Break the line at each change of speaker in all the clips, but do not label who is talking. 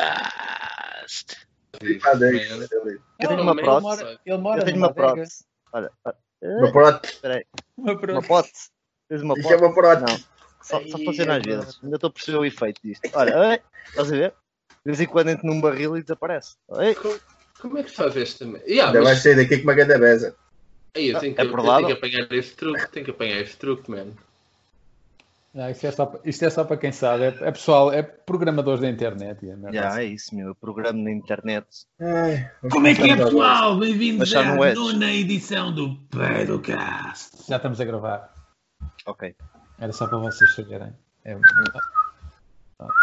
Peidocast.
Brincadeira.
Eu tenho
Não,
uma
mas
prótese.
eu moro-
Ele mora
Eu tenho
numa
uma
adega.
prótese. Olha, olha.
Uma prótese.
Uma
uma
prótese.
pote. Tens uma
Isso é
pote.
uma prótese.
Não, só, só
Ai,
funciona às
agora.
vezes. Ainda estou a perceber o efeito disto. Olha, ei, estás a ver? De vez em quando entra num barril e desaparece. Ei,
Como é que fazes também? Yeah,
Ainda vai
mas,
sair daqui com uma grande beza.
aí, eu tenho que,
É
eu
provável.
tenho que apanhar esse truque, tenho que apanhar esse truque, mano.
Não, isto, é só, pa- isto é só para quem sabe. É, é pessoal, é programadores da internet. e a merda
Já,
assim.
é isso, meu. Eu programo na internet.
Como é que é, pessoal? Bem-vindos
Mas já
à
não és.
nona edição do Peidocast.
Já estamos a gravar.
Ok.
Era só para vocês saberem. É- Pronto.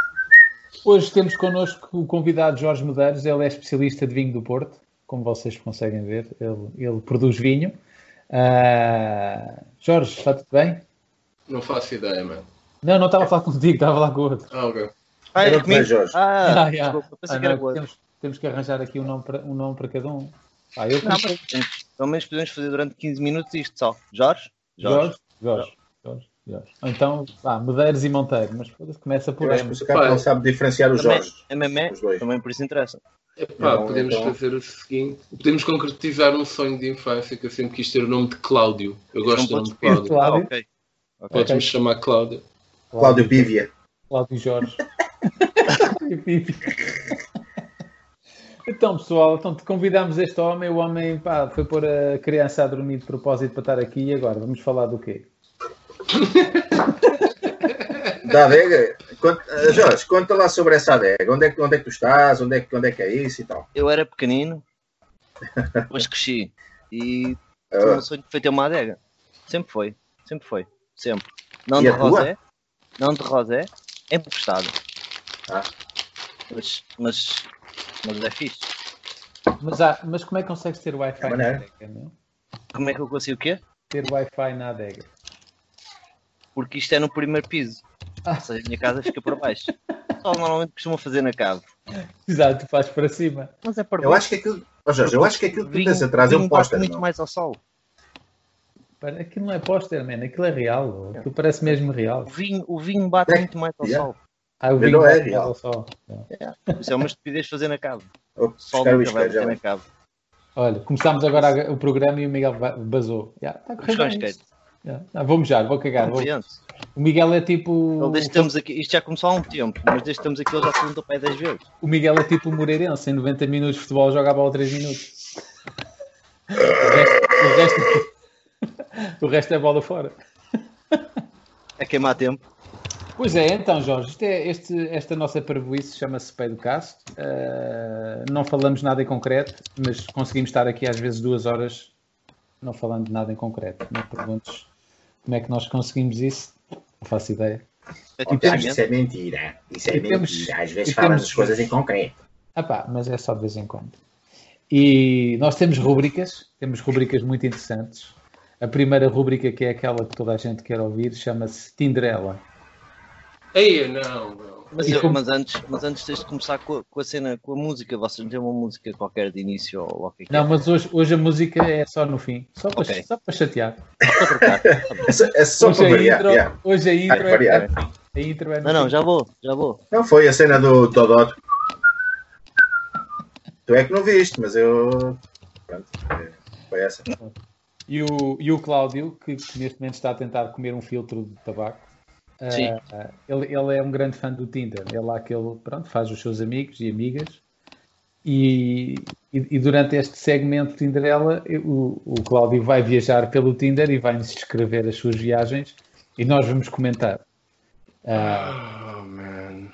Hoje temos connosco o convidado Jorge Medeiros. Ele é especialista de vinho do Porto, como vocês conseguem ver. Ele, ele produz vinho. Ah, Jorge, está tudo bem?
Não faço ideia, mano.
Não, não estava a falar contigo, estava lá com o outro.
Ah, ok.
Ah,
Eu
é
não te
comigo?
vejo hoje.
Ah,
Ah, yeah.
desculpa. Pensei
Ah,
que era
não,
com outro.
temos, temos que arranjar aqui um nome para, um nome para cada um. Ah, eu
Não, mas podemos- pelo menos podemos fazer durante 15 minutos isto só. Jorge?
Jorge, Jorge, Jorge, Jorge. Ou então, pá, Medeiros e Monteiro, mas foda-se, começa por
Eu acho
M.
que o Sacato não
Pai.
sabe diferenciar os
Também, é
Jorge.
MME,
Os dois.
também por isso interessa. Ah,
Epá,
Não,
podemos
então-
fazer o seguinte. Podemos concretizar um sonho de infância que eu sempre quis ter o nome de Cláudio. Eu gosto do
Não
nome de
podes-
Cláudio.
Cláudio.
Ah, ok. Ok.
Podes-me chamar Cláudio.
Cláudio Pívia.
Cláudio Jorge. E Pipi. então, pessoal, então te convidamos este homem. O homem pá, foi pôr a criança a dormir de propósito para estar aqui. E agora, vamos falar do quê?
Da adega. Conta- ah, Jorge, conta lá sobre essa adega. Onde é que, onde é que tu estás? Onde é que, onde é que é isso e tal?
Eu era pequenino, depois cresci e
Ah,
O meu sonho foi ter uma adega. Sempre foi. Sempre foi. Sempre. Não
E
de
a tua?
rosé. Não de rosé. Emprestado.
Ah.
Mas, mas, mas é fixe.
Mas, há- mas como é que consegues ter Wi-Fi
É
na
maneiro.
adega? Não?
Como é que eu consigo o quê?
Ter Wi-Fi na adega.
Porque isto é no primeiro piso.
Ah.
Ou seja, a minha casa fica para baixo. Só normalmente costumam fazer na cave.
Exato, tu fazes para cima.
Mas é para
eu
baixo.
acho que aquilo. ó, Jorge, eu acho que aquilo que tu
Vinho-
tens atrás é um
vinho bate
póster.
muito
não?
mais ao sol.
Para- Aquilo não é póster, man. Aquilo é real. Aquilo parece mesmo real.
O vinho, o vinho bate
É.
muito mais ao
Yeah.
sol.
Ah, o
Mas
vinho
não é
bate
real.
ao sol.
Isso é uma estupidez fazer na cave.
Vou
O
buscar o
sol nunca vai
isqueiro, já
bater na
vem.
cave.
Olha, começámos agora a- o programa e o Miguel ba- basou. Já, tá a correr
Buscar o
bem
isqueiro.
isto. Já. Ah, vou mejar, vou cagar. vou-
Compreende-se.
O Miguel é tipo.
Ele, desde que estamos aqui, isto já começou há um tempo, mas desde que estamos aqui ele já perguntou para aí 10 vezes.
O Miguel é tipo o Moreirense, em 90 minutos de futebol joga a bola 3 minutos. O resto, o resto- o resto é bola fora.
É queimar tempo.
Pois é, então Jorge, isto é- este- esta nossa parvoíce chama-se Pé do Cast. Ah, não falamos nada em concreto, mas conseguimos estar aqui às vezes duas horas não falando de nada em concreto. Não perguntes como é que nós conseguimos isso, não faço ideia.
Jorge,
Efetivamente.
Isso é mentira. Isso é
E temos-
mentira. Às vezes
e
falas
temos-
as coisas em concreto.
Ah pá, mas é só de vez em quando. E nós temos rubricas, temos rubricas muito interessantes. A primeira rubrica, que é aquela que toda a gente quer ouvir, chama-se Tinderela.
Aí, eu não, não.
Mas,
E
eu-
como-
mas antes, mas antes tens de começar com a, com a cena, com a música, vocês não têm uma música qualquer de início ou ou o que é que é?
Não, mas hoje, hoje a música é só no fim, só para,
Ok.
só para chatear.
Só para cá.
É só, é só
hoje,
para
a
variar.
intro,
yeah.
hoje a
Vai
intro é,
variar.
a intro é no
Não, não,
fim.
já vou, já vou.
Não foi a cena do Dodó. Tu é que não viste, mas eu. Pronto, é, foi essa.
E o, e o Cláudio, que, que neste momento está a tentar comer um filtro de tabaco, ah,
Sim.
ah, ele, ele é um grande fã do Tinder. É lá que ele pronto, faz os seus amigos e amigas. E, e, e durante este segmento Tinderela, eu- o, o Cláudio vai viajar pelo Tinder e vai-nos descrever as suas viagens e nós vamos comentar. Ah,
Oh, man.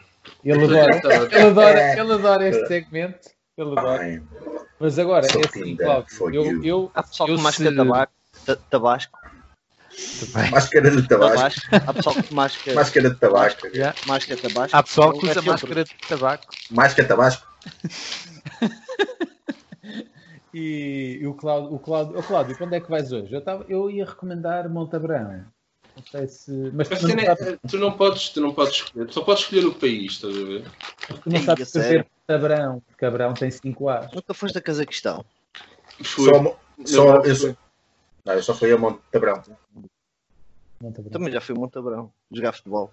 ele, adora, ele, adora, ele adora este segmento. Ele adora.
É. Ai,
Mas agora,
So
é assim,
Tinder for
Cláudio,
you.
eu, eu,
Há pessoal
Eu
que masca
se-
tabaco, ta- tabasco,
Máscara de tabaco.
tabasco. Há pessoal que masca,
Máscara de tabaco.
masca tabasco.
Há pessoal que
Não é
usa
filtro.
máscara de tabaco.
Máscara de tabaco.
E o Cláudio, o Cláudio, o Cláudio, quando é que vais hoje? Eu, tava, eu ia recomendar Montabrão. Não sei se. Mas tu
Mas
não,
tu,
sabes,
nem- é, tu não podes, tu não podes escolher, tu só podes escolher o país, estás a ver?
tu não
Ei,
sabes
a
escrever
sério?
Montabrão, porque Abrão tem 5 A's.
um- Nunca foste a Cazaquistão.
Fui.
Só, mo-
Na
só,
verdade,
eu,
fui.
só- não, eu só fui a Monte Tabrão.
Montabrão.
Também já fui a Montabrão jogar futebol.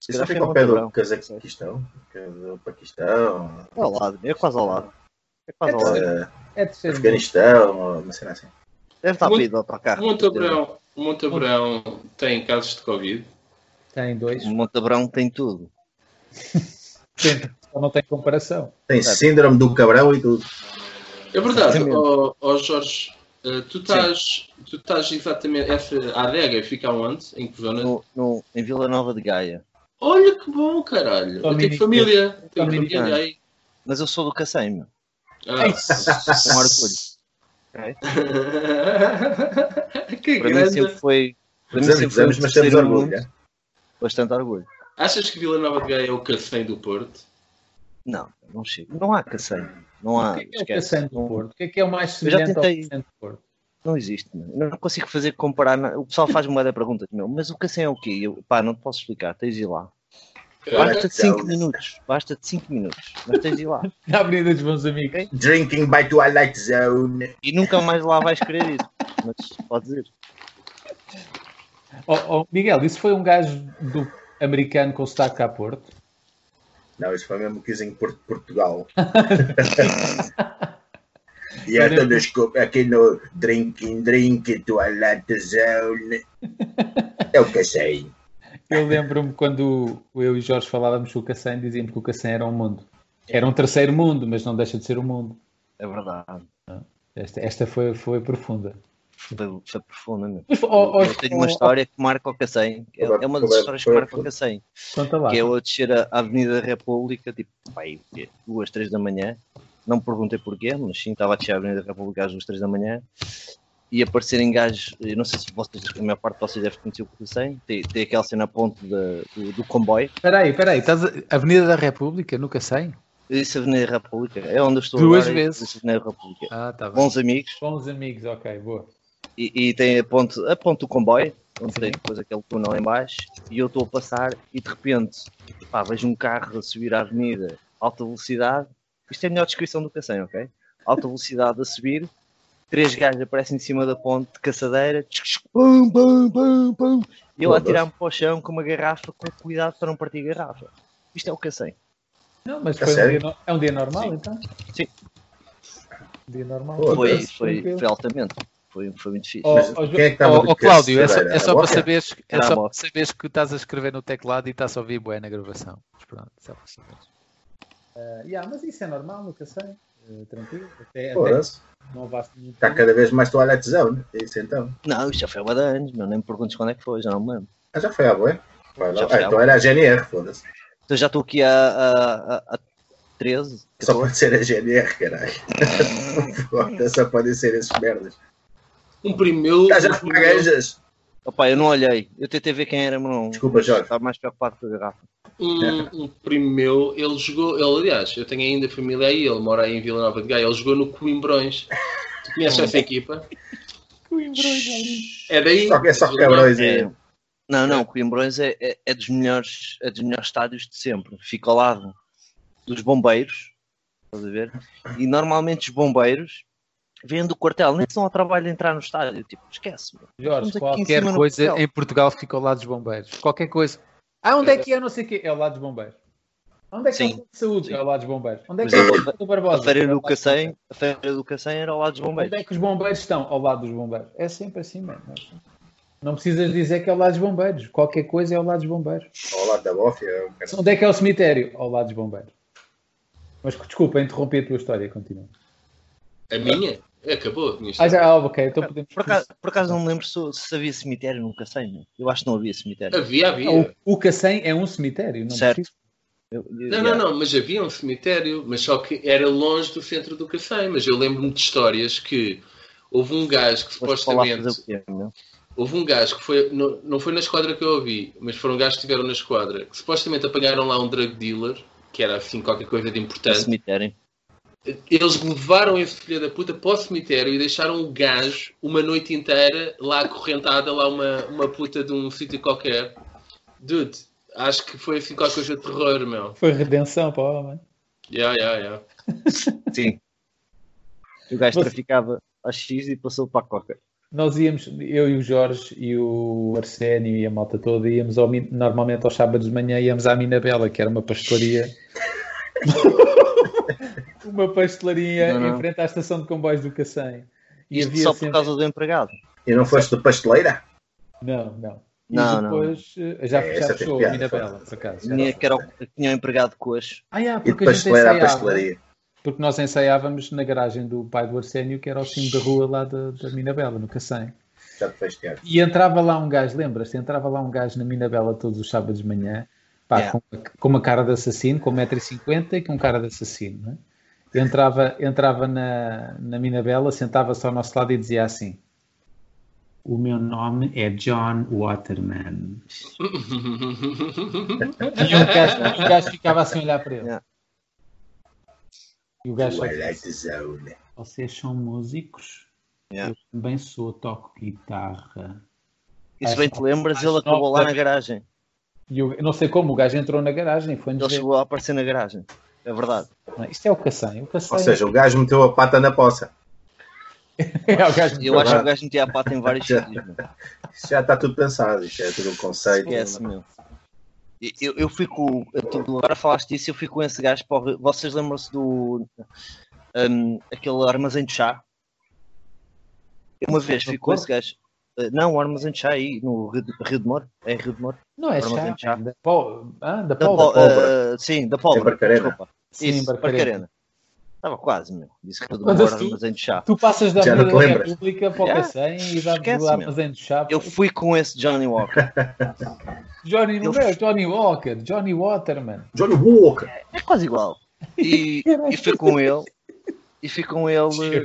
Se
Isso é
calhar
fica
foi
ao pé do
Montebrão.
Cazaquistão, é do Paquistão,
É ao lado, é quase ao lado. É quase ao lado.
eh,
É de ser
Afeganistão, uma cena assim.
Deve estar
Muito-
pedido ao autocarro.
Montabrão, Montabrão tem casos de Covid.
Tem dois.
O Montabrão tem tudo.
Tem- só não tem comparação.
Tem síndrome do cabrão e tudo.
É verdade,
Exatamente.
ó ó, Jorge, eh, tu estás, tu estás exatamente. Essa adega fica onde? Em que zona?
No, no- em Vila Nova de Gaia.
Olha que bom, caralho. Eu tenho
Dominicano.
família, tenho
Dominicano.
família aí.
Mas eu sou do Cacém,
Ah.
com orgulho.
que
Para mim
grande.
sempre foi. Para mim
Dizemos,
sempre foi um
dizemos, mas temos
terceiro
orgulho.
mundo,
é?
Bastante orgulho.
Achas que Vila Nova de Gaia é o cacém do Porto?
Não, não chega. Não há Cacém. Não há.
o que é que é o
um esquece.
Cassandro do
Não-
Porto? O que é que é o mais
Eu já
semelhante ao
tentei-
Cassandro do Porto?
Não existe, meu. Eu não consigo fazer comparar. na- O pessoal faz-me uma da pergunta, meu, mas o cacém é o quê? Eu, pá, não te posso explicar, tens de ir lá.
Olha,
Olha,
Basta de
tchau.
5 minutos, basta de 5 minutos, mas tens de ir lá.
Na Avenida dos Bons Amigos.
Drinking by Twilight Zone.
E nunca mais lá vais querer isso, mas podes ir.
Oh, oh, Miguel, isso foi um gajo do americano com sotaque a Porto?
Não, isso foi mesmo que dizem por Portugal. e a todos co- aqui no Drinking Drink Twilight Zone. É o que sei.
Eu lembro-me quando eu e Jorge falávamos com o Cassem, dizíamos que o Cassem era um mundo. Era um terceiro mundo, mas não deixa de ser um mundo.
É verdade.
Esta, esta foi, foi profunda.
Foi, foi profunda, meu.
Mas, oh, oh,
Eu tenho uma
oh,
história que marca o cacém. É, é uma das histórias que marca o cacém.
oh, conta lá.
Que é eu a descer a a Avenida da República, tipo, pai, o quê? duas, três da manhã. Não perguntei porquê, mas sim, estava a descer a Avenida da República às duas, três da manhã. E aparecerem gajos, eu não sei se vocês, a maior parte de vocês deve conhecer o que eu sei, tem, tem aquela cena a ponto da- do, do comboio.
Espera aí, espera aí. Estás a- Avenida da República, no Cassem?
Eu disse Avenida da República, é onde eu estou
Duas
agora,
vezes.
eu disse Avenida da República.
Ah, tá bem.
Bons amigos,
Bons amigos, ok, boa.
e, e tem a ponto, a ponto do comboio, onde
Sim.
tem depois aquele túnel em baixo, e eu estou a passar e de repente pá, vejo um carro a subir a avenida alta velocidade, isto é a melhor descrição do cacém, ok? Alta velocidade a subir, três gajos aparecem em cima da ponte de caçadeira, tchuc, tchuc, pum, pum, pum, pum, e eu a tirar-me para o chão com uma garrafa, com cuidado para não partir a garrafa. Isto é o cacém.
Não, mas
Tá
foi um
sério?
dia, no- é um dia normal,
Sim.
então?
Sim.
Um dia normal.
Pô,
Foi,
Parece
foi,
tranquilo.
foi altamente, foi, foi muito fixe.
Ó,
Mas
ó,
quem é que
ó,
estava
ó,
de cabeça
Cláudio, é só,
era
é
a
só para
boca?
saberes, é
Era a
só para
boca.
saberes que estás a escrever no teclado e estás a ouvir bué na gravação. Mas Pronto, só para saberes. mas isso é normal, nunca sei. Ah, tranquilo. Até,
Foda-se.
não vaste nenhum.
Está tá cada vez mais Twilight Zone. É Isso então.
Não, isto já foi há bué de anos, meu, nem me perguntes quando é que foi, já não me lembro.
Ah, já foi à boa. Vai lá.
Já foi
Ah,
à
então era a GNR, foda-se.
Então já estou aqui a, a, a, a 13,
Só
14.
pode ser a GNR, caralho. Foda-se, Só podem ser esses merdas.
um primeiro.
Ah, já
um
foi
primeiro-
gajas.
Opa, eu não olhei. Eu tentei ver quem era, mas não.
Desculpa, Jorge.
Estava mais preocupado com a garrafa.
Um, um primo meu, ele jogou, ele, aliás, eu tenho ainda família aí, ele mora aí em Vila Nova de Gaia, ele jogou no Coimbrões. Tu
Hum.
conheces essa equipa? É daí?
Só que é só cabrões
É,
aí.
não, não, Coimbrões é, é, é dos melhores, é dos melhores estádios de sempre. Fica ao lado dos bombeiros. Estás a ver? E normalmente os bombeiros vêm do quartel, nem são ao trabalho de entrar no estádio. Tipo, esquece. meu.
Jorge,
Estamos aqui em
qualquer
cima no
coisa
papel.
em Portugal fica ao lado dos bombeiros. Qualquer coisa. Ah, onde é que é? Não sei o quê. É ao lado dos bombeiros. Onde é que é o
Sim.
centro de saúde?
Sim.
É ao lado dos bombeiros. Onde é
Mas
que
a-
é o centro do
A
Barbosa?
Feira
É ao
do
lado dos
Cacém, a Feira do Cacém era ao lado dos bombeiros.
Onde é que os bombeiros estão? Ao lado dos bombeiros. É sempre assim mesmo. é assim. Não precisas dizer que é ao lado dos bombeiros. Qualquer coisa é ao lado dos bombeiros.
Ao lado da bófia. cara.
Onde é que é o cemitério? Ao lado dos bombeiros. Mas desculpa, interrompi a tua história. Continua.
A minha? É, Acabou a minha
Ah,
história.
já, ah, ok. Então podemos.
Por acaso, por acaso não me lembro se, se havia cemitério no Cacém. meu. Eu acho que não havia cemitério.
Havia, havia.
Ah, O, o Cacém é um cemitério, não
Certo.
precisa.
Eu-
Não,
eu-
não, não, mas havia um cemitério, mas só que era longe do centro do Cacém. Mas eu lembro-me de histórias que houve um gajo que
Foste para lá fazer
supostamente.
o quê, meu?
Houve um gajo que foi. Não, não foi na esquadra que eu ouvi, mas foram gajos que estiveram na esquadra, que supostamente apanharam lá um drug dealer, que era assim qualquer coisa de
No
importante.
cemitério.
Eles levaram esse filho da puta para o cemitério e deixaram o gajo uma noite inteira lá acorrentada, lá uma, uma puta de um sítio qualquer. Dude, acho que foi assim qualquer coisa de terror, meu.
Foi redenção para o homem.
Yeah, yeah, yeah.
Sim. O gajo
Você-
traficava a X e passou para a Coca.
nós íamos, eu e o Jorge e o Arsénio e a malta toda, íamos ao Min- normalmente aos sábados de manhã íamos à Mina Bela, que era uma pastelaria. uma pastelaria
Não, não.
em frente à estação de comboios do Cacém. E
Isto
havia
só por
sempre-
causa do empregado.
E não foste de pasteleira?
Não, não. E
Não, não.
depois eh, já,
É,
já
essa tem
fechou a
piada,
Mina
foi.
Bela, por acaso. Já
Tinha,
não.
que era o- que tinha um empregado coxo.
Ah, yeah,
E de
porque a gente
pasteleira à
ensaiava.
pastelaria.
Porque nós ensaiávamos na garagem do pai do Arsénio, que era ao fim da rua lá da, da Mina Bela, no Cacém.
Já te fez teatro.
E entrava lá um gajo, lembras-te? Entrava lá um gajo na Mina Bela todos os sábados de manhã, pá,
Yeah.
com, com uma cara de assassino, com 1,50m e com um cara de assassino, não é? Entrava, entrava na, na Mina Bela, sentava-se ao nosso lado e dizia assim: O meu nome é John Waterman.
é
E um gajo, um gajo ficava assim a olhar para ele.
Yeah. é
E o gajo só disse,
Twilight Zone.
Vocês são músicos?
Yeah.
Eu também sou, toco guitarra.
E se bem te lembras,
Às
ele acabou lá
nove
na garagem.
E eu, eu não sei como, o gajo entrou na garagem e foi-nos
Ele
ver.
chegou a aparecer na garagem. É verdade.
Não é? Isto é o Cacém. O Cacém
Ou seja, o gajo meteu a pata na poça.
é o gajo
Eu acho que o gajo metia a pata em vários sítios. meu.
Isso já está tudo pensado. Isto é tudo um conceito.
Esquece, meu. E- Eu, eu fico. tu agora falaste disso, eu fico com esse gajo. Para, o- vocês lembram-se do. hum, aquele armazém de chá? Eu Uma vez
No
ficou
Porto?
esse gajo. eh, Não, o armazém de chá aí, no Rio de, Rio de Moro. É em Rio de Moro?
Não é
Para não
chá.
deixar.
Da pólvora. Ah, da
Da
pólvora.
pó- eh, sim, da pólvora.
Barcarena.
Desculpa.
Sim,
Isso,
Barcarena.
Barcarena. Estava quase, assim? meu. Disse Rio de
Mas
Moro,
tu-
armazém de chá.
Tu passas da
Já não
Avenida
te
da
lembras.
República para o
Yeah.
Cacém e dá-me
Esquece,
do armazém de chá.
Eu fui com esse Johnny Walker.
Johnny, não
eu-
é Johnny Walker, Johnny Waterman.
Johnny Walker.
É quase igual. E, e fui com ele. E fui com ele.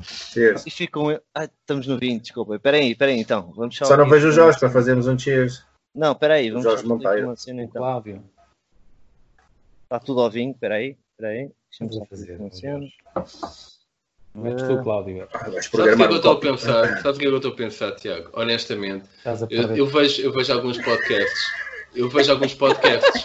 Cheers.
E ficam. Ah, estamos no 20, desculpa. Espera aí, espera aí, então. Vamos
Só não
abrir-
vejo o Jorge para fazermos um cheers.
Não, espera aí, vamos
Jorge tá
só abrir
Monteiro.
uma cena,
O
então.
Clávio.
Está tudo ao vinho, espera aí, espera aí. Deixa-me
Vamos
só
lá
fazer
fazer. um
uma cena.
Não
é.
és tu, Cláudio.
Ah, Vais
Sabes o que é
programar
que eu
o
estou a
copo.
pensar? Sabes o que é que eu estou a pensar, Tiago? Honestamente.
Estás a
Eu,
perder.
eu vejo, eu vejo alguns podcasts. Eu vejo alguns podcasts.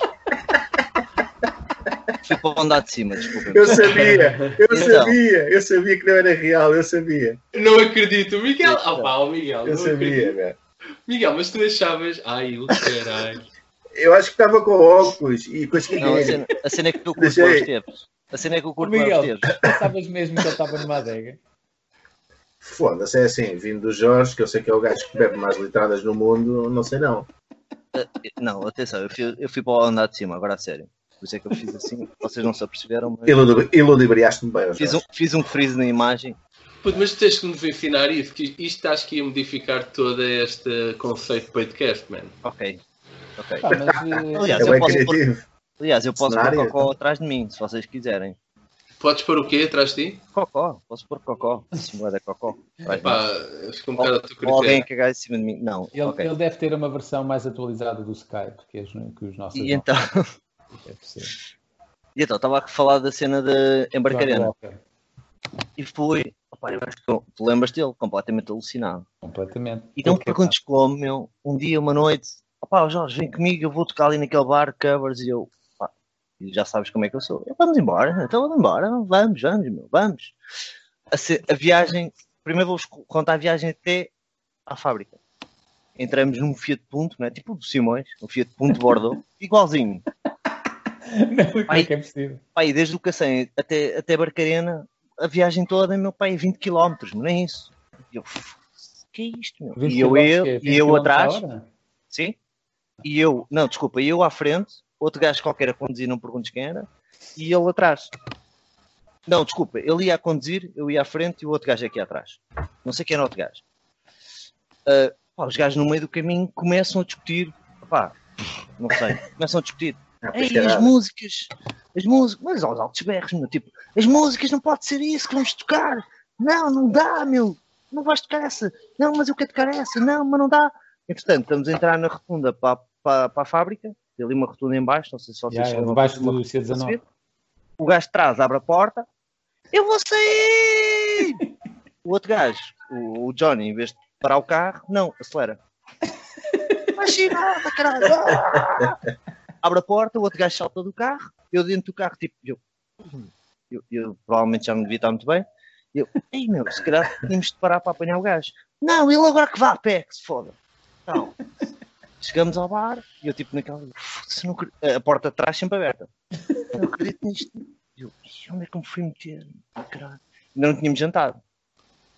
Fui para o andar de cima, desculpa.
Eu sabia, eu
Então.
sabia, eu sabia que não era real, eu sabia,
Não acredito, Miguel. Ah, pá, o Miguel.
eu
não acredito.
sabia, velho.
Miguel, mas tu achavas. Ai, o caralho.
Eu acho que estava com óculos e consegui
Não, a
ver.
cena, a cena é que eu curto
Deixei.
para os tempos. A cena é que eu curto para
Miguel.
os tempos.
Pensavas mesmo que ele estava numa adega.
Foda-se, é assim, vindo do Jorge, que eu sei que é o gajo que bebe mais litradas no mundo, não sei não.
Não, atenção, eu fui, eu fui para o andar de cima, agora a sério. Por isso é que eu fiz assim, vocês não se aperceberam, mas.
Iludi- Iludibriaste-me bem, Jorge.
Fiz um, fiz um freeze na imagem.
Puto, mas tu tens que nos ensinar isso, que isto acho que ia modificar todo este conceito de podcast, mano.
Ok. Ok.
Pá, mas, eh,
Aliás,
É
eu
bem
posso,
criativo.
aliás, eu posso pôr
Cenário.
cocó atrás de mim, se vocês quiserem.
Podes pôr o quê atrás de ti?
Cocó, posso pôr cocó. Se moeda é cocó. Vai,
Pá, fica um bocado a teu
Ou alguém
critério.
cagar em cima de mim. Não,
ele,
ok.
ele deve ter uma versão mais atualizada do Skype que, as, que os nossos.
E
não.
então,
É possível.
e então, estava a falar da cena de
Johnny
Embarcarena.
Walker.
E foi. Opa, eu acho que tu, tu lembras dele, completamente alucinado.
Completamente.
E então, não me
Porque, pá,
perguntes como, meu. Um dia, uma noite, opá, Jorge, vem comigo, eu vou tocar ali naquele bar, covers, e eu, pá, e já sabes como é que eu sou. Eu, vamos embora, então vamos embora, vamos, vamos, meu, vamos. A, se- a viagem, primeiro vou-vos co- contar a viagem até à fábrica. Entramos num Fiat Punto, não é? Tipo o do Simões, um Fiat Punto Bordeaux, igualzinho.
Não, como é
Ai.
que é possível?
Pai, desde o Cacém até, até Barcarena, a viagem toda, meu pai, 20 km, não é isso? E eu, que é isto, meu?
20
E eu,
quilómetros,
eu,
que é? 20
e eu
quilómetros
atrás,
à hora?
sim? E eu, não, desculpa, eu à frente, outro gajo qualquer a conduzir, não perguntes quem era, e ele atrás. Não, desculpa, ele ia a conduzir, eu ia à frente e o outro gajo aqui atrás. Não sei quem era o outro gajo. Ah, pá, os gajos no meio do caminho começam a discutir, pá, não sei, começam a discutir.
Ah, pois
Ei, as
caralho.
músicas, as músicas, mas aos altos berros, meu, tipo, as músicas não pode ser isso que vamos tocar, não, não dá, meu, não vais tocar essa, não, mas eu quero tocar essa, não, mas não dá. Entretanto, estamos a entrar na rotunda para, para, para a fábrica, tem ali uma rotunda em baixo, não sei se vocês
Já,
chegam a-
abaixo
uma
do
rotunda a
C19.
subir. O gajo de trás abre a porta, eu vou sair! o outro gajo, o, o Johnny, em vez de parar o carro, não, acelera. Vai chegada, caralho! Ah! Abre a porta, o outro gajo salta do carro, eu dentro do carro, tipo, eu, eu, eu provavelmente já me devia estar muito bem. Eu, ei meu, se calhar tínhamos de parar para apanhar o gajo. Não, ele agora que vá a pé, que se foda. Não. Chegamos ao bar e eu tipo naquela. "Foda-se, não acredito." A porta de trás sempre aberta. Não acredito nisto. Eu, "Ih, onde é que me fui meter? Ah, caralho. Ainda não tínhamos jantado.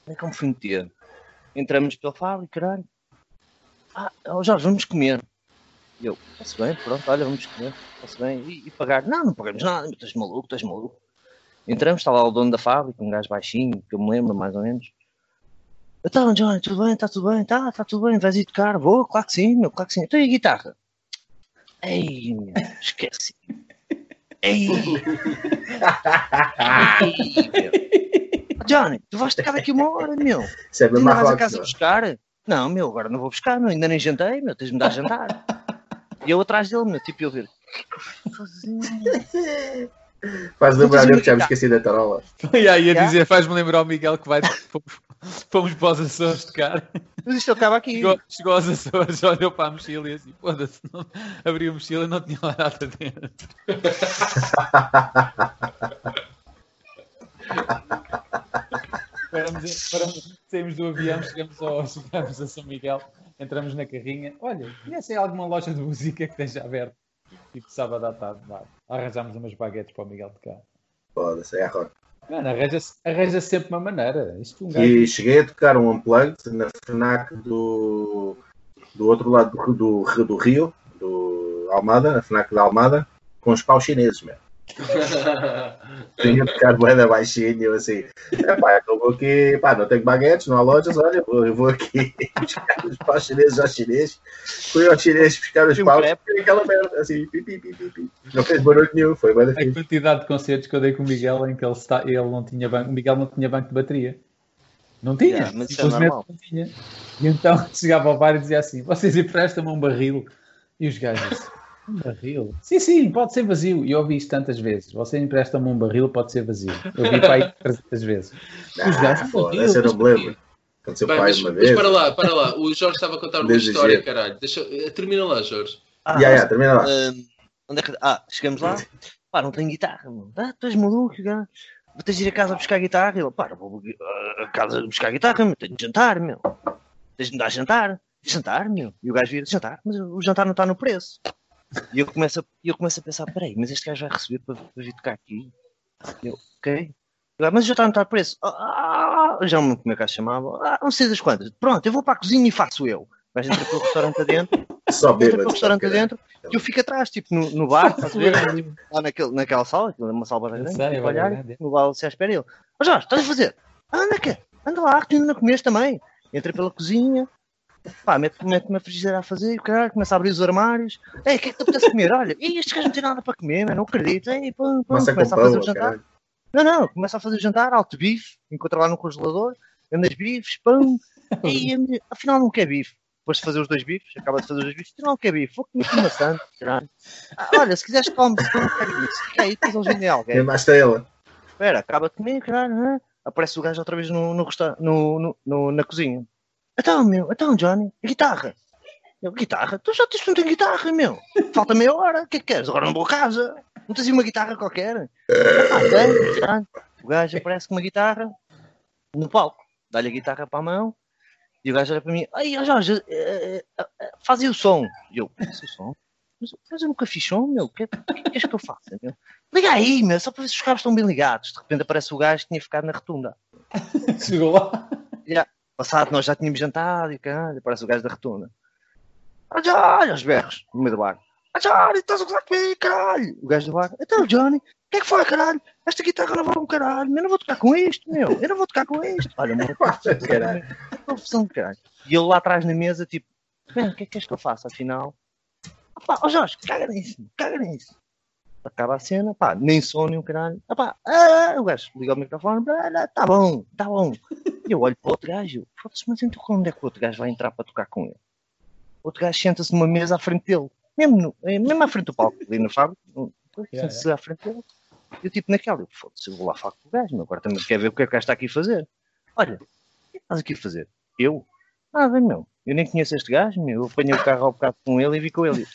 Onde é que eu me fui meter? Entramos pelo Fábio, caralho. Ah, ó Jorge, vamos comer. E eu, está-se bem, pronto, olha, vamos comer. Está-se bem. E, e pagar? Não, não pagamos nada, mas tu és maluco, tu és maluco. Entramos, está lá o dono da fábrica, um gajo baixinho, que eu me lembro mais ou menos. Então, John, tudo bem, está tudo bem, "Tá, está, está tudo bem, vais ir tocar, vou, claro que sim, meu, claro que sim. Então e a guitarra? Ei, meu, esquece. Ei, ei, meu. Johnny, tu vais tocar daqui uma hora, meu.
Sabe
Ainda vais a
Marrocos?
casa buscar? Não, meu, agora não vou buscar, meu, ainda nem jantei, meu, tens de me dar jantar. E eu atrás dele, meu, tipo, eu ver.
Faz lembrar
Não
eu
tens
que já me
uma
esqueci da tarola.
E aí a
Já?
dizer, faz-me lembrar o Miguel que vai fomos, fomos para os Açores tocar.
Mas isto acaba aqui.
Chegou, chegou aos Açores, olhou para a mochila e assim, foda-se, não- abriu a mochila e não tinha lá nada dentro. paramos, paramos- saímos do avião, chegamos, ao, chegamos a São Miguel, entramos na carrinha. Olha, conhecem alguma loja de música que esteja aberta? Tipo sábado à tarde, vá. Arranjámos umas baguetes para o Miguel tocar.
Foda-se, é rock.
Mano, arranja-se arranja sempre uma maneira. Isto um gajo.
E cheguei a tocar um unplugged na FNAC do, do outro lado do, do, do Rio, do Almada, na FNAC da Almada, com os paus chineses, meu. Tinha de tocar bué da baixinho, eu assim, epá, eu vou aqui, pá, não tenho baguetes, não há lojas, olha, eu vou, eu vou aqui buscar os paus chineses aos chineses. Fui ao chinês buscar os
Tem um
paus,
crepe.
e aquela merda, assim, pi, pi, pi, pi, pi. Não fez barulho nenhum, foi bué da
A
fixe.
quantidade de concertos que eu dei com o Miguel em que ele, está, ele não tinha banco, o Miguel não tinha banco de bateria. Não tinha,
Yeah, mas isso é
simplesmente
normal.
não tinha. E então chegava ao bar e dizia assim: vocês emprestam-me um barril. E os gajos, um barril? Sim, sim, pode ser vazio. E eu ouvi isto tantas vezes: vocês emprestam-me um barril, pode ser vazio. Eu vi para aí 300 vezes. Os
Ah,
gajos,
foda-se, eu não me lembro. Aconteceu
Bem,
para
mas,
aí uma
mas
vez.
para lá, para lá. O Jorge estava a contar uma
Desde
história,
cedo.
caralho. Deixa, eh, termina lá, Jorge.
Ah,
Ya, ya, termina lá.
Ahm, onde é que... Ah, chegamos lá. Pá, não tenho guitarra, mano. Ah, tu és maluco, cara. Vou ter de ir a casa buscar guitarra. Ele, pá, não vou ah, a casa buscar guitarra, meu. Tenho de jantar, meu. Tens de me dar jantar. Jantar, meu. E o gajo vira jantar, mas o jantar não está no preço. E eu começo a, e eu começo a pensar, peraí, mas este gajo vai receber para, para vir tocar aqui? Eu, ok. Ele, Mas o jantar não está no preço. Ah, ah, ah, já me como é que o gajo chamava. Ah, não sei das quantas. Pronto, eu vou para a cozinha e faço eu. O gajo entra pelo restaurante adentro
Só
entra
bêbado.
para o um restaurante
caralho.
adentro e eu fico atrás, tipo, no, no bar, estás a ver? Tipo, lá naquele, naquela sala, aquilo é uma sala bastante
Eu
grande,
sei, né?
tipo,
vai
olhar,
grande.
no bar se à espera e ele, ó Jorge, estás a fazer? Anda cá, anda lá, que tu ainda não comeste também. Entra pela cozinha, pá, mete- mete-me a frigideira a fazer, e o caralho, começa a abrir os armários, ei, o que é que tu apetece comer? Olha, "Ih, estes gajos não têm nada para comer, mano, não acredito, ei, pum, pum,
Começa
começa
com
a fazer o
pão,
jantar.
caralho.
Não, não, começa a fazer o jantar, alto bife, encontra lá no congelador, andas bifes, pão, e a minha- afinal não quer bife. Depois de fazer os dois bifes, acaba de fazer os dois bifes, afinal não quer bife, vou comer com maçã, caralho. Ah, olha, se quiseres come, se não quer bife, fica aí, depois eles vendem a
Tem
alguém.
mais estrela.
Espera, acaba de comer, caralho, hã? aparece o gajo outra vez no, no, resta- no, no- no- na cozinha. Então, meu, então, Johnny, a guitarra. Eu, guitarra? Tu já disse que não tem guitarra, meu. Falta meia hora, o que é que queres? Agora não vou a casa. Não tens aí uma guitarra qualquer? Ah, tem, caralho. O gajo aparece com uma guitarra no palco, dá-lhe a guitarra para a mão e o gajo olha para mim: Ai, ó Jorge, eh, eh, eh, faz aí o som. E eu: Faz o som? Mas, mas eu nunca fiz som, meu. O que, o que é que queres que eu faça, meu? Liga aí, meu, só para ver se os cabos estão bem ligados. De repente aparece o gajo que tinha ficado na rotunda.
chegou lá.
Passado, nós já tínhamos jantado e caralho, aparece o gajo da rotunda. Ah, Jorge, aos berros, no meio do bar. Ah, Johnny, estás a gozar comigo, caralho! O gajo do bar, então, Johnny, o que é que foi, caralho? Esta guitarra não vale um caralho, eu não vou tocar com isto, meu, eu não vou tocar com isto. Olha, meu,
Caralho.
confusão do caralho. E ele lá atrás na mesa, tipo, bem, o que é que queres que eu faça, afinal? Opá, ó Jorge, caga nisso, caga nisso. Acaba a cena, pá, nem som, nem o caralho. Opá, ah, ah, o gajo liga o microfone, blá, blá, tá bom, tá bom. E eu olho para o outro gajo, eu, foda-se, mas então quando é que o outro gajo vai entrar para tocar com ele? O outro gajo senta-se numa mesa à frente dele, mesmo, no- eh, mesmo à frente do palco, ali na fábrica, um,
Yeah,
senta-se à frente dele. Eu tipo naquela, eu, foda-se, eu vou lá falar com o gajo, meu, agora também quer ver o que é que o gajo está aqui a fazer. Olha, o que é que estás aqui a fazer? Eu? Nada, meu. Eu nem conheço este gajo, meu. Eu apanhei o carro ao bocado com ele e vi com ele.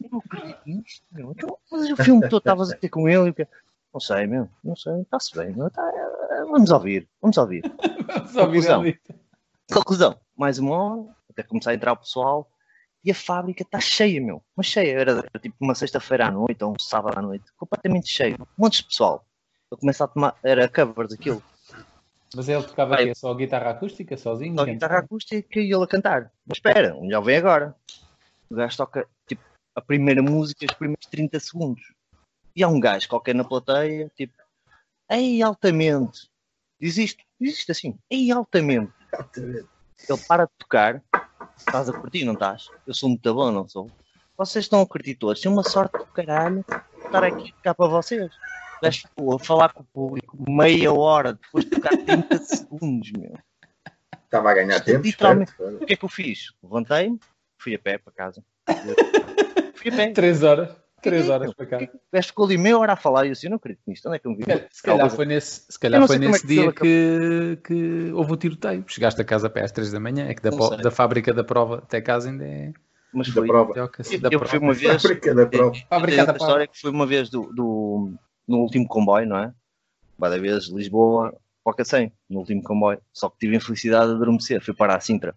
Eu não acredito nisto, meu. um Então, mas o filme todo estavas a ter com ele. e o quê? Não sei, meu. Não sei. Está-se bem, meu. Tá, é, é, Vamos ouvir, vamos ouvir.
Vamos ouvir a
Conclusão.
Anitta.
Conclusão, mais uma hora, até começar a entrar o pessoal, e a fábrica está cheia, meu. Mas cheia, era tipo uma sexta-feira à noite ou um sábado à noite, completamente cheio. Um monte de pessoal. Eu começo a tomar, era cover daquilo,
Mas ele tocava
Vai.
aqui é só guitarra acústica, sozinho?
só guitarra acústica e ele a cantar. Mas espera, o melhor vem agora. O gajo toca, tipo, a primeira música, os primeiros 30 segundos. E há um gajo qualquer na plateia, tipo, ei, altamente. Diz isto, diz isto assim, ei, altamente. Ele para de tocar. Estás a curtir, não estás? Eu sou muito bom, não sou? Vocês estão a curtir todos. Tenho uma sorte do caralho de estar aqui a tocar para vocês. Mas, pô, a falar com o público meia hora depois de tocar 30 segundos, meu.
Estava a ganhar tempo,
Literalmente.
esperto.
O que é que eu fiz? Levantei-me, fui a pé para casa. Fui a pé.
3 horas. 3
Sim,
horas para cá.
O gajo ficou ali meia hora a falar e eu assim, não acredito nisto, onde é que eu me vi?
Se calhar foi nesse, se
Eu
calhar
não
foi
sei como
nesse
é que
dia
ele
que, que houve o tiroteio. Chegaste a casa pé às 3 da manhã, é que da,
Não
po-
sei.
da fábrica da prova até casa ainda é.
Mas
Da
foi.
prova.
é o que se-
Eu,
Da Tá
eu fui uma
prova.
vez. É.
Fábrica da prova.
Fábrica
Tem
da
outra
prova.
história que foi uma vez do, do- no último comboio, não é? Várias vezes Lisboa para o Cacém, no último comboio. Só que tive a infelicidade de adormecer, fui parar a Sintra.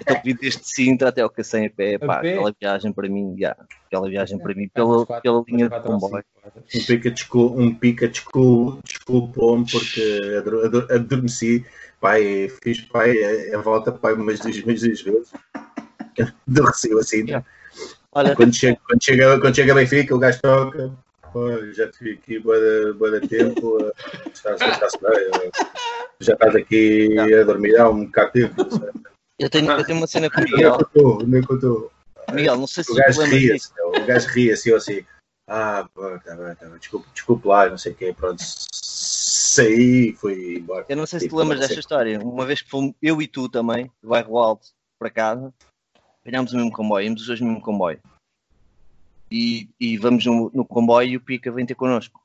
Então vim desde Sintra até ao Cacém a pé, pá,
A pé?
aquela viagem para mim, já, aquela viagem para mim,
Às
pela,
quatro-
pela linha
às
de
quatro ou
comboio.
cinco horas.
Um pica descul- um pica descul- desculpou-me porque ador- ador- adormeci. Pai, fiz pai, a, a volta pai umas duas, umas duas vezes. Do Recio, assim. né?
É. Olha,
Quando chega, quando, chega, quando chega a Benfica, o gajo toca. "Pô, já te vi aqui boa de tempo. eh, estás- estás bem, eh, já estás aqui a dormir há um bocado de tempo.
eu tenho, eu tenho uma cena com o
Nem
Miguel.
contou, nem contou.
Miguel, não sei se
O
tu
gajo
lembras disso.
ria-se, meu. o gajo ria-se e eu assim, ah, pô, tá bem, tá bem, desculpa, desculpa lá, não sei o quê, pronto, saí e fui embora.
Eu não sei se te
Tipo,
lembras
não sei.
desta história. Uma vez que fomos eu e tu também, do bairro alto para casa, apanhámos o mesmo comboio, íamos os dois no mesmo comboio. E, e vamos no, no comboio e o Pica vem ter connosco.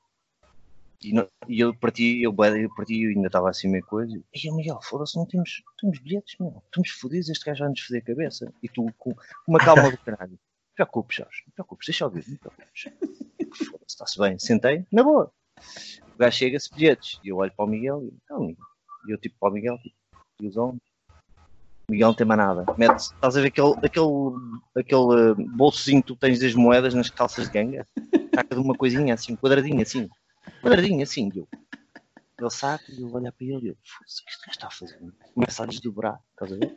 E, não- e eu parti, eu, bué, eu parti, eu ainda estava assim meio coisa. E eu, Miguel, foda-se, não temos, não temos bilhetes, meu. Estamos fodidos, este gajo vai nos foder a cabeça. E tu, com com uma calma do caralho, não te preocupes, Jorge, não te preocupes, deixa eu ouvir, não te preocupes. Foda-se, está-se bem, sentei, na boa. O gajo chega-se bilhetes. E eu olho para o Miguel e "Então, Miguel." E eu tipo para o Miguel tipo, e os homens. O Miguel não tem mais nada. Mete, estás a ver aquele, aquele, aquele eh, bolsozinho que tu tens das moedas nas calças de ganga? Saca de uma coisinha assim, um quadradinho assim. Quadradinho assim, e eu. Ele saca e eu olho para ele e eu, "Foda-se, o que este gajo está a fazer? Começa a desdobrar, estás a ver?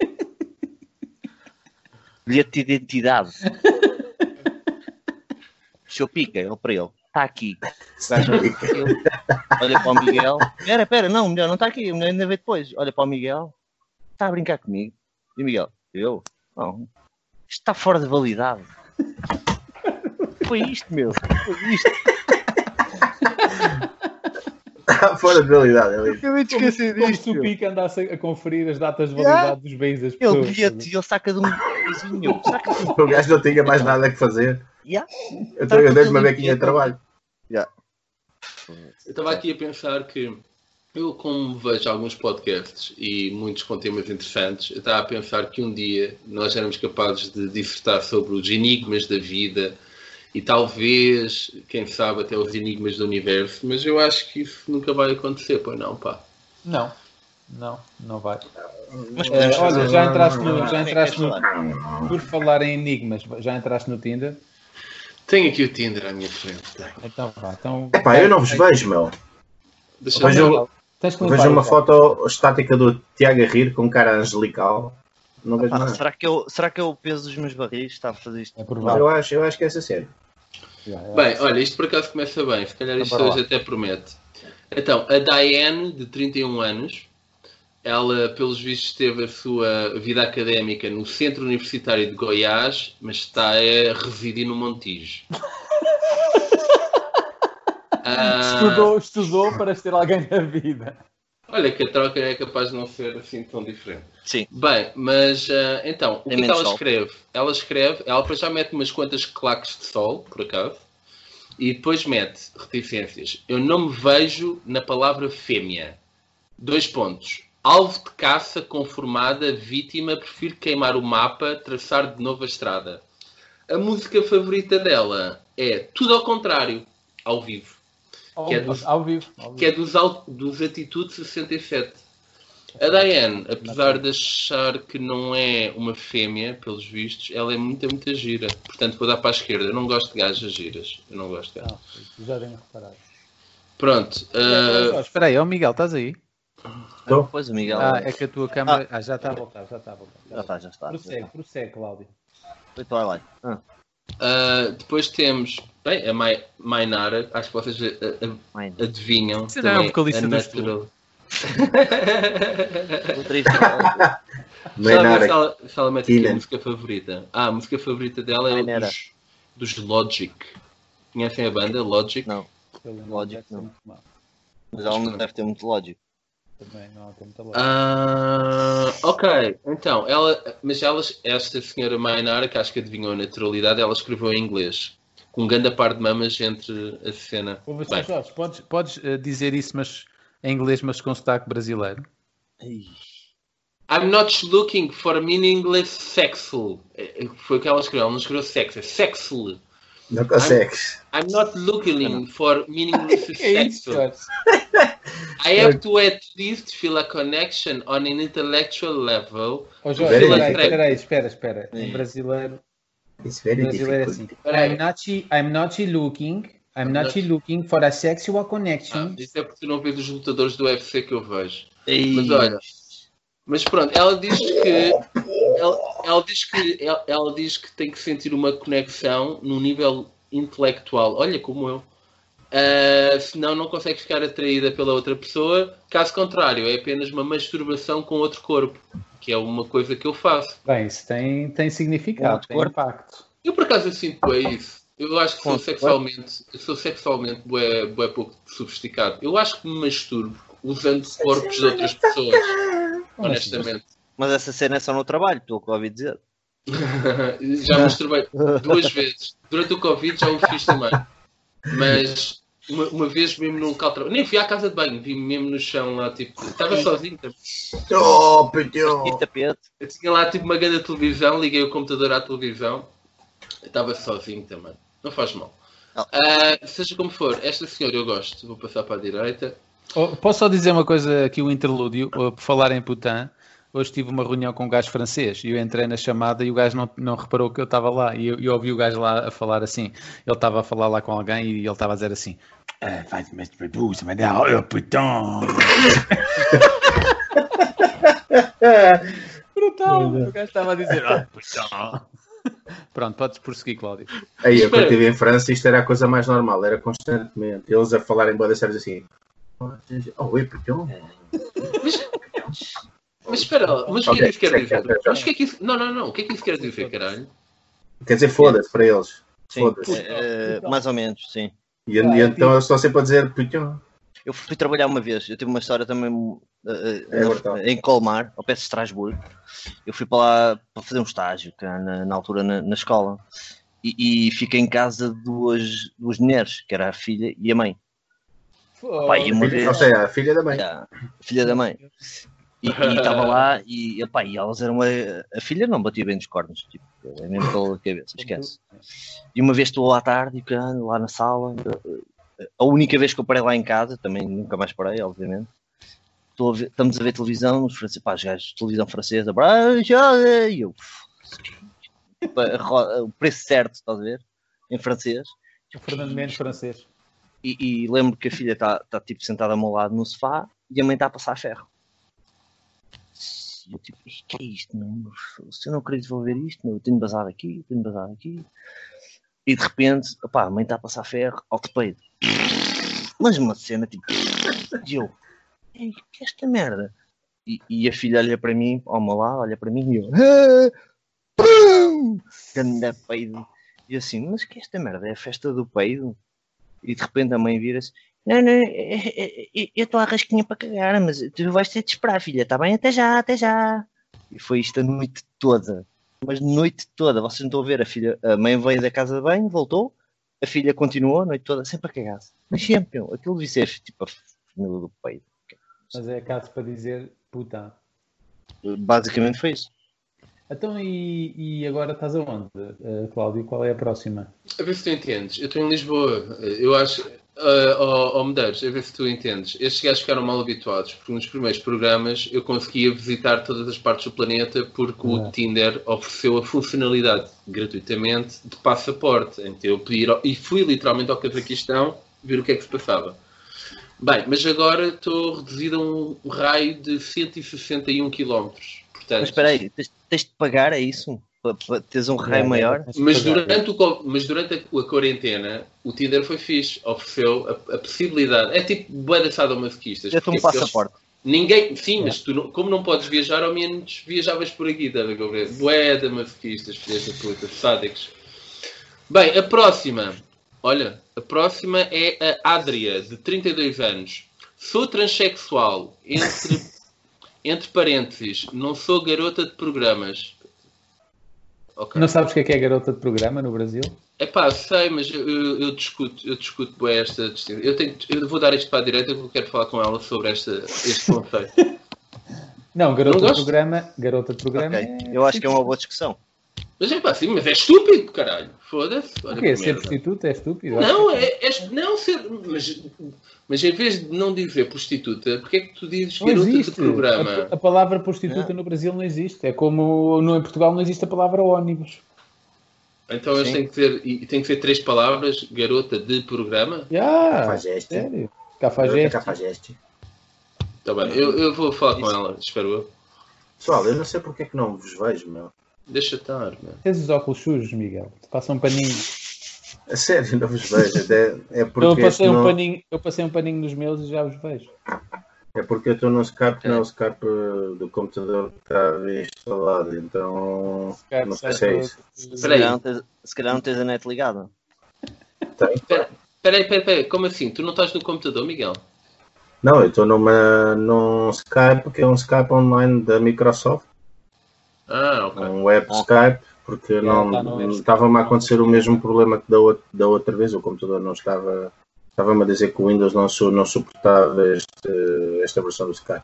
Bilhete de identidade. Seu pica, ele para ele, está aqui. O gajo olha para ele, olha para o Miguel. Pera, pera, não, o melhor não está aqui, o melhor ainda vê depois. Olha para o Miguel, está a brincar comigo. E o Miguel, eu? Não. Isto está fora de validade. Foi isto, meu. Foi isto.
Ah, Fora de realidade, né? ali.
Eu me esqueci
Como se
disto.
o
meu.
Pica andasse a conferir as datas de
Yeah.
validade dos bens das pessoas.
Ele bilhete e ele saca de um coisinho. Saca de um
o gajo não tinha mais nada que fazer.
Yeah.
Eu,
Tá
tô- eu dei-lhe uma bequinha de trabalho.
Eu estava aqui a pensar que eu, como vejo alguns podcasts e muitos com temas interessantes, eu estava a pensar que um dia nós éramos capazes de dissertar sobre os enigmas da vida e talvez, quem sabe, até os enigmas do universo, mas eu acho que isso nunca vai acontecer, pois não, pá.
Não, não, não vai.
Mas
Eh,
podemos fazer.
olha, já entraste no.
Quem é
Já
que queres
entraste no
falar?
por falar em enigmas, já entraste no Tinder?
Tenho aqui o Tinder à minha frente. tenho.
Então vá, então.
Epá, eu não vos vejo, meu.
Deixa
Vejo-
eu ver.
Tens que limpar
Vejo
o
uma
copo.
foto estática do Tiago Rir com cara angelical. Não vejo
Ah,
nada.
será, que eu, será que é o peso dos meus barris que está a fazer isto?
É provável.
Eu acho, eu acho que é essa série.
Bem, olha, isto por acaso começa bem, se calhar isto
Então, bora
hoje até promete. Então, a Diane, de 31 anos, ela, pelos vistos, teve a sua vida académica no Centro Universitário de Goiás, mas está a residir no Montijo. Ah,
Estudou, estudou para ter alguém na vida.
olha, que a troca é capaz de não ser assim tão diferente.
Sim.
Bem, mas ah, então, o que, é
Tem
que
menos
ela
sol.
escreve? Ela escreve, ela depois já mete umas quantas claques de sol, por acaso, e depois mete reticências. Eu não me vejo na palavra fêmea. Dois pontos. Alvo de caça, conformada, vítima, prefiro queimar o mapa, traçar de novo a estrada. A música favorita dela é Tudo ao Contrário, ao vivo.
Ao,
Que é
vivo,
dos-
ao vivo. ao
que é
vivo.
dos, al- dos Atitude 67. A Diane, apesar de achar que não é uma fêmea, pelos vistos, ela é muita, muita gira. Portanto, vou dar para a esquerda. Eu não gosto de gajas giras. Eu não gosto de gajas.
Ah, já tenho reparado.
Pronto.
Oh,
ah,
espera aí, ó Miguel, estás aí?
Então.
Pois o Miguel.
Ah, é que a tua câmera. Ah, já está a voltar, já está a voltar.
Já está, já está. já
Prossegue, prossegue, Cláudio.
está. Twilight. Ah,
ah, depois temos. Bem, a Mai- Mainara, acho que vocês ah, ah,
mãe.
adivinham.
Será a
também
é vocalista
a
do
natural.
O triste é Twilight.
Sabe se
Mainara.
ela, se ela mete aqui
Keenan.
a música favorita. Ah, a música favorita dela é
Maneira.
dos, dos Logic. Conhecem a banda Logic?
Não,
Pelo é
Lógico que não.
Muito mal.
mas ela não deve ter muito lógico.
Também não, tem muita lógica.
Ah, ok, então, ela, mas elas, esta senhora Maynard, que acho que adivinhou a naturalidade, ela escreveu em inglês. Com um grande par de mamas entre a cena.
Ouve só,
Bem,
Jorge, podes, podes, eh, dizer isso mas em inglês, mas com sotaque brasileiro?
Ih,
I'm not looking for meaningless sexual. É, é, Foi o que ela escreveu, ela não escreveu sexo, é sexual.
Não consegues.
I'm not looking for meaningless sexual.
É Jorge?
I have to at least feel a connection on an intellectual level.
Ó, Jorge,
Very
espera aí,
difficult.
espera aí, espera, espera.
Sim.
Em brasileiro,
It's
em
very
brasileiro é assim.
difficult.
Peraí.
I'm not, I'm not looking, I'm not
not-
looking for a sexual
Ah,
connection.
isso é porque tu não vês os lutadores do UFC que eu vejo.
Ih,
Mas olha. Mas pronto, ela diz que. Ela, ela diz que ela, ela diz que tem que sentir uma conexão no nível intelectual. Olha como eu. Ah, senão não consegue ficar atraída pela outra pessoa. Caso contrário, é apenas uma masturbação com outro corpo, que é uma coisa que eu faço.
Bem, isso tem, tem significado,
Outro
tem
corpo.
impacto.
Eu por acaso eu sinto bué isso. Eu acho que sou
Ponto.
sexualmente, eu sou sexualmente bué, bué pouco sofisticado. Eu acho que me masturbo usando corpos de outras pessoas,
Como assim?
honestamente.
Mas essa cena é só no trabalho, pelo que eu ouvi dizer.
já masturbei duas vezes. Durante o Covid já o fiz também. Mas uma, uma vez mesmo num local de trabalho. Nem fui à casa de banho, vi mesmo no chão lá, tipo, estava sozinho também.
Oh,
E
pediu.
tapete.
Eu tinha lá tipo uma grande televisão, liguei o computador à televisão, Eu estava sozinho também. Não faz mal.
Não.
Ah, seja como for, esta senhora eu gosto, vou passar para a direita.
Oh, Posso só dizer uma coisa aqui, um interlúdio, oh, por falar em Putin. Hoje tive uma reunião com um gajo francês e eu entrei na chamada e o gajo não, não reparou que eu estava lá. E eu, eu ouvi o gajo lá a falar assim. Ele estava a falar lá com alguém e ele estava a dizer assim:
É, faz mais prepulso, mas dá olha, putão.
Brutal! O gajo estava a dizer: "Ah, Putin." Pronto, podes prosseguir, Cláudio.
Aí, eu,
Espera.
quando estive em França, isto era a coisa mais normal, era constantemente. Eles a falarem boa séries assim. Oh, oi, pediu.
É.
Mas espera lá, mas o que é que
Ok,
isso quer dizer?
já, já, já.
Mas o que é que isso... Não, não, não, o que é que isso quer dizer, caralho?
Quer dizer, foda-se para eles.
Sim,
Foda-se.
É.
eh, mais ou menos, sim.
E,
Ah,
e então
tipo-
eles estão sempre a dizer pediu.
Eu fui trabalhar uma vez, eu tive uma história também eh, eh,
É
na-
verdade.
em Colmar, ao pé de Estrasburgo. Eu fui para lá para fazer um estágio, que era na, na altura na, na escola, e, e fiquei em casa de duas, duas mulheres, que era a filha e a mãe. Pá, e uma
é-
Ou
vez,
seja, a filha da mãe.
já, filha da mãe. E e estava lá e, epá, e elas eram. A, a filha não batia bem nos cornos, tipo, é mesmo pela cabeça, esquece. E uma vez estou lá à tarde, e caralho, lá na sala, a única vez que eu parei lá em casa, também nunca mais parei, obviamente. Estou a ver- estamos a ver televisão, os franceses, pá, os gajos de televisão francesa, "Brá, já", e eu, pá, a ro- o preço certo, estás a ver, em francês.
O Fernando Mendes francês.
E, e lembro que a filha está tá, tipo sentada ao meu lado no sofá e a mãe está a passar ferro. E Eu tipo, "Ih, que é isto? Não, se eu não queria desenvolver isto, meu, eu tenho basado aqui, tenho basado aqui. E de repente, opá, a mãe está a passar ferro ao peido. Mas uma cena tipo. E eu, "Ei, que é esta merda? E, e a filha olha para mim, ao meu lado, olha para mim e eu. "Ah, pum!" Ganda peido. E eu assim, mas que é esta merda? É a festa do peido? E de repente a mãe vira-se: Não, não, eh, eh, eh, eu estou à rasquinha para cagar, mas tu vais ter de esperar, filha, está bem? Até já, até já. E foi isto a noite toda. Mas noite toda, vocês não estão a ver, a filha, a mãe veio da casa de banho, voltou, a filha continuou a noite toda, sempre a cagar -se. Mas sempre, meu, aquilo devia ser tipo a família do peito.
Mas é caso para dizer Putin.
Basicamente foi isso.
Então, e, e agora estás aonde, eh, Cláudio? Qual é a próxima?
A ver se tu entendes. Eu estou em Lisboa. Eu acho. Ah, ó, ó, Medeiros, a ver se tu entendes. Estes gajos ficaram mal habituados, porque nos primeiros programas eu conseguia visitar todas as partes do planeta porque o
É.
Ah.
Tinder ofereceu a funcionalidade gratuitamente de passaporte. Então eu pedi ir ao- e fui literalmente ao Cazaquistão ver o que é que se passava. Bem, mas agora estou reduzido a um raio de 161 km. um Portanto,
Mas espera aí, tens, tens de pagar, é isso? Para, para teres um raio maior?
Mas durante, o, co- mas durante a, a quarentena, o Tinder foi fixe, ofereceu a, a possibilidade. É tipo bué de sadomasoquistas.
Eu tenho um
porque eles-
passaporte.
Ninguém, sim, mas tu não- como não podes viajar, ao menos viajavas por aqui, estás a ver? Bué de masoquistas, filhas da puta, sádicos. Bem, a próxima. Olha, a próxima é a Adria, de 32 anos. Sou transexual, entre, entre parênteses, não sou garota de programas. Ok.
Não sabes o que é que é garota de programa no Brasil?
É pá, sei, mas eu, eu- eu discuto, eu discuto bem esta distinção. Eu, tenho, eu vou dar isto para a direita porque eu quero falar com ela sobre esta, este conceito.
Não,
Não
garota de
gosto.
programa, garota de programa.
Ok,
é-
eu acho que é uma boa discussão.
mas é pá, sim, mas é estúpido, caralho. Foda-se. olha
O
que
quê? Ser
merda.
prostituta é estúpido?
Não, é, é- não ser. Mas, mas em vez de não dizer prostituta, porque é que tu dizes
Não
garota de
existe.
programa?
A, a palavra prostituta no Brasil não existe. É como no, em Portugal não existe a palavra ônibus.
Então eles
Sim.
têm que dizer, e tem que ser três palavras, garota de programa?
Yeah,
Cafajeste.
sério.
Garota
Cafajeste.
Cafajeste.
Tá bem, eu, eu vou falar com ela, espero eu.
Pessoal, eu não sei porque é que não vos vejo, meu.
Deixa estar, meu.
Tens os óculos sujos, Miguel. Passa um paninho.
A sério, não vos vejo. Até- É porque,
eu, passei
este
um
não-
paninho eu passei um paninho nos meus e já os vejo.
é porque eu estou no Skype, não é o Skype eh, do computador que está instalado. Então, não sei se é isso.
Se
Espera aí.
calhar, não tens, se calhar não tens a net ligada.
Peraí, peraí, peraí, como assim? Tu não estás no computador, Miguel?
Não, eu estou numa- num Skype que é um Skype online da Microsoft.
Ah, ok.
um web Skype, porque não
tá no web Skype.
estava-me a acontecer o mesmo problema que da, ou- da outra vez, o computador não estava. Estava-me a dizer que o Windows não, su- não suportava este- esta versão do Skype.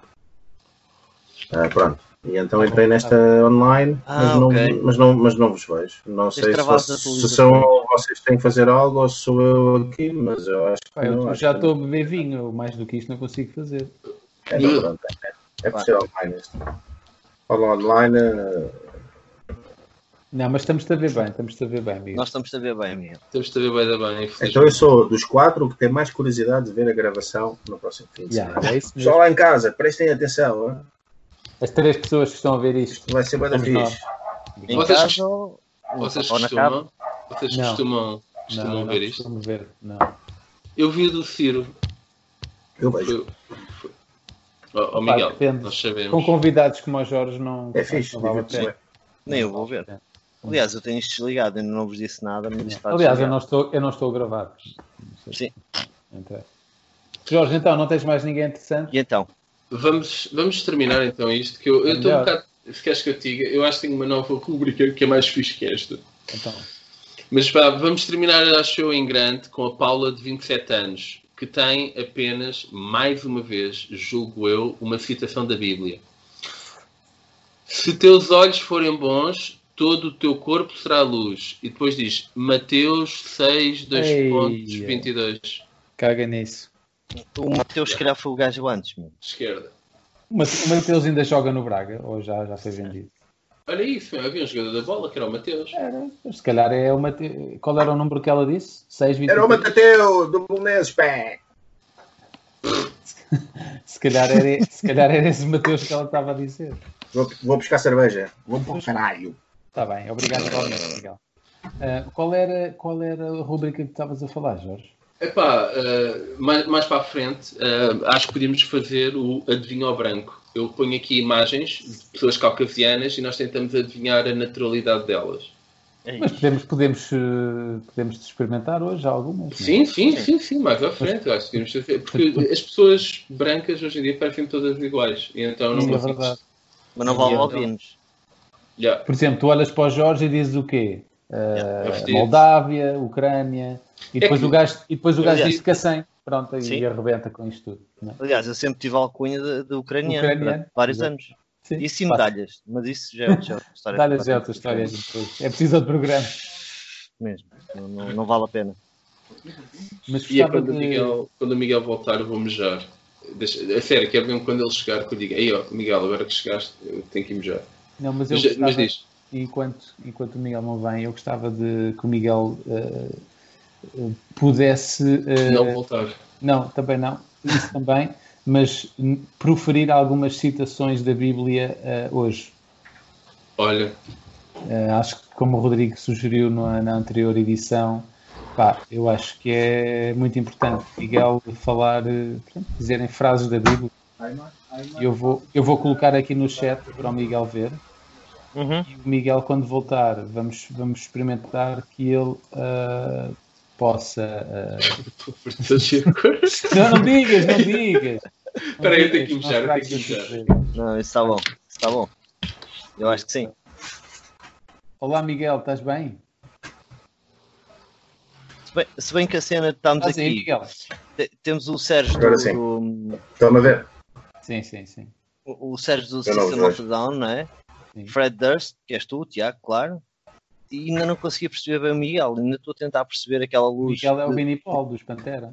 Ah, pronto. E então entrei nesta online, mas,
Ah,
não,
ok.
mas, não, mas não vos vejo. Não
Tens
sei se,
travado
vocês-
a
se
tua
são vocês que têm que fazer algo ou sou eu aqui, mas eu acho que.
Pá, eu
não, acho
já
que-
estou a beber vinho, mais do que isto não consigo fazer.
É, não, pronto, é, é por ser online. isto. Falo online. eh,
Não, mas estamos-te a ver bem, estamos-te a ver bem, Miguel.
Nós estamos a ver bem, Miguel.
Temos de ver bem da bem, infelizmente.
Então eu sou dos quatro que tem mais curiosidade de ver a gravação no próximo fim de semana.
Já, é isso mesmo.
Pessoal lá em casa, prestem atenção, hein?
As três pessoas que estão a ver isto.
isto vai ser bada
Vamos
fixe.
Em
Vocês-
casa ou,
Vocês
ou na cama?
costumam, vocês
Não.
costumam, costumam
não,
ver
não
isto?
costumo ver, não.
Eu vi o do Ciro.
Eu vejo.
Foi, foi. Oh, oh,
Pá,
Miguel,
depende.
nós
Com
sabemos.
convidados como o Jorge não.
É fixe,
não vale a
divertido.
pena.
Nem eu vou ver. Aliás, eu tenho isto desligado, ainda não vos disse nada, mas isto está
Aliás, eu
desligado.
não estou, eu não estou a gravar.
Sim.
Então. Jorge, então, não tens mais ninguém interessante?
E então?
Vamos, vamos terminar então isto, que eu
É
eu estou um
melhor.
bocado. Se queres que eu te diga, eu acho que tenho uma nova rubrica que é mais fixe que esta.
Então,
Mas vá, vamos terminar, acho eu, em grande, com a Paula de 27 anos, que tem apenas, mais uma vez, julgo eu, uma citação da Bíblia. Se teus olhos forem bons, todo o teu corpo será luz. E depois diz Mateus 6, 2
Ei,
pontos, 22.
caga nisso.
O Mateus, se calhar, foi o gajo antes, meu.
Esquerda.
Mas o Mateus ainda joga no Braga, ou já, já foi vendido?
Olha isso, meu, havia um jogador da bola que era o Mateus.
Era, mas se calhar é o Mateus. Qual era o número que ela disse? 6, 23?
Era o Matateu do Bolonês, pé!
Se calhar era, se calhar era esse Mateus que ela estava a dizer.
Vou, vou buscar cerveja. Vou para o caralho.
Está Tá bem, obrigado igualmente, Miguel. Ah, qual, era, qual era a rubrica que estavas a falar, Jorge?
Epá, eh, mais, mais para a frente, eh, acho que podíamos fazer o adivinho ao branco. Eu ponho aqui imagens de pessoas caucasianas e nós tentamos adivinhar a naturalidade delas.
É
Mas
isto.
podemos, podemos, eh, podemos experimentar hoje algumas? não é?
Sim, sim, sim, sim, mais à frente, eu acho que podíamos fazer. Porque as pessoas brancas hoje em dia parecem todas iguais. E então não
Sim, é
consigo-
verdade.
Mas não vale
Então.
ouvir-nos.
Yeah.
Por exemplo, tu olhas para o Jorge e dizes o quê? Ah,
é vestido.
Moldávia, Ucrânia, e
É
depois
que-
o gajo, e depois o
Eu
gajo
já-
diz que é sem. Pronto, e,
Sim.
arrebenta com isto tudo. não é?
Aliás, eu sempre tive a alcunha de, de ucraniano
Ucraniano,
durante vários
exato.
anos.
Sim.
E sim
Pá,
medalhas, mas isso já, já é outra história.
Medalhas é outra história. depois. É preciso outro programa.
Mesmo, não, não- não vale a pena.
Mas
E é
gostava
quando, o
de...
Miguel, quando o Miguel voltar, eu vou mejar. Deixa, a sério, quero mesmo quando ele chegar que eu diga: Aí, ó, Miguel, agora que chegaste, eu tenho que ir mejar.
Não, mas eu
Mas,
gostava,
mas diz:
enquanto, enquanto o Miguel não vem, eu gostava de que o Miguel eh, eh, pudesse... eh,
não voltar.
Não, também não. Isso também. Mas n- proferir algumas citações da Bíblia eh, hoje.
Olha,
Eh, acho que, como o Rodrigo sugeriu na, na anterior edição, pá, eu acho que é muito importante Miguel falar, eh, portanto, dizerem frases da Bíblia. E Eu vou, eu vou colocar aqui no chat para o Miguel ver.
Uhum.
E o Miguel, quando voltar, vamos, vamos experimentar que ele ah, possa. ah,
por todas as cores.
Não, não digas, não digas.
Espera aí, eu tenho que
Não
mijar, eu
será
tenho que
isso
mijar.
seja.
Não, isso está bom. Isso está bom. Eu acho que sim.
Olá, Miguel, estás bem?
Se bem, se bem que a cena que estamos
Estás aí,
aqui,
Miguel?
te- temos o Sérgio
Agora
do,
sim.
do-
Estão a ver?
Sim, sim, sim.
o o Sérgio do
Eu não
System of a Down, não é?
Sim.
Fred Durst, que és tu, Tiago, claro. E ainda não conseguia perceber bem o Miguel, ainda estou a tentar perceber aquela
O
luz
Miguel é o
de-
Vini Paul dos Pantera.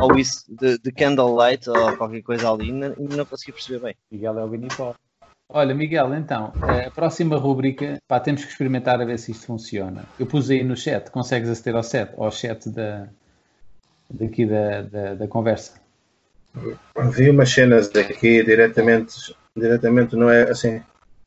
ou isso de, de candlelight ou qualquer coisa ali, ainda, ainda não consegui perceber bem.
Miguel é o Vini Paul. Olha, Miguel, então, eh, a próxima rubrica, pá, temos que experimentar a ver se isto funciona. Eu pus aí no chat, consegues aceder ao chat, ao chat da, daqui da, da, da conversa.
Vi umas cenas aqui diretamente, diretamente não é assim,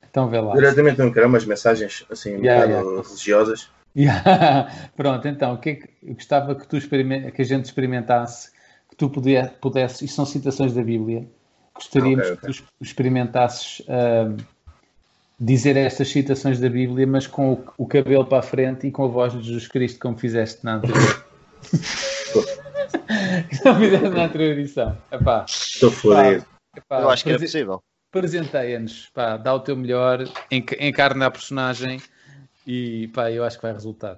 Então vê lá.
diretamente não quero umas mensagens assim um
Yeah,
bocado religiosas.
Yeah. Pronto, então, o que é que eu gostava que, tu experimen- que a gente experimentasse, que tu puder- pudesse, isto são citações da Bíblia, gostaríamos
Ok,
que tu es- experimentasses ahm, dizer estas citações da Bíblia, mas com o, o cabelo para a frente e com a voz de Jesus Cristo, como fizeste na anterior. Não fizeste na anterior edição. Epá,
Estou fodido.
epá,
eu acho que era
presen-
possível.
Presenteia-nos, pá, dá o teu melhor, enc- encarna a personagem e pá, eu acho que vai resultar.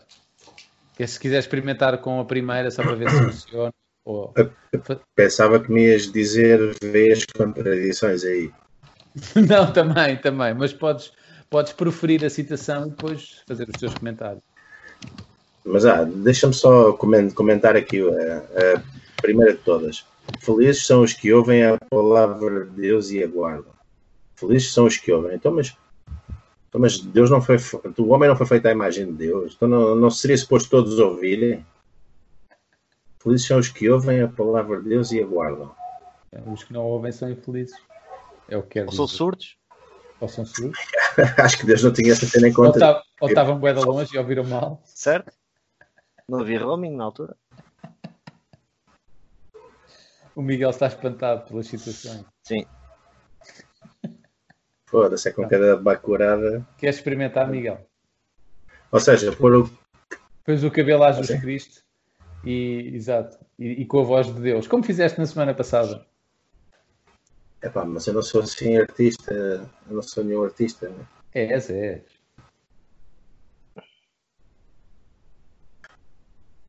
Que se quiser experimentar com a primeira só para ver se funciona, ou
Pensava que me ias dizer vês contradições aí.
não, também, também, mas podes, podes proferir a citação e depois fazer os teus comentários.
Mas ah, deixa-me só comen- comentar aqui eh, a primeira de todas. Felizes são os que ouvem a palavra de Deus e aguardam. Felizes são os que ouvem. Então, mas, então, mas Deus não foi. fe- O homem não foi feito à imagem de Deus. Então não, não seria suposto todos ouvirem. Felizes são os que ouvem a palavra de Deus e aguardam.
Os que não ouvem são infelizes. É o que quero
Ou são
dizer.
surdos?
Ou são surdos.
Acho que Deus não tinha essa cena em
Ou
conta.
tav- ou estavam bué de longe e ouviram mal.
Certo? Não havia roaming na altura.
O Miguel está espantado pelas citações.
Foda-se, é com cada bacurada.
Queres experimentar, Miguel?
Ou seja, pôr o
Fez o cabelo a Jesus
Ok.
Cristo e, exato, e, e com a voz de Deus, como fizeste na semana passada.
Epá, mas eu não sou assim artista, eu não sou nenhum artista. Né?
É, essa é.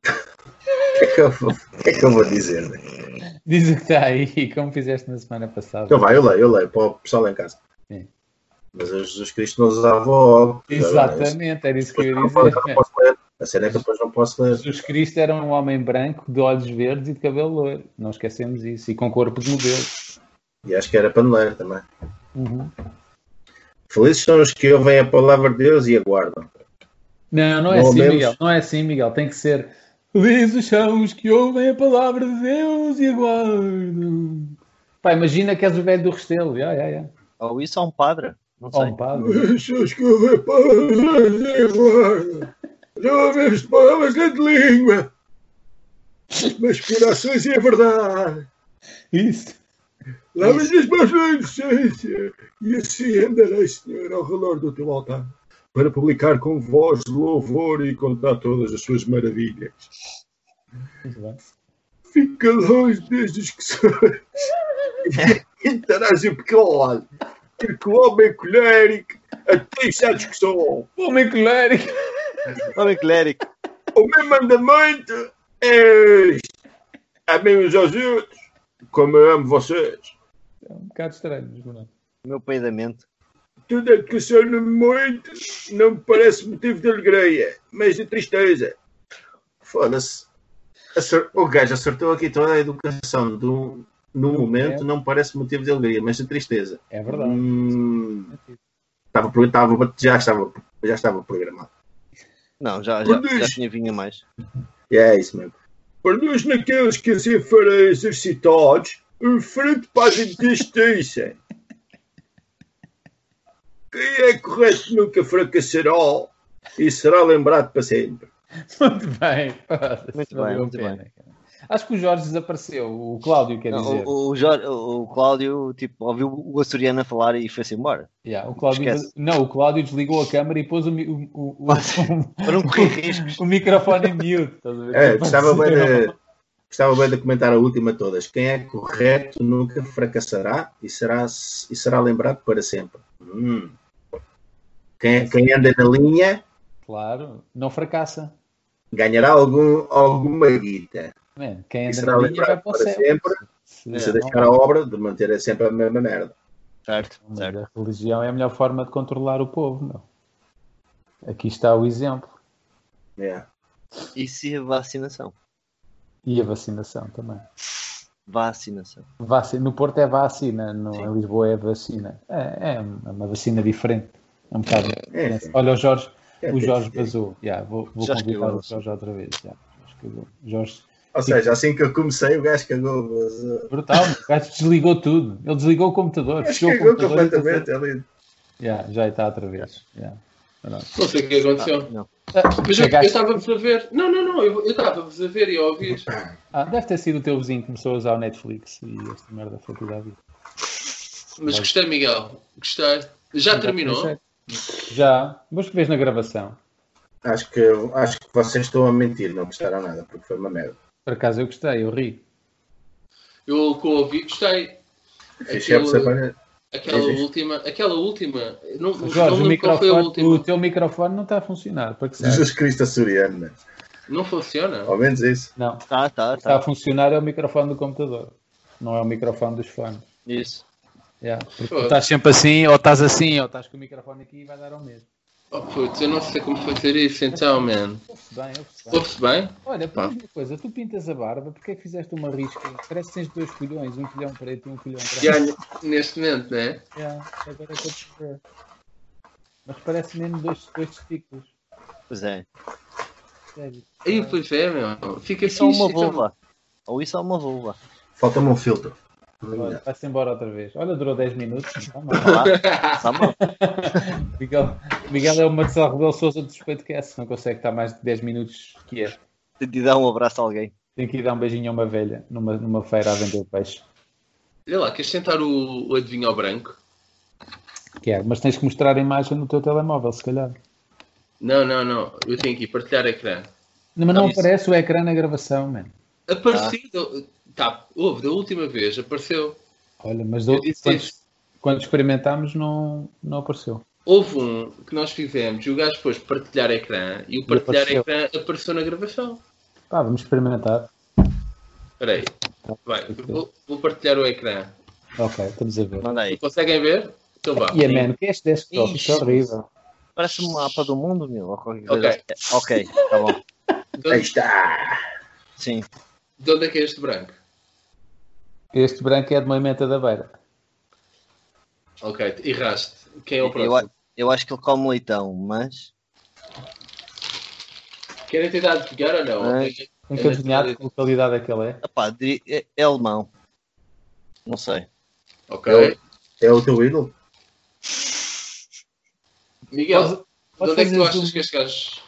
O, que é que eu vou, o que é que eu vou dizer? Né?
Diz o que está aí, como fizeste na semana passada.
Então vai, eu leio, eu leio para o pessoal lá em casa.
Sim.
Mas o Jesus Cristo não usava óculos.
Exatamente, era isso que eu ia
Não posso- não
dizer.
posso ler. A cena é que depois não posso ler.
Jesus Cristo era um homem branco, de olhos verdes e de cabelo loiro. Não esquecemos isso. E com corpo de modelo.
E acho que era para não ler também.
Uhum.
Felizes são os que ouvem a palavra de Deus e aguardam.
Não, não é
Não,
assim,
menos.
Miguel. Não é assim, Miguel. Tem que ser. Felizes são os que ouvem a palavra de Deus e aguardam. Pá, imagina que és o velho do Restelo. Ya, ya, ya.
Ou isso ou um padre. Não
Ou
sei.
um padre.
Felizes são os que ouvem a palavra de Deus e aguardam. Já ouvimos palavras de língua, mas corações e a é verdade.
Isso.
Laves as mãos na inocência, e assim andarei, Senhor, ao redor do teu altar, para publicar com voz de louvor e contar todas as suas maravilhas.
Muito bem.
Fica longe das discussões e interage porque olha, porque o homem colérico atende à discussão.
Homem colérico.
Homem clérigo.
O meu mandamento é este. Amem uns aos outros, como eu amo vocês.
Um bocado estranho, mas não.
Meu peidamento.
Tudo a que sono muito não me parece motivo de alegria, mas de tristeza. Foda-se. Acer- O gajo acertou aqui toda a educação. Do, no
Do
um momento
momento.
não parece motivo de alegria, mas de tristeza.
É verdade.
Hum, estava, pro- estava- já, estava, já estava programado.
Não, já, já,
Pois.
já tinha vinha mais.
É isso mesmo. Perdidos naqueles que assim foram exercitados em frente para é as existência. Quem é correto nunca fracassará e será lembrado para sempre.
Muito bem. foda-se,
Muito
valeu
bem,
a
muito
pena, cara. Acho que o Jorge desapareceu. O Cláudio quer
Não,
dizer.
o, o, Jor- o- o Cláudio tipo, ouviu o Açoriano a falar e foi-se embora.
Yeah, o Cláudio
Esquece.
não, o Cláudio desligou a câmara e pôs o, mi- o- o- o-
Para não correr riscos.
o microfone em mute. estás a ver?
É, gostava bem de, gostava bem de comentar a última de todas. Quem é correto nunca fracassará e será, e será lembrado para sempre. Hum. Quem, é, quem anda na linha
Claro, não fracassa.
ganhará algum, alguma guita.
Man, quem
E
anda
será
na linha vai
lembrado
para o
para
céu.
sempre.
Se-
Se
É, não-
deixar a obra de manter é sempre a mesma merda.
Certo,
Mas
certo.
A religião é a melhor forma de controlar o povo, meu. Aqui está o exemplo.
É.
E se a vacinação?
E a vacinação também.
Vacinação.
Vaci- No Porto é vacina, no... em Lisboa é vacina. É, é uma vacina diferente. É um bocado.
É,
diferente. Olha, o Jorge,
É,
o
é,
Jorge
é.
vazou. Yeah, vou vou
Jorge
convidar
cagou.
o Jorge outra vez. yeah. Jorge cagou. Jorge,
Ou seja, assim que eu comecei, o gajo cagou. Mas, uh,
brutal, o gajo desligou tudo. Ele desligou o computor,
o gajo
fechou o
cagou
é um computador. e está
completamente
certo.
ali.
Yeah, já está outra vez. Yeah. Pronto.
Não sei o que aconteceu.
Ah, não.
Mas eu eu
Chegaste-
estava-vos a ver. Não, não, não. Eu eu estava-vos a ver e a ouvir.
Ah, deve ter sido o teu vizinho que começou a usar o Netflix e esta merda foi cuidar disso.
Mas gostei, Miguel. Gostei. Já terminou?
Já. Mas que vês na gravação?
Acho que, acho que vocês estão a mentir, não gostaram nada, porque foi uma merda.
Por acaso eu gostei, eu ri.
Eu o que ouvi, gostei.
Fiz
Aquilo-
sempre saber-
Aquela
Existe.
última. Aquela última. Não, não
Jorge, o,
lembro qual foi a
microfone, o
última.
teu microfone não está a funcionar. é- Para que serve?
Jesus Cristo açoriano, né?
Não funciona?
ao menos isso.
Não, o
Tá, tá,
que está a
tá.
funcionar é o microfone do computador. Não é o microfone dos fones.
Isso.
Yeah, porque tu
Foda-se.
estás sempre assim, ou estás assim, ou estás com o microfone aqui e vai dar ao mesmo.
Oh, putz, eu não sei como fazer isso então, man.
Ouve-se bem, ouve-se bem.
Ouve-se bem?
Olha,
Pá.
por uma coisa, tu pintas a barba, porque é que fizeste uma risca? Parece que tens dois colhões, um colhão preto e um colhão branco.
Já n- neste momento, não é?
Yeah, agora é que eu descobri. Mas parece mesmo dois, dois testículos.
Tá.
Pois é.
Sério.
Aí, pois é, meu. Fica
Isso é uma
fixe, então.
vulva. Ou isso é uma vulva.
Falta-me um filtro.
é.
Olha, Vai-se embora outra vez. Olha, durou 10 minutos. então, não está mal.
Tá lá. Tá mal.
Miguel, Miguel é o Marcelo Rebelo Souza do Suspeitocast. Não consegue estar mais de 10 minutos que é.
Tem de dar um abraço a alguém.
Tem que ir dar um beijinho a uma velha numa, numa feira a vender peixe.
Olha lá, queres tentar o, o adivinho ao branco?
Que é, mas tens que mostrar a imagem no teu telemóvel, se calhar.
Não, não, não. Eu tenho que ir partilhar ecrã.
Não, Mas não
Ah, isso.
aparece o ecrã na gravação, mano.
Apareceu. Tá, houve, da última vez apareceu.
Olha, mas
Eu
do-
disse
quando,
isso.
quando experimentámos não, não apareceu.
Houve um que nós fizemos e o gajo pôs partilhar ecrã e o partilhar ecrã apareceu na gravação.
Pá, vamos experimentar.
Espera aí.
Ah,
Vai, vou, vou partilhar o ecrã.
Ok, estamos a ver.
Manda aí.
Conseguem ver? Então vá.
E a man, que este desktop
Ixi.
é horrível.
Parece um mapa do mundo, meu. Ou qualquer
Ok.
coisa. Ok, tá bom.
De
Aí
onde,
está!
Sim.
de onde é que é este branco?
Este branco é de Moimenta da Beira.
Ok, erraste. Quem é o
Eu,
próximo?
a- eu acho que ele come leitão, mas.
Querem tentar adivinhar ou não?
Ah.
Tem
É
que adivinhar de que localidade é que ele é.
Epá, diria- é, é alemão. Não sei.
Ok.
Eu- É o teu ídolo?
Miguel,
Podes-
de onde
podes
é que tu
fazer
achas
zoom.
que este gajo.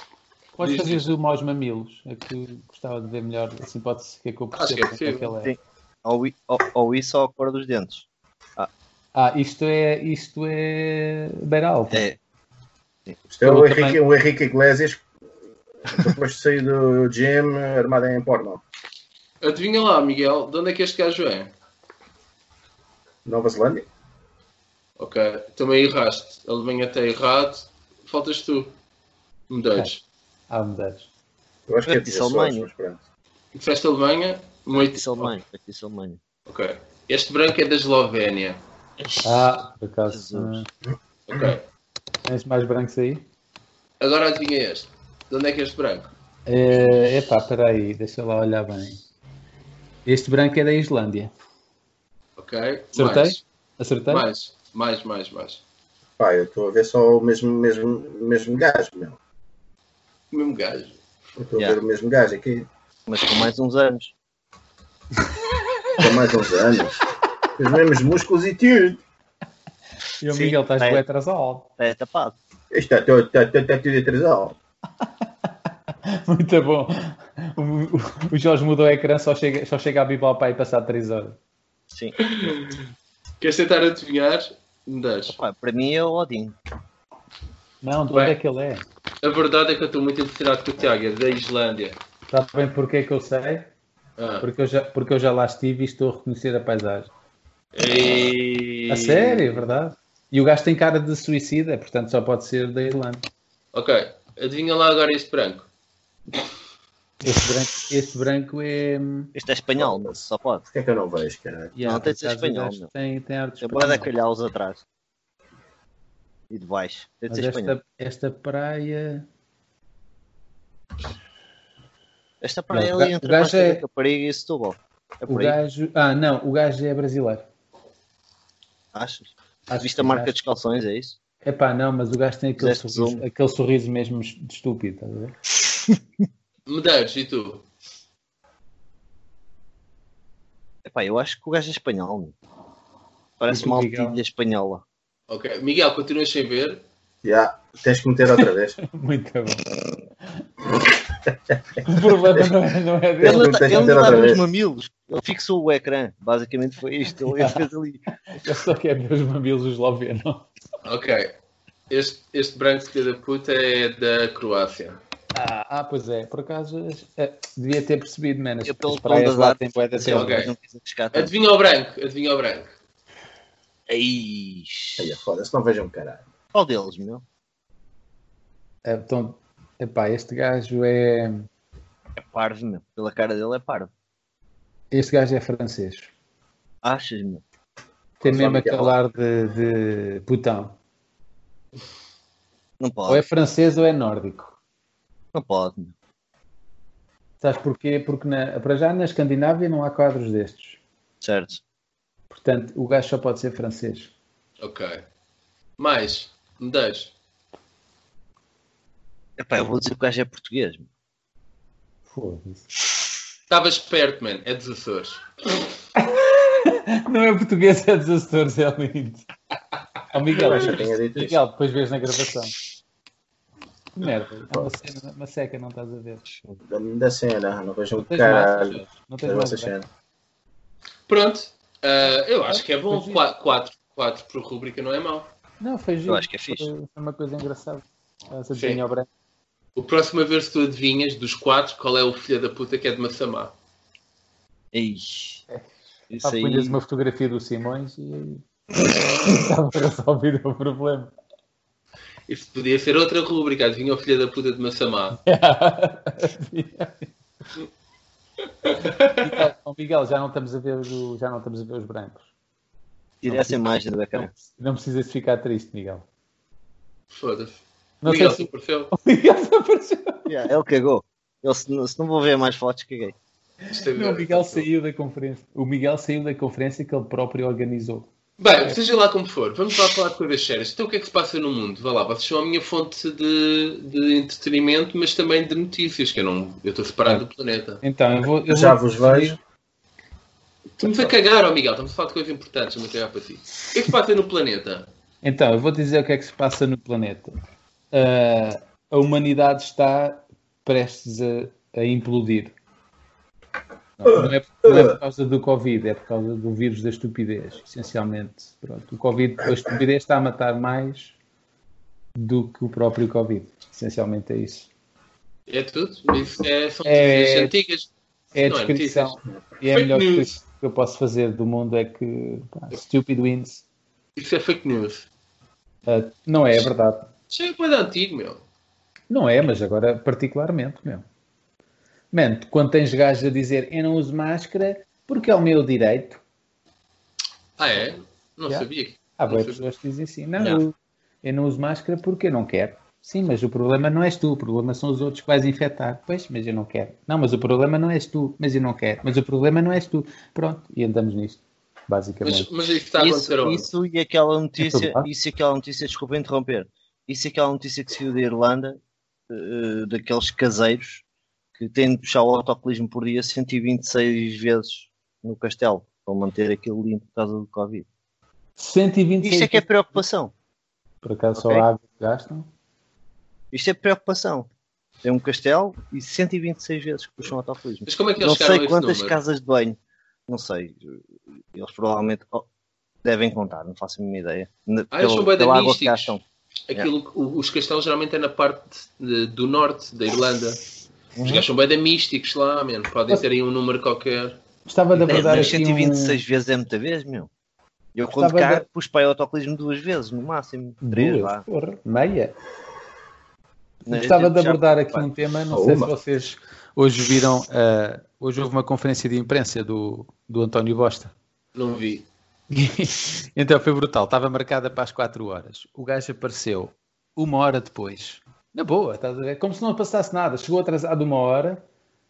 Podes
Diz,
fazer
diz.
zoom aos mamilos, é que gostava de ver melhor, assim pode-se que é que eu
Acho
percebo
que é
o que é que
possível.
ele é.
Sim. Ou, i- ou, ou isso ou a cor dos dentes.
Ah, isto é, isto é Beira Alta.
É.
Isto é o
Eu também.
Henrique, o Henrique Iglesias, depois de sair do gym, armado em porno.
Adivinha lá, Miguel, de onde é que este gajo é?
Nova Zelândia?
Ok, também erraste. Alemanha está errado. Faltas tu. Um, Medeiros.
Ah, Medeiros.
Eu acho que é de
Isso é
Açores,
Alemanha.
mas pronto.
Disseste Alemanha? Muito.
Isso é Alemanha. Isso é Alemanha.
Ok. Este branco é da Eslovénia.
Ah, por acaso.
Jesus.
ah,
Ok.
Tens mais brancos aí?
Agora adivinha este. De onde é que é este branco?
É epá, espera aí, deixa lá olhar bem. Este branco é da Islândia.
Ok?
Acertei? Acertei?
Mais, mais, mais, mais. mais.
Pá, eu estou a ver só o mesmo, mesmo, mesmo gajo, meu.
O mesmo gajo.
Eu estou
Yeah.
a ver o mesmo gajo aqui.
Mas com mais uns anos.
Há mais uns anos. Os mesmos músculos e tudo.
E o
Sim,
Miguel, estás
bem.
bué atrasado.
É tapado.
Este está todo está- está- está tudo atrasado.
Muito bom. O, o- o Jorge mudou o ecrã, só chega, só chega a Bibal para aí passar 3 horas.
Sim.
Queres tentar adivinhar? Um, Não deixes.
Pá, para mim é o Odin.
Não, de
Bem.
onde é que ele é?
A verdade é que eu estou muito interessado com o Tiago, é da Islândia.
Está bem porque é que eu sei?
Ah.
Porque eu, já, porque eu já lá estive e estou a reconhecer a paisagem.
E...
A sério, é verdade? E o gajo tem cara de suicida, portanto só pode ser da Irlanda.
Ok, adivinha lá agora este branco.
Este branco, este branco é. hum,
Este é espanhol, mas só pode.
Por que é que eu não vejo, caralho?
yeah,
tem de ser
por acaso o
espanhol,
gajo
meu.
Tem, tem arte
É boa da
espanhola.
calhaus atrás. E de baixo. Deve
Mas
ser espanhol.
esta, esta praia.
Esta praia
Não, o
ali
ga-
entre
o gajo
Vasco da
é-
Capariga e Setúbal. É
O
por aí,
gajo. Ah, não, o gajo é brasileiro.
achas?
Acho
Viste
que
a
o
marca
gajo-
dos calções, é isso?
Epá, não, mas o gajo tem aquele,
Fizeste
sorriso,
zoom.
aquele sorriso mesmo de estúpido, estás a ver?
Medeiros, e tu?
Epá, eu acho que o gajo é espanhol. meu. Parece
Muito
uma
legal.
altilha espanhola.
Ok, Miguel, continuas sem ver?
Já, tens que meter outra vez.
Muito bom. o problema não é, não é
Ele
dele.
Ele, tá-
tem que
ele
ter outra
nadaram os
vez.
mamilos. Ele fixou o ecrã. Basicamente foi isto. Ele ele fez ali.
Ele é só quer ver os mamilos esloveno.
Ok, este, este branco filho da puta é da Croácia.
Ah, ah, pois é, por acaso eh, devia ter percebido, man. As,
Eu, pelo
as praias
tom das
lá
artes,
têm bué da
Sim,
tela.
ok.
Não quis arriscar
É
tanto.
Adivinha o branco, adivinha o branco.
Ai,
Aí, foda-se, não vejam caralho.
Qual deles, meu?
Eh, Então, epá, este gajo é.
É parvo, meu. Pela cara dele é parvo.
Este gajo é francês.
Achas, meu?
Tem
Só
mesmo
Miguel.
aquele ar de, de putão.
Não
Ou
pode.
é francês ou é nórdico.
Não pode, meu.
Sabes porquê? Porque na- para já na Escandinávia não há quadros destes.
Certo.
Portanto, o gajo só pode ser francês.
Ok. Mais, Um, Medeiros.
Epá, eu vou dizer que o gajo é português, meu.
Foda-se.
Estavas perto, man, é dos Açores.
Não é português, é dos Açores, é lindo. Ó Miguel,
Eu é já tinha dito isto.
Miguel, depois vês na gravação. Que Merda, é uma, cena- uma seca, não estás a ver.
Dá-me da cena, não vejam
Tens
caralho.
massa, Jorge. Não tens
da vossa
massa.
cena.
Pronto, ah, eu acho que é bom.
Fazia.
4 quatro, quatro por rubrica não é mau.
Não, foi giro.
Eu acho que é fixe.
Foi uma coisa engraçada. Essa
Sim.
adivinha ao branco.
O próximo a ver se tu adivinhas dos quatro qual é o filho da puta que é de Massamá.
Ei. Isso
Ah,
aí.
punhas uma fotografia do Simões e aí estava resolvido o problema.
Isso podia ser outra rubrica, adivinha o filho da puta de Massamá.
Miguel, ó, oh, Miguel, já não estamos a ver o- já não estamos a ver os brancos.
Tira essa imagem do
Não,
ecrã.
não precisas de ficar triste, Miguel.
Foda-se.
Não
Miguel
sei se
Superfeu.
o Miguel se apareceu.
Yeah, ele cagou. Ele, se, não, se não vou ver mais fotos, caguei.
Isto é
Não,
agora.
o Miguel saiu da conferência. O Miguel saiu da conferência que ele próprio organizou.
É.
Bem, seja lá como for, vamos lá falar de coisas sérias. Então o que é que se passa no mundo? Vá lá, vocês são a minha fonte de, de entretenimento, mas também de notícias, que eu não. Eu estou separado do planeta.
Então, eu vou. eu
Já
vou-
vos vejo.
Estamos a cagar, ó Miguel, estamos a falar de coisas importantes, eu não cagar para ti. O que é que se passa no planeta?
Então, eu vou dizer o que é que se passa no planeta. Ah, a humanidade está prestes a, a implodir. Não, não é, não é por causa do Covid, é por causa do vírus da estupidez, essencialmente. Pronto, o Covid, a estupidez está a matar mais do que o próprio Covid. Essencialmente é isso.
É tudo? Isso é, são
É-
notícias antigas.
É a
Não, é
descrição. e é a
Fake
melhor
news.
descrição que eu posso fazer do mundo é que pá, stupid wins.
Isso é fake news.
Ah, não é, é verdade.
Isso é coisa antiga, meu.
Não é, mas agora particularmente, meu. Mano, quando tens gajos a dizer eu não uso máscara porque é o meu direito.
Ah, é? Não
Yeah.
sabia.
Há boas
Não sei.
pessoas que dizem assim, não,
Yeah.
eu- eu não uso máscara porque eu não quero. Sim, mas o problema não és tu, o problema são os outros que vais infectar. Pois, mas eu não quero. Não, mas o problema não és tu, mas eu não quero. Mas o problema não és tu. Pronto, e andamos nisto,
Mas,
basicamente.
mas isso está a
Isso,
acontecer onde?
isso e aquela notícia,
lá.
isso e aquela notícia, desculpa interromper, isso e aquela notícia que se viu da Irlanda, eh, daqueles caseiros que têm de puxar o autocolismo por dia 126 vezes no castelo, para manter aquilo limpo por causa do Covid.
126
Isto é que é preocupação.
por acaso
Ok.
só a água que gastam.
Isto é preocupação. Tem um castelo e 126 vezes que puxam o autocolismo.
Mas como é que eles
Não
chegaram a
sei
esse
quantas
número?
casas de banho. Não sei. Eles provavelmente oh, devem contar, não faço a mínima ideia. Na-
Ah, eles são bué de
água que
místicos.
gastam.
Aquilo, o- Os castelos geralmente é na parte de- do norte da Irlanda. Os
Uhum.
gajos são bem da místicos lá, man. Podem ter aí um número qualquer.
Gostava de
É,
abordar
mas
aqui um...
126 vezes é muita vez, meu. Eu quando
Gostava
cá
de-
pus para o autocolismo duas vezes, no máximo. Três,
Duas,
vá.
porra, meia.
Não,
Gostava
eu
de
Né, já-
abordar aqui
pá,
um tema, não
Ou
sei
uma.
se vocês hoje viram, ah, hoje houve uma conferência de imprensa do, do António Bosta.
Não vi.
então foi brutal, estava marcada para as 4 horas. O gajo apareceu uma hora depois. Na boa, estás a ver? Como se não passasse nada. Chegou atrasado uma hora,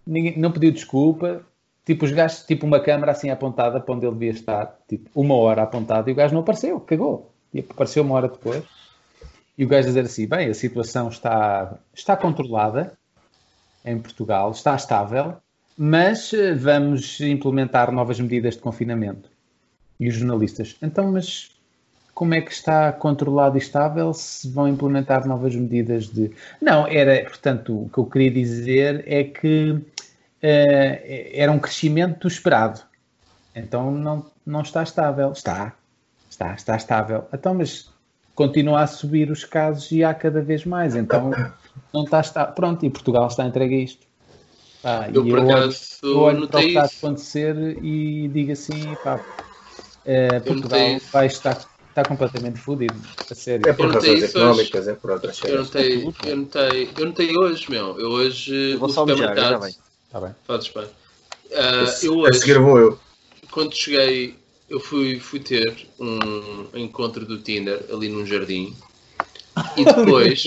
ninguém- não pediu desculpa. Tipo, os gajos, tipo uma câmara assim apontada para onde ele devia estar, tipo, uma hora apontada e o gajo não apareceu, cagou. E apareceu uma hora depois. E o gajo dizer assim: bem, a situação está, está controlada em Portugal, está estável, mas eh, vamos implementar novas medidas de confinamento. E os jornalistas, então, mas como é que está controlado e estável se vão implementar novas medidas de. Não, era, portanto, o que eu queria dizer é que eh, era um crescimento do esperado. Então não, não está estável. Está, está, está estável. Então, mas continua a subir os casos e há cada vez mais. Então não está estável. Pronto, e Portugal está entregue a isto. Pá,
Eu
e
por
eu olho-
acaso
eu olho para o
notei
que está a
isso.
acontecer e digo assim, pá, eh, Portugal
isso.
vai estar está completamente fodido, a sério.
É por
Eu notei
razões
isso hoje.
económicas, é por outras
Eu
coisas.
notei, eu notei, eu notei hoje, meu. Eu hoje
Eu vou
o
só mijar, já
supermercado.
vem.
Tá bem.
Fazes bem. Ah, eu
A
hoje,
seguir vou eu.
quando cheguei, eu fui, fui ter um encontro do Tinder ali num jardim. E depois,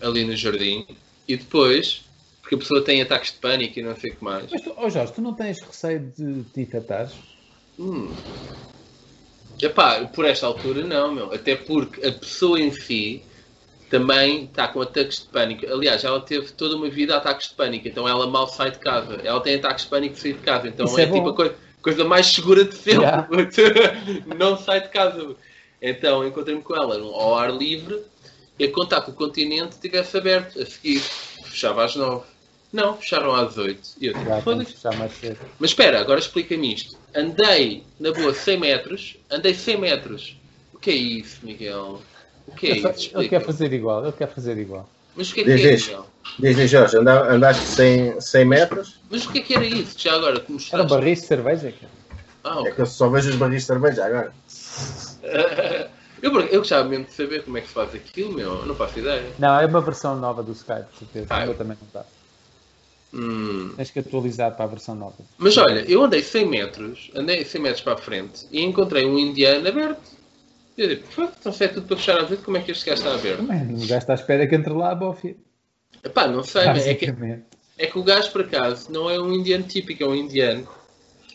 ali no jardim, e depois, porque a pessoa tem ataques de pânico e não sei o que mais.
Mas tu, oh Jorge, tu não tens receio de te infectares?
Hum. Epá, por esta altura não, meu. Até porque a pessoa em si também está com ataques de pânico. Aliás, ela teve toda uma vida ataques de pânico, então ela mal sai de casa. Ela tem ataques de pânico de sair de casa, então
Isso
é,
é bom.
tipo a coisa, coisa mais segura de sempre.
Yeah.
não sai de casa. Então encontrei-me com ela ao ar livre e a contar que o continente estivesse aberto. A seguir, fechava às nove. Não, fecharam às oito. E eu
Já
tipo,
temos
foda-se.
que fechar mais cedo.
Mas espera, agora explica-me isto. Andei na boa 100 metros, andei 100 metros. O que é isso, Miguel? O que é
Eu só-
isso?
Ele quer
Explica.
fazer igual, ele quer fazer igual.
Mas o que é que
Diz,
é,
diz.
Miguel?
Diz-lhe, Jorge, anda- andaste 100, 100 metros?
Mas o que é que era isso? Já agora que mostraste.
Era barris de cerveja? cara.
Ah,
É
ok.
que eu só vejo os barris de cerveja agora.
eu, por- eu gostava mesmo de saber como é que se faz aquilo, meu. Eu não faço ideia.
Não, é uma versão nova do Skype, de certeza.
Ah,
eu
eu-
também não dá.
Hum.
Tens que atualizar para a versão nova.
Mas olha, eu andei 100 metros, andei 100 metros para a frente e encontrei um indiano aberto. Eu digo, "Pô, então se é tudo para fechar às 8, como é que este gajo está aberto?
Mano, o gajo está à espera que entre lá a bofia.
Epá, não sei, mas é que
Basicamente.
É que o gajo, por acaso, não é um indiano típico, é um indiano.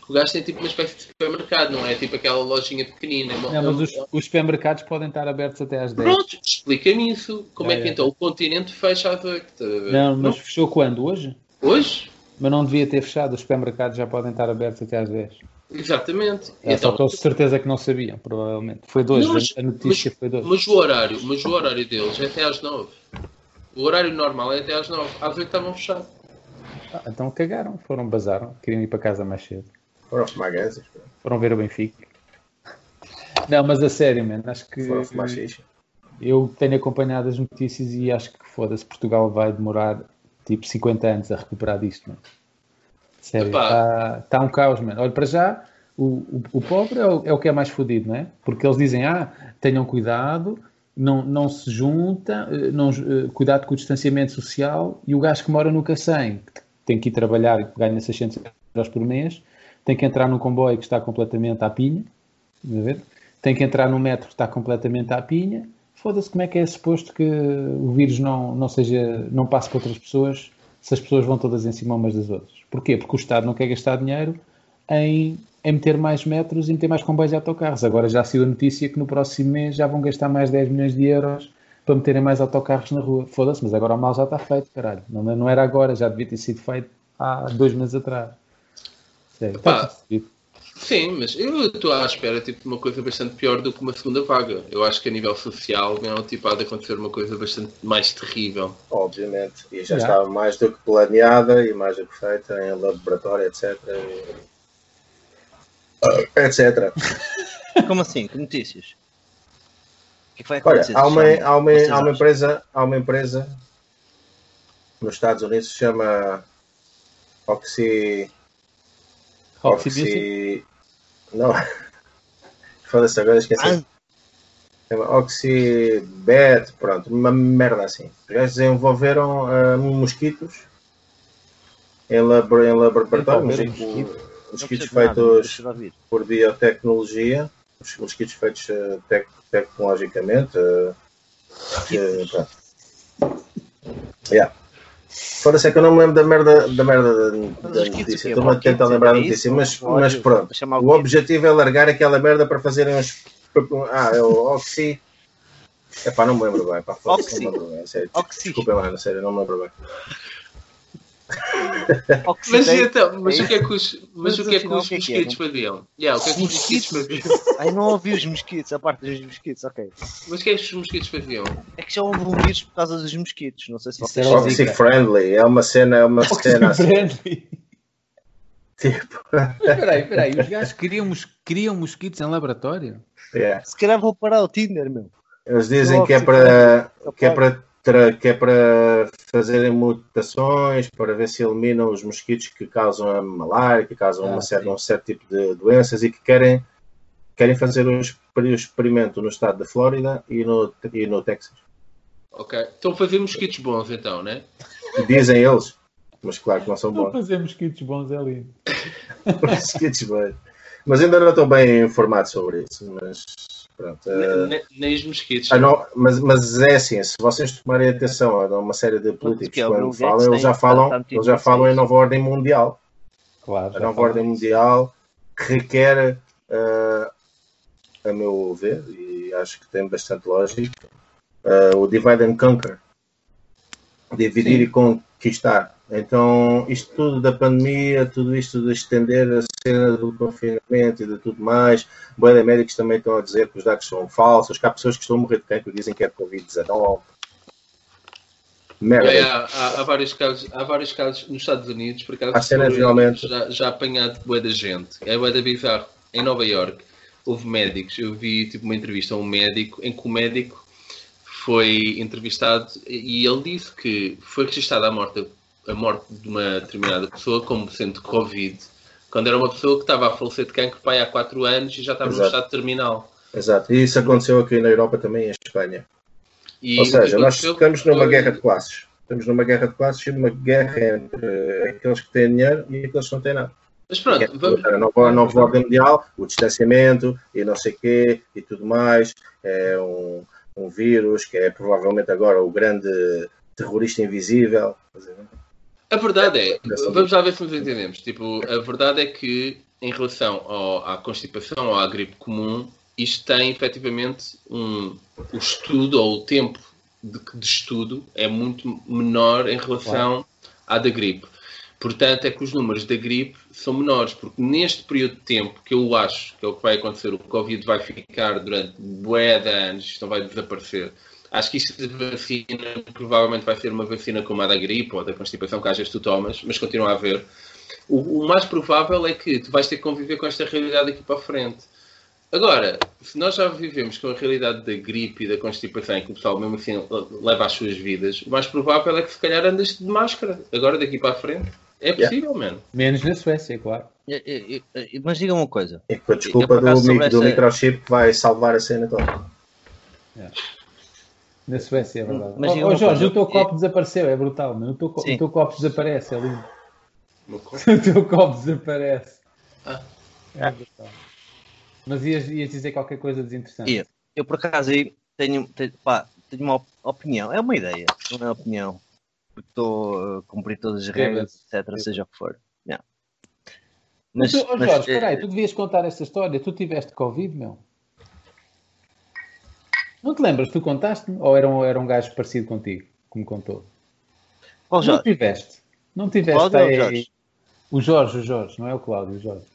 O gajo tem tipo uma espécie de supermercado, não é? Tipo aquela lojinha pequenina. Então,
Não, mas os, os supermercados podem estar abertos até às 10.
Pronto, explica-me isso. Como
Ah,
é que
é.
então o continente fecha às 8? estás a ver?
Não, mas fechou quando? Hoje?
Hoje?
Mas não devia ter fechado, os supermercados já podem estar abertos até às 10.
Exatamente.
Eu É, só
Então,
estou de certeza que não sabiam, provavelmente. Foi dois,
Não, mas-
a notícia foi dois.
mas o horário, mas o horário deles é até às 9. O horário normal é até às 9. Às 8 estavam fechados.
Ah, então cagaram, foram, bazaram, queriam ir para casa mais cedo.
Foram fumar gansas, pô.
Foram ver o Benfica. Não, mas a sério, mano, acho que
foram fumar xixa.
eu tenho acompanhado as notícias e acho que foda-se, Portugal vai demorar tipo 50 anos a recuperar disto, mano. Sério,
Epá.
está tá um caos, mano. Olha, para já, o, o, o pobre é o, é o que é mais fodido, não é? Porque eles dizem, ah, tenham cuidado, não, não se junta, eh, não, eh, cuidado com o distanciamento social e o gajo que mora no Cacém, que tem que ir trabalhar e ganha 600 euros por mês, tem que entrar num comboio que está completamente à pinha, estás a ver? tem que entrar no metro que está completamente à pinha, Foda-se, como é que é suposto que o vírus não, não, seja, não passe para outras pessoas se as pessoas vão todas em cima umas das outras? Porquê? Porque o Estado não quer gastar dinheiro em, em meter mais metros e meter mais comboios e autocarros. Agora já saiu a notícia que no próximo mês já vão gastar mais 10 milhões de euros para meterem mais autocarros na rua. Foda-se, mas agora o mal já está feito, caralho. Não, não era agora, já devia ter sido feito há dois meses atrás. Sério,
Epá.
está percebido.
Sim, mas eu estou à espera tipo, de uma coisa bastante pior do que uma segunda vaga. Eu acho que a nível social não, tipo, há de acontecer uma coisa bastante mais terrível.
obviamente. E já
Já.
estava mais do que planeada e mais do que feita em laboratório, etc. e- Etc.
Como assim? Que notícias? O que é que vai
Olha,
acontecer?
há uma,
Vocês
há uma,
acham?
há uma empresa, há uma empresa nos Estados Unidos que se chama Oxy.
Roxy Music?
Oxy. Não. Foda-se, agora esqueci.
Ah,
Chama Oxybet, pronto, uma merda assim. Os gajos desenvolveram ah, mosquitos em, labor, em laboratório,
Desenvolveram
mosquito-
mosquitos?
não
mosquitos
percebo nada, não
feitos
preciso ouvir.
por biotecnologia, os mosquitos feitos eh, tec- tecnologicamente. eh, que, pronto. Yeah. Foda-se é que eu não me lembro da merda da, merda da,
Mas
da
os kits o quê?
notícia. Estou-me a tentar
Kits,
lembrar da
é isso?
notícia, mas,
Ódio,
mas pronto.
vou chamar
O
o kit.
objetivo é largar aquela merda para fazerem uns. Ah, é o Oxy. Epá, não me lembro bem. Pá, foda-se, não me lembro bem. Sério.
Oxi.
Desculpa, mano, sério, não me lembro bem.
Oxi,
Mas,
tem-
então, mas
tem-
o que é que os, mas
Mas
o que é que
afinal,
os
o que é que é?
mosquitos faziam? Yeah, o que é que os mosquitos faziam?
Ai, não ouvi os mosquitos, a parte dos mosquitos, ok.
Mas o que é que os mosquitos faziam?
É que já houve um vírus por causa dos mosquitos, não sei se
Isso
vocês
era o
sabem.
Oxy Friendly, é uma cena, é uma
Roxy
cena assim.
Friendly.
Tipo,
Mas Peraí, peraí, os gajos criam, mos- criam mosquitos em laboratório?
yeah.
Se calhar vou parar o Tinder, meu.
Eles dizem
Não,
que é
sim,
para
Só
que é
pode.
para tra- que é para fazerem mutações para ver se eliminam os mosquitos que causam a malária, que causam
Ah,
uma certa,
sim.
um certo tipo de doenças e que querem querem fazer um exp- experimento no estado da Flórida e no e no Texas.
Ok. Estão a fazer mosquitos bons então, né?
Dizem eles, mas claro que não são
Não
bons
fazer mosquitos bons é lindo.
mosquitos, mas, mas ainda não estou bem informado sobre isso, mas pronto. eh,
Ne- ne- Nem os mosquitos.
Ah, não, mas, mas é assim, se vocês tomarem atenção a uma série de políticos
que é o Bill
quando
Gates
falam, eles
tem-
já falam,
tá- tá metido
eles já
nisso,
falam
é
em nova ordem mundial.
Claro.
A
já
nova
falo.
ordem mundial que requer, ah, a meu ver, e acho que tem bastante lógica, ah, o divide and conquer. Dividir
Sim.
e conquistar. Então, isto tudo da pandemia, tudo isto de estender a cena do confinamento e de tudo mais, Boa de médicos também estão a dizer que os dados são falsos, que há pessoas que estão a morrer de cancro e dizem que é de Covid-19. Merda.
É, há, há- há vários casos, há vários casos nos Estados Unidos, por acaso
Há cenas,
foram-
realmente.
já, já apanhado bué da gente. É bué da bizarro. Em Nova York houve médicos. Eu vi tipo, uma entrevista a um médico em que o médico foi entrevistado e ele disse que foi registada a morte, a morte de uma determinada pessoa como sendo Covid, quando era uma pessoa que estava a falecer de cancro pai há 4 anos e já estava no
Exato.
estado terminal.
Exato. E isso aconteceu aqui na Europa também e em Espanha.
E
Ou
o que
seja, nós
aconteceu
estamos numa
foi-
guerra de classes. Estamos numa guerra de classes e numa guerra entre aqueles que têm dinheiro e aqueles que não têm nada.
Mas
Que é
pronto, vamos,
A nova, a nova ordem mundial, o distanciamento e não sei quê e tudo mais. É um, um vírus que é provavelmente agora o grande terrorista invisível. Quer dizer,
A verdade é,
Dessa
vamos lá ver se nos entendemos. Tipo, a verdade é que em relação ao- à constipação ou à gripe comum, isto tem efetivamente um, o estudo ou o tempo de, de estudo é muito menor em relação à da gripe. Portanto, é que os números da gripe são menores, porque neste período de tempo, que eu acho que é o que vai acontecer, o Covid vai ficar durante bué de anos, isto não vai desaparecer. Acho que isto de vacina provavelmente vai ser uma vacina como a da gripe ou da constipação, que às vezes tu tomas, mas continua a haver. O, o mais provável é que tu vais ter que conviver com esta realidade aqui para a frente. Agora, se nós já vivemos com a realidade da gripe e da constipação, em que o pessoal mesmo assim le- leva as suas vidas, o mais provável é que se calhar andas de máscara agora daqui para a frente. É possível, mano.
Menos na Suécia, claro.
Eh, eh, eh, Mas digam uma coisa.
E com a
Eu,
desculpa
por
do,
acaso,
mi-
sobre
do
essa-
microchip que vai salvar a cena toda.
Na Suécia, é verdade.
Mas
Mas,
diga uma
Jorge,
coisa,
o teu
eu-
copo desapareceu, é brutal. Não? O, teu co-
Sim.
o teu copo desaparece, é lindo.
Uma coisa.
O teu copo desaparece.
Ah.
É brutal. Mas ias, ias dizer qualquer coisa desinteressante.
Ia. Eu, por acaso, aí, tenho, tenho, pá, tenho uma op- opinião. É uma ideia, não é opinião. Porque estou a cumprir todas as regras, etc., seja o que for. Yeah.
Mas, tu, oh, Jorge,
eh,
espera aí, tu devias contar esta história. Tu tiveste Covid, meu? Não te lembras? Tu contaste-me? Ou era um, era um gajo parecido contigo, como contou?
qual
não
oh, Jorge?
tiveste. Não tiveste.
Cláudio ou
aí-
Jorge?
O Jorge, o Jorge, não é o Cláudio, o Jorge.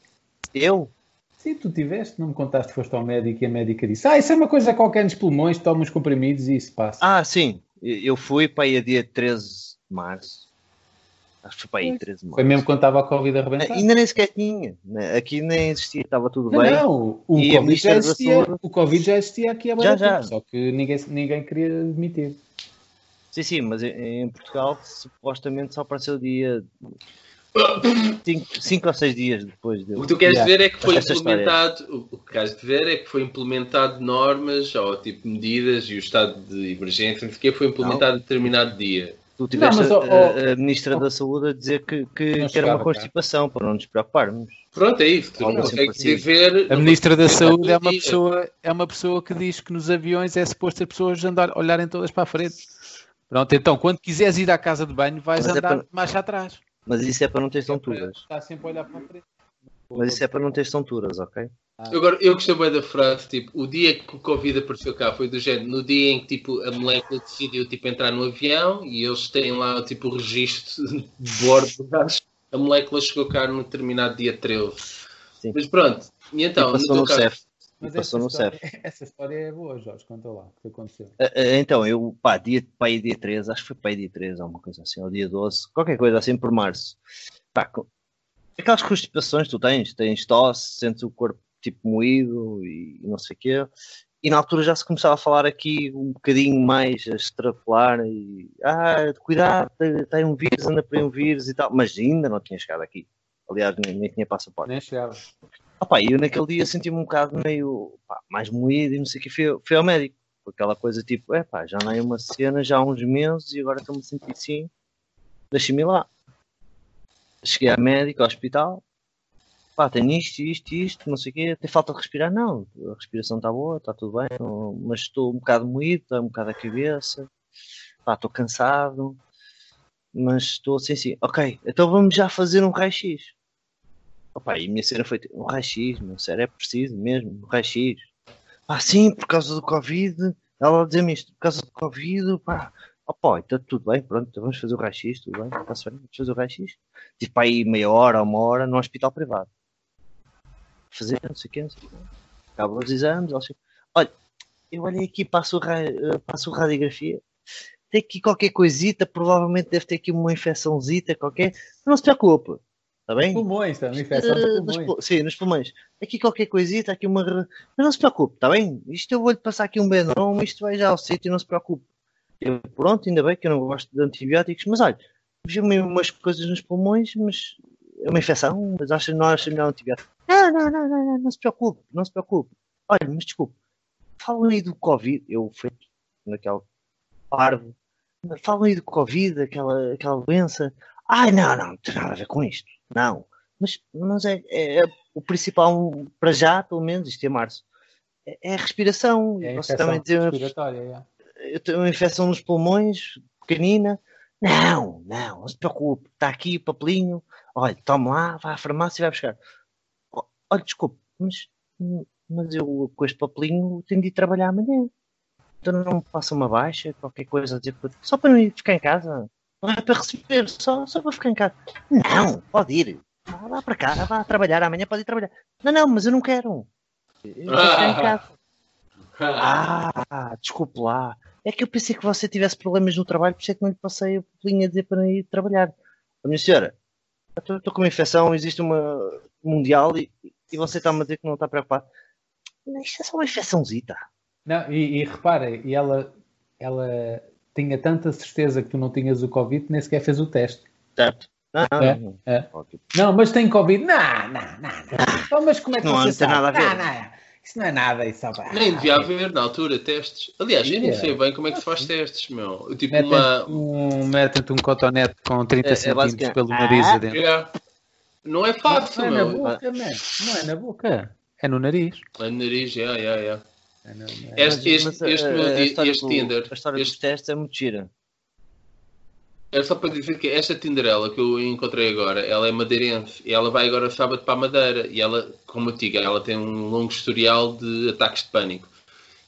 Eu?
Sim, tu tiveste, não me contaste que foste ao médico e a médica disse: Ah, isso é uma coisa qualquer nos pulmões, toma uns comprimidos e isso passa.
Ah, sim. Eu eu fui para aí a dia 13 de março. Acho que foi para aí 13 de março.
Foi mesmo quando estava a Covid a arrebentar.
Né? Ainda nem sequer tinha. né? Aqui nem existia, estava tudo
Tá. Não,
bem.
não, o
E a
COVID,
ministra
já
da
existia,
Saúde?
o Covid já existia aqui há
Já,
bastante
já.
tempo, só que ninguém, ninguém queria admitir.
Sim, sim, mas em em Portugal supostamente só apareceu dia 5 ou 6 dias depois
O
dele.
que tu queres
Yeah.
ver é que foi
Essa história.
implementado, o- o que queres ver é que foi implementado normas ou tipo medidas e o estado de emergência, não sei o que foi implementado a determinado dia.
Tu tiveste
mas,
a,
ó, ó,
a- a Ministra da Saúde a dizer que, que,
Não
que era uma
chegava cá.
constipação, para não nos preocuparmos.
Pronto, é isso. Tu
Algo
não
assim
consegues
parecido.
viver.
A Ministra da Saúde é uma,
Dia.
pessoa, é uma pessoa que diz que nos aviões é suposto as pessoas andar, olharem todas para a frente. Pronto, então, quando quiseres ir à casa de banho, vais
Mas é
andar
para-
mais atrás.
Mas isso é para não ter tonturas.
Está sempre a olhar para a frente.
Mas isso é para não ter tonturas, ok?
Agora, eu gostei bem da frase, tipo, o dia que o Covid apareceu cá foi do género, no dia em que, tipo, a molécula decidiu, tipo, entrar no avião e eles têm lá, tipo, o registro de bordo do gajo, a molécula chegou cá num determinado dia 13.
Sim.
Mas pronto, e então,
e passou
teu caso,
no CEF. E
Mas
passou
essa
no CEF.
história, essa história é boa, Jorge, conta lá, o que aconteceu.
Ah, ah, Então, eu, pá, dia, pá, aí dia 13, acho que foi para aí dia 13, alguma coisa assim, ou dia 12, qualquer coisa assim por março. Pá, co- aquelas constipações que tu tens, tens tosse, sentes o corpo tipo moído e não sei o quê. E na altura já se começava a falar aqui um bocadinho mais a extrapolar e ah, cuidado, tem- tem um vírus, anda por aí um vírus e tal, mas ainda não tinha chegado aqui. Aliás, nem, nem tinha passaporte.
Nem chegava.
Ah, pá, eu naquele dia senti-me um bocado meio pá, mais moído e não sei o que. Fui, fui ao médico. Com Aquela coisa tipo, é pá, já não é uma cena, já há uns meses e agora estou-me a sentir assim. Deixa-me ir lá. Cheguei ao médico, ao hospital. Pá, tenho isto, isto, isto, não sei o quê. Tem falta de respirar? Não, a respiração está boa, está tudo bem, não- mas estou um bocado moído, está um bocado a cabeça. Pá, estou cansado, mas estou assim assim. Ok, então vamos já fazer um raio-x. Opa, e a minha cena foi tipo, um raio-x, meu sério, é preciso mesmo, um raio-x. Pá, sim, por causa do Covid, ela dizia-me isto, por causa do Covid, pá. Opa, então tudo bem, pronto, então vamos fazer o raio-x, tudo bem, está-se bem, vamos fazer o raio-x. Tipo, pá, aí meia hora, uma hora, num hospital privado. Fazer, não sei o quê, não sei o quê. Acabam os exames, eles ficam, olha, eu olhei aqui, passo, o ra- eh, passo a radiografia, tem aqui qualquer coisita, provavelmente deve ter aqui uma infecçãozita qualquer, não se preocupe, está bem?
Pulmões, também, infecção
Eh,
de
nos
pulmões.
pul- sim, nos pulmões. Aqui qualquer coisita, aqui uma. re- Mas não se preocupe, está bem? Isto eu vou-lhe passar aqui um Benom, isto vai já ao sítio, não se preocupe. Eu, pronto, ainda bem que eu não gosto de antibióticos, mas olha, vi-me umas coisas nos pulmões, mas é uma infecção, mas acha, não acha melhor antibiótico. Não, não, não, não, não, não se preocupe, não se preocupe. Olha, mas desculpe, falam aí do Covid, eu fui naquela parvo, falam aí do Covid, aquela, aquela doença. Ai, não, não, não tem nada a ver com isto, não mas, mas é, é- é o principal, para já, pelo menos, isto é março, é, é a respiração.
É
E
a
Você
infecção
também tem uma,
respiratória, é.
eu tenho uma infecção nos pulmões, pequenina. Não, não, não se preocupe, está aqui o papelinho, olha, toma lá, vai à farmácia e vai buscar. "Ó- Olha, desculpe, mas, mas eu com este papelinho tenho de ir trabalhar amanhã. Então não me passa uma baixa, qualquer coisa a dizer, que eu- só para não ir ficar em casa. Não é para receber, só, só para ficar em casa. Não, pode ir. Vá lá para cá, vá trabalhar, amanhã pode ir trabalhar. Não, não, mas eu não quero. Eu quero ficar em casa. Ah, desculpe lá. É que eu pensei que você tivesse problemas no trabalho, por isso é que não lhe passei a linha a dizer para ir trabalhar. A minha senhora, eu estou- estou com uma infecção, existe uma mundial e, e você está-me a dizer que não está preocupado. Não, Isto é só uma infecçãozita.
Não, e, e repara, e ela, ela tinha tanta certeza que tu não tinhas o Covid, nem sequer fez o teste.
Certo? Não, não,
É,
não.
é.
Ótimo.
Não, mas tem Covid. Não, não, não. não. Então, mas como é que
Ah. Não,
você
não tem
sabe?
nada a ver.
Não, não, isso não é nada. Isso é...
Nem devia haver na altura testes. Aliás, eu nem
Yeah. É
sei bem como é que se faz testes, meu. Eu, Tipo,
Metem-te
uma.
um, metem-te um cotonete com 30
É- é
centímetros
basicamente-
pelo nariz
Ah!
adentro.
Yeah. Não é fácil,
Não é na
meu.
boca, man. Não é na boca.
É no nariz.
É no nariz, yeah, yeah, yeah. Este, este,
Mas,
este,
eh,
meu
a
di-
história
este
do-
Tinder,
A história
este,
dos testes é muito gira.
era É só para dizer que esta Tinderela que eu encontrei agora, ela é madeirense e ela vai agora sábado para a Madeira. E ela, como eu digo, ela tem um longo historial de ataques de pânico.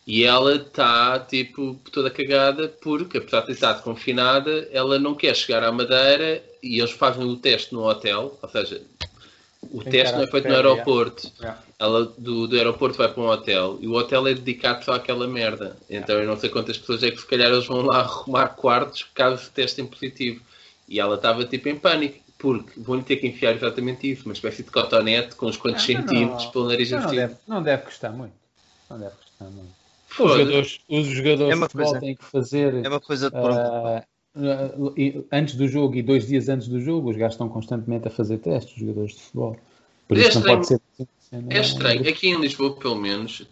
E ela está, tipo, toda cagada porque, apesar de ter estado confinada, ela não quer chegar à Madeira e eles fazem o teste no hotel, ou seja, o
Tem
teste
cara
não é
de
feito no
férias.
aeroporto.
Yeah.
Ela do, do aeroporto vai para um hotel e o hotel é dedicado só àquela merda. Então eu não sei quantas pessoas é que se calhar eles vão lá arrumar quartos caso testem positivo. E ela estava tipo em pânico, porque vão-lhe ter que enfiar exatamente isso, uma espécie de cotonete com uns quantos
Ah, não,
centímetros
não.
pelo nariz assim.
Não, não,
entupido.
deve, não deve custar muito. Não deve custar muito. Os
Foda-se.
jogadores, os jogadores
É uma
de futebol
coisa.
têm que fazer
É uma coisa de pronto.
ah, e- antes do jogo e dois dias antes do jogo, os gajos estão constantemente a fazer testes, os jogadores de futebol. Por
Mas é
isso não pode ser. assim,
É estranho, aqui em Lisboa, pelo menos,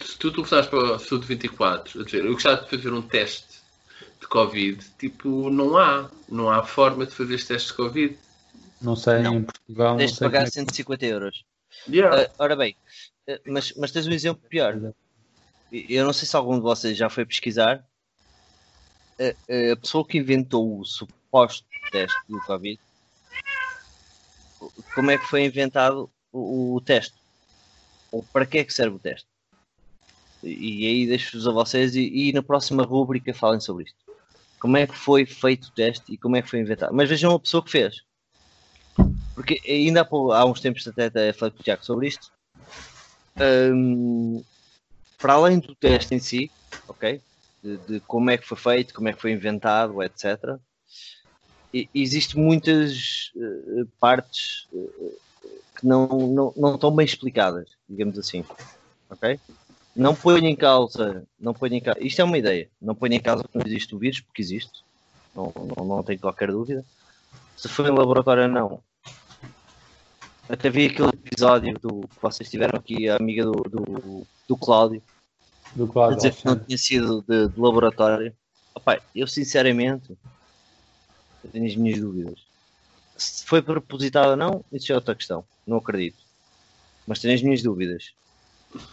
se tu telefonares para o Sud 24, a dizer, eu gostava de fazer um teste de Covid, tipo, não há, não há forma de fazer este teste de Covid.
Não sei, em Portugal. Não
Tens de
sei
pagar
como é que-
150 euros.
Yeah.
Ah, ora bem, ah, mas, mas tens um exemplo pior. E- Eu não sei se algum de vocês já foi pesquisar. ah, A, a pessoa que inventou o suposto teste do Covid, como é que foi inventado o, o teste? Ou para que é que serve o teste? E, e aí deixo-vos a vocês e, e na próxima rúbrica falem sobre isto. Como é que foi feito o teste e como é que foi inventado? Mas vejam a pessoa que fez. Porque ainda há, pou- há uns tempos até, até falei com o Tiago sobre isto. Hum, para além do teste em si, ok? De, de como é que foi feito, como é que foi inventado, etc. E, existem muitas eh, partes eh, que não, não, não estão bem explicadas, digamos assim. Ok? Não ponho em causa, não ponho em causa, isto é uma ideia, não ponho em causa que não existe o vírus, porque existe, não, não, não tenho qualquer dúvida. Se foi em laboratório ou não, até vi aquele episódio do, que vocês tiveram aqui, a amiga do, do, do Cláudio,
Do
a
Cláudio
dizer que não
Alexandre.
tinha sido de, de laboratório. Opa, eu sinceramente eu tenho as minhas dúvidas. Se foi propositado ou não, isso é outra questão. Não acredito. Mas tenho as minhas dúvidas.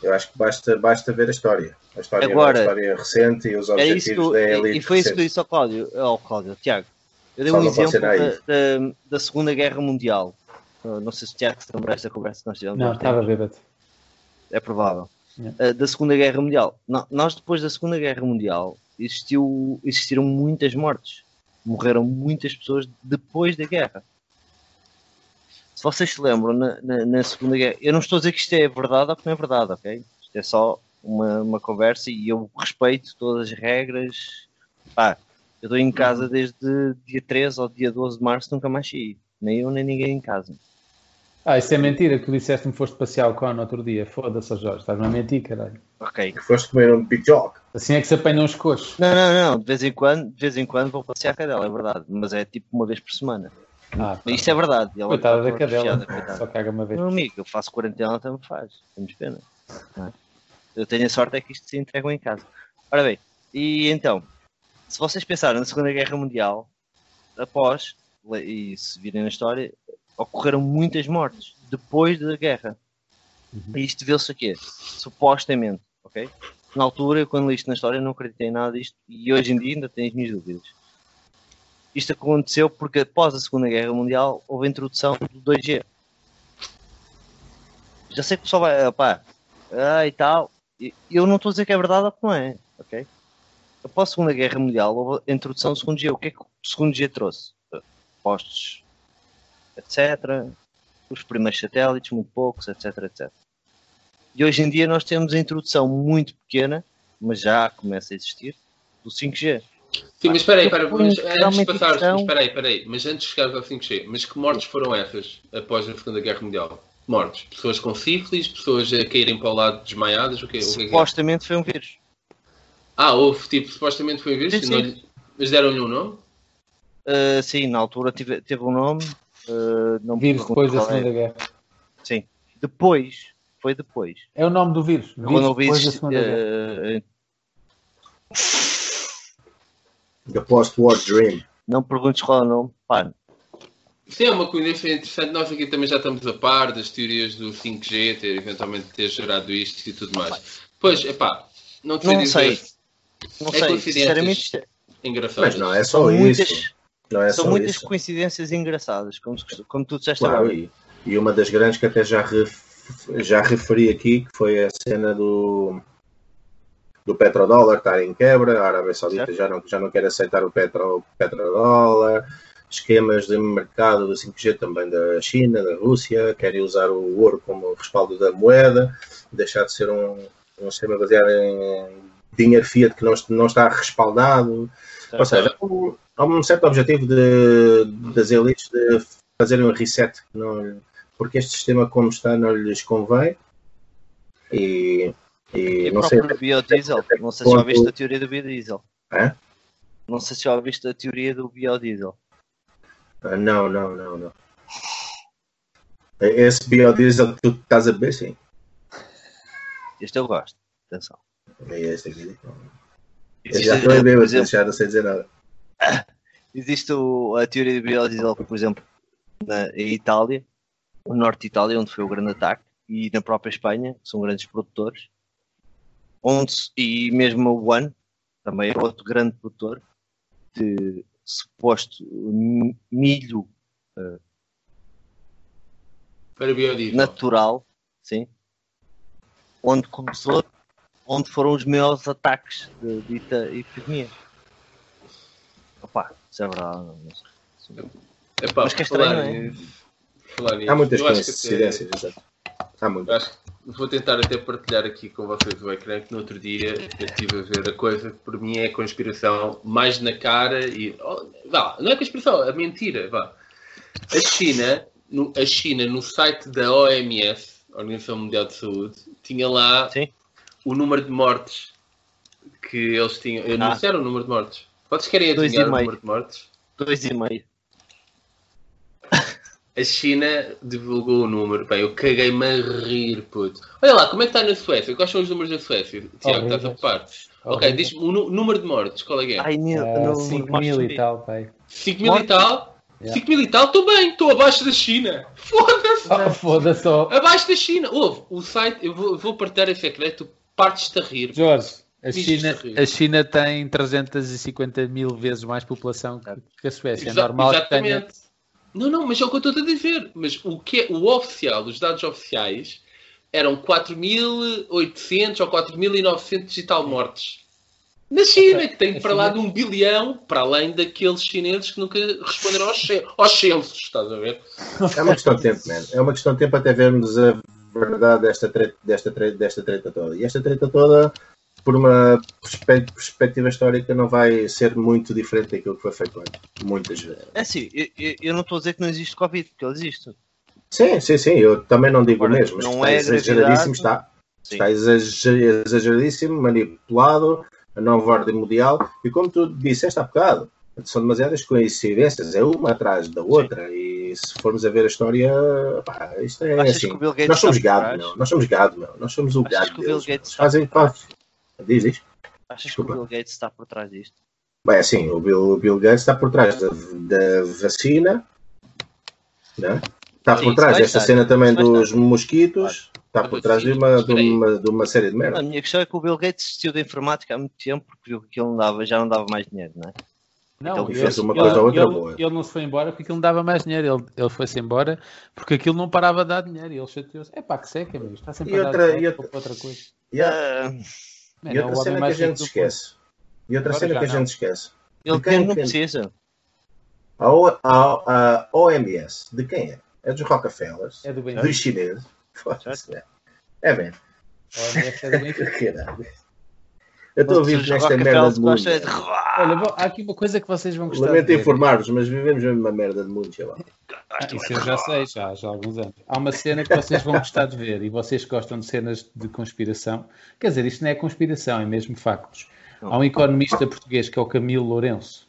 Eu acho que basta, basta ver a história. A história,
Agora-
a história recente e os
É isso que
objetivos
eu-
da
e,
elite.
e foi isso que eu
recentes.
disse ao Cláudio, ao Cláudio, ao Tiago. Eu dei
Só
um
não
exemplo
funcionar
da, da, da Segunda Guerra Mundial. Uh, Não sei se o Tiago se lembra desta conversa que nós tivemos. há
Não,
uns
estava bêbado.
é provável,
Yeah.
Uh, da Segunda Guerra Mundial. No- nós, depois da Segunda Guerra Mundial, existiu, existiram muitas mortes. Morreram muitas pessoas depois da guerra. Se vocês se lembram, na, na- na Segunda Guerra... Eu não estou a dizer que isto é verdade ou que não é verdade, ok? Isto é só uma, uma conversa e eu respeito todas as regras. Pá, eu estou em casa desde dia 13 ao dia 12 de março, nunca mais saí. Nem eu, nem ninguém em casa.
Ah, isso é mentira que tu disseste-me que foste passear com no outro dia. Foda-se, ó Jorge, estás-me a mentir, caralho.
Ok,
Que foste comer um pichoc.
Assim é que se apanham os coxos.
Não, não, não. De vez em quando, de vez em quando vou passear com a cadela, é verdade. Mas é tipo uma vez por semana.
Ah,
Mas Isto é verdade. Ela
coitada
está
da cadela.
fechada, coitada.
Só caga uma vez.
Meu amigo, eu faço quarentena, ela também faz. Temos pena. não é? Eu tenho a sorte é que isto se entregam em casa. Ora bem, e então, se vocês pensaram na Segunda Guerra Mundial, após, le- e se virem na história, ocorreram muitas mortes depois da guerra.
Uhum.
E isto deu-se a quê? Supostamente, ok? Na altura, eu quando li isto na história, não acreditei em nada disto e hoje em dia ainda tenho as minhas dúvidas. Isto aconteceu porque após a Segunda Guerra Mundial houve a introdução do 2G já sei que o pessoal vai, pá, ah, e tal. E Eu não estou a dizer que é verdade ou que não é, ok? Após a Segunda Guerra Mundial, houve a introdução do segundo G. O que é que o segundo G trouxe? Postos, etc. Os primeiros satélites, muito poucos, etc, etc. E hoje em dia nós temos a introdução muito pequena, mas já começa a existir, do 5G.
Sim, mas espera aí, espera,
Porque
mas antes de
realmente
passares,
são-
mas espera aí, espera aí, mas antes de chegares ao 5G, mas que mortes foram essas após a Segunda Guerra Mundial? Mortes? Pessoas com sífilis, pessoas a caírem para o lado desmaiadas, o que, o que é que é?
Supostamente foi um vírus.
Ah, houve, tipo, supostamente foi visto,
Sim,
não
sim.
lhe- mas deram-lhe um nome?
Ah, sim, na altura tive- teve um nome. ah, não me
Vírus
pergunto
depois da
qual é.
Segunda Guerra.
Sim. Depois, foi depois.
É o nome do vírus.
Eu
Vírus
Quando ouvi
depois da
isso,
Segunda Guerra.
eh,
The post-war dream.
não perguntes qual é o nome, pá,
Sim, é uma coincidência interessante. Nós aqui também já estamos a par das teorias do 5G, ter eventualmente ter gerado isto e tudo mais. Pois, epá, não te sei
Não
dizer.
Não
É
sei,
confidências.
sinceramente, isto é-
Engraçado.
Mas não é só
são
isso.
muitas,
não é
são
só
muitas
isso.
coincidências engraçadas, como, se costu- como tu disseste
Claro,
agora.
e, e uma das grandes que até já, ref- já referi aqui, que foi a cena do, do petrodólar estar em quebra, a Arábia Saudita já não, já não quer aceitar o petro, petrodólar, esquemas de mercado do 5G também da China, da Rússia, querem usar o ouro como respaldo da moeda, deixar de ser um, um sistema baseado em dinheiro fiat que não, est- não está respaldado.
Certo.
Ou seja, há um- há um certo objetivo de, das elites de fazerem um reset, não, porque este sistema como está não lhes convém e, e
E o
não sei
próprio biodiesel, não sei se
Quando-
já ouviste a teoria do biodiesel.
Hã?
Não sei se já ouviste a teoria do biodiesel.
Ah, Não, não, não, não. Esse biodiesel que tu estás a beber, sim.
Este eu gosto, atenção.
É esse aqui. Eu
Existe,
já estou a beber,
um
por
mas
exemplo,
já não sei dizer nada.
existe o- a teoria do biodiesel, por exemplo, na em Itália, o norte de Itália, onde foi o grande ataque, e na própria Espanha, que são grandes produtores, onde, se- e mesmo o One, também é outro grande produtor de suposto mi- milho
Para biodiesel.
natural, sim, onde começou, onde foram os maiores ataques de dita epidemia. Opa, isso é verdade. Mas...
Epá,
Mas que é
por falar
estranho, não
nisso- por falar nisso,
Há muitas
eu acho que até-
coincidências, exato. Há
eu
muitas.
acho que Vou tentar até partilhar aqui com vocês o ecrã que no outro dia eu estive a ver a coisa que por mim é conspiração mais na cara e. oh, vá, não é conspiração, é mentira. Vá. A China, no, a China, no site da OMS, Organização Mundial de Saúde, tinha lá
Sim.
o número de mortes que eles tinham. Anunciaram o número de mortes. Vocês querem
Ah. Dois e
adivinhar o
meio.
número de mortes?
Dois e meio.
A China divulgou o número, pá, eu caguei-me a rir, puto. Olha lá, como é que está na Suécia? Quais são os números da Suécia? Tiago,
Horrível.
estás a par? Ok,
Horrível.
diz-me o nu- número de mortes, qual é que é?
Ai, no,
Ah,
no,
5
no-
mil e tal, tá pai.
5 mil e tal?
Yeah.
5 mil e tal? Estou bem, estou abaixo da China. Foda-se!
Oh, Foda-se, ó.
Abaixo da China! Houve, o site, eu vou, vou partilhar esse secreto, partes-te a rir.
Jorge, a
Diz,
China,
Rui.
a China tem 350 mil vezes mais população que, que a Suécia. É
Exa-
normal que tenha.
exatamente. Não, não, mas é o que eu estou a dizer. Mas o que é- o oficial, os dados oficiais eram 4.800 ou 4.900 e tal mortes. Na China, que tem
A
para lá
China-
de um bilhão, para além daqueles chineses que nunca responderam aos, ce- aos censos, estás a ver?
É uma questão de tempo, man. É uma questão de tempo até vermos a verdade desta treta, desta treta, desta treta toda. E esta treta toda, por uma perspe- perspectiva histórica, não vai ser muito diferente daquilo que foi feito antes. Muitas vezes.
É assim, eu, eu- eu não estou a dizer que não existe Covid, porque ele existe.
Sim, sim, sim. Eu também não digo o
Agora,
mesmo, mas
não
está
é
exageradíssimo,
gravidade.
está.
Sim.
Está exager- exageradíssimo, manipulado, a não ordem mundial. E como tu disseste há bocado, são demasiadas coincidências, é uma atrás da outra. E se formos a ver a história, pá, isto é
Achas
assim.
que o Bill Gates
Nós somos é?
está por
gado,
trás?
meu. Nós somos gado, meu. Nós somos o
Achas
gado
que o Bill
deles. meu.
Gates
Eles Fazem parte. Diz, diz.
Achas
Desculpa.
que o Bill Gates está por trás disto?
Bem, assim, o Bill, o Bill Gates está por trás da, da vacina, né? está
Sim,
por
isso
trás
vai
desta
estar,
cena também
isso vai
dos mosquitos, está
Mas
por
assim,
trás de uma, de
espera aí.
uma, de uma série de
A
merda.
minha questão é que o Bill Gates desistiu da informática há muito tempo porque viu que ele não dava, já não dava mais dinheiro, não é?
Não,
ele
ele-
Então, fez uma
ele-
coisa ou outra
ele-
boa.
Ele não se foi embora porque aquilo não dava mais dinheiro. Ele, ele foi-se embora porque aquilo não parava de dar dinheiro. E ele chateou-se. É pá, que seca, meu. Está sempre
E
a dar
outra-
dinheiro
e outra-
para outra coisa.
Yeah.
Ah,
Man,
E
é o
outra
homem
cena que a
mais
gente
rico do
esquece. E outra
Agora
cena
já
que a
não.
gente esquece.
ele
De quem
não
depende?
precisa.
A, O- a- a OMS, de quem é? É dos Rockefellers,
mundo. É do Benfica.
dos chineses. Foda-se, né? É bem.
O OMS é do Benfica.
Caralho. Eu estou a viver
Os
nesta
Rockefeller
merda de mundo.
gostam é de roubar.
Olha, bom, há aqui uma coisa que vocês vão gostar.
Lamento
de ver.
informar-vos, mas vivemos mesmo uma merda de mundo, sei lá.
Ah, isso eu já sei, já, já há alguns anos. Há uma cena que vocês vão gostar de ver e vocês que gostam de cenas de conspiração. Quer dizer, isto não é conspiração, é mesmo factos. Há um economista português que é o Camilo Lourenço.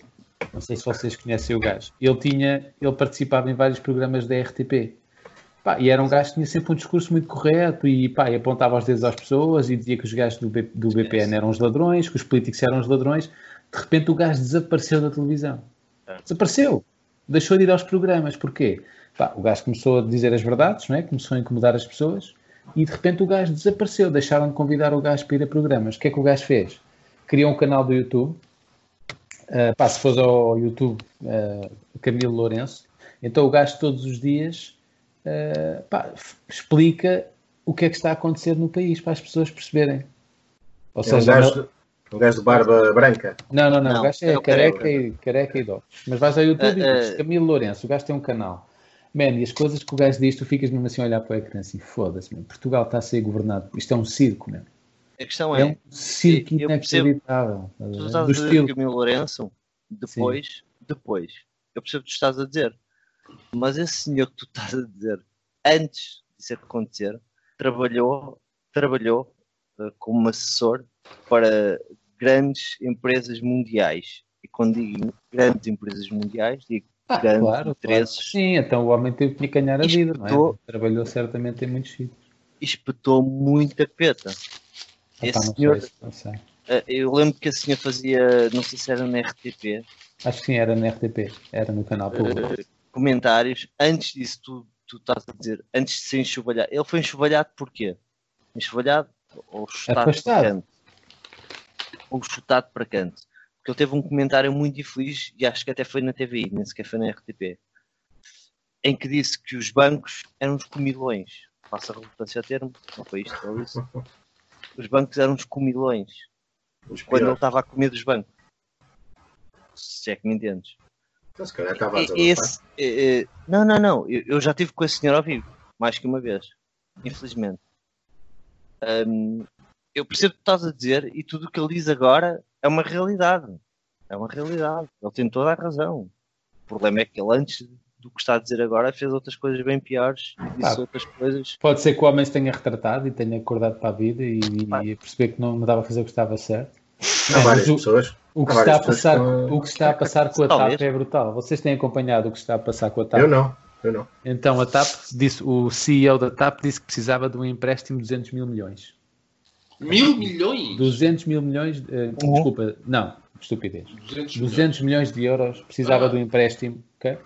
Não sei se vocês conhecem o gajo. Ele tinha, ele participava em vários programas da RTP. Pá, e era um gajo que tinha sempre um discurso muito correto e, pá, e apontava os dedos às pessoas e dizia que os gajos do, B- do BPN eram os ladrões, que os políticos eram os ladrões. De repente o gajo desapareceu da televisão. Desapareceu. Deixou de ir aos programas. Porquê? Pá, o gajo começou a dizer as verdades, não é? começou a incomodar as pessoas e de repente o gajo desapareceu, deixaram de convidar o gajo para ir a programas. O que é que o gajo fez? Criou um canal do YouTube. Ah, pá, se fores ao YouTube, ah, Camilo Lourenço, então o gajo todos os dias ah, pá, f- explica o que é que está a acontecer no país para as pessoas perceberem. Ou
É um
seja, não-
gajo, um gajo de barba branca.
não, não, não,
Não,
O gajo é,
é o
careca,
careca.
E, careca e dó. Mas vais ao YouTube
Ah,
e diz
ah.
Camilo Lourenço, o gajo tem um canal. Man, e as coisas que o gajo diz, tu ficas mesmo assim a olhar para o ecrã assim, foda-se, man, Portugal está a ser governado. Isto é um circo, man.
A questão
É
é,
um circo
eu percebo.
inacreditável. estás
tu estás a
a ver? Do
dizer
estilo.
Camilo Lourenço, depois, depois, eu percebo o que tu estás a dizer, mas esse senhor que tu estás a dizer, antes disso acontecer, trabalhou, trabalhou eh, como assessor para grandes empresas mundiais. E quando digo grandes empresas mundiais, digo
Ah,
grandes
claro, claro.
interesses
Sim, então o homem teve que lhe ganhar a vida, não é?
Espetou.
Trabalhou certamente em muitos sítios.
espetou muita peta.
Ah,
Esse
pá, não
senhor,
sei, não sei.
eh, eu lembro que a senhora fazia, não sei se era na RTP,
Acho que sim, era na RTP, era no canal público.
eh, comentários, antes disso tu, tu estás a dizer, antes de ser enxovalhado, ele foi enxovalhado porquê? Enxovalhado ou chutado
Afastado.
para canto? Ou chutado para canto? Porque ele teve um comentário muito infeliz e acho que até foi na TVI, nem sequer foi na RTP, em que disse que os bancos eram os comilões. Passa a relutância a termo, não foi isto, foi isso. Os bancos eram os comilões
Os
quando ele
piores.
estava a comer dos bancos. Se é que me entendes.
Então, se calhar estava a
E-
desabafar.
esse- eh, eh, não, não, não. Eu, eu já tive com esse senhor ao vivo, mais que uma vez, infelizmente. Ahm, eu percebo o que estás a dizer e tudo o que ele diz agora é uma realidade. É uma realidade. Ele tem toda a razão. O problema é que ele, antes do que está a dizer agora, fez outras coisas bem piores e disse
Ah.
outras coisas.
Pode ser que o homem se tenha retratado e tenha acordado para a vida e, e perceber que não me dava a fazer o que estava certo.
Há
É,
várias
mas o-
pessoas.
O que,
Há
está
várias
a passar,
pessoas que estão-
o que está a passar com a
Talvez.
TAP é brutal. Vocês têm acompanhado o que está a passar com a TAP?
Eu não, eu não.
Então, a TAP disse, o CEO da TAP disse que precisava de um empréstimo de 200 mil milhões.
Mil milhões?
200 mil milhões, eh, desculpa, não, estupidez.
200
200 milhões de euros precisava
Ah.
de um empréstimo, ok?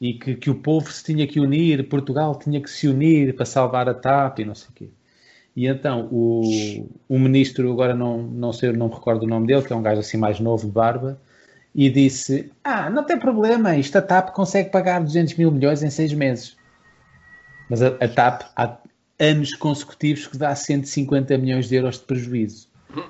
E que, que o povo se tinha que unir, Portugal tinha que se unir para salvar a TAP e não sei o quê. E então o, o ministro, agora não, não sei, não me recordo o nome dele, que é um gajo assim mais novo, de barba, e disse: Ah, não tem problema, isto a TAP consegue pagar 200 mil milhões em seis meses. Mas a, a TAP há anos consecutivos que dá 150 milhões de euros de prejuízo.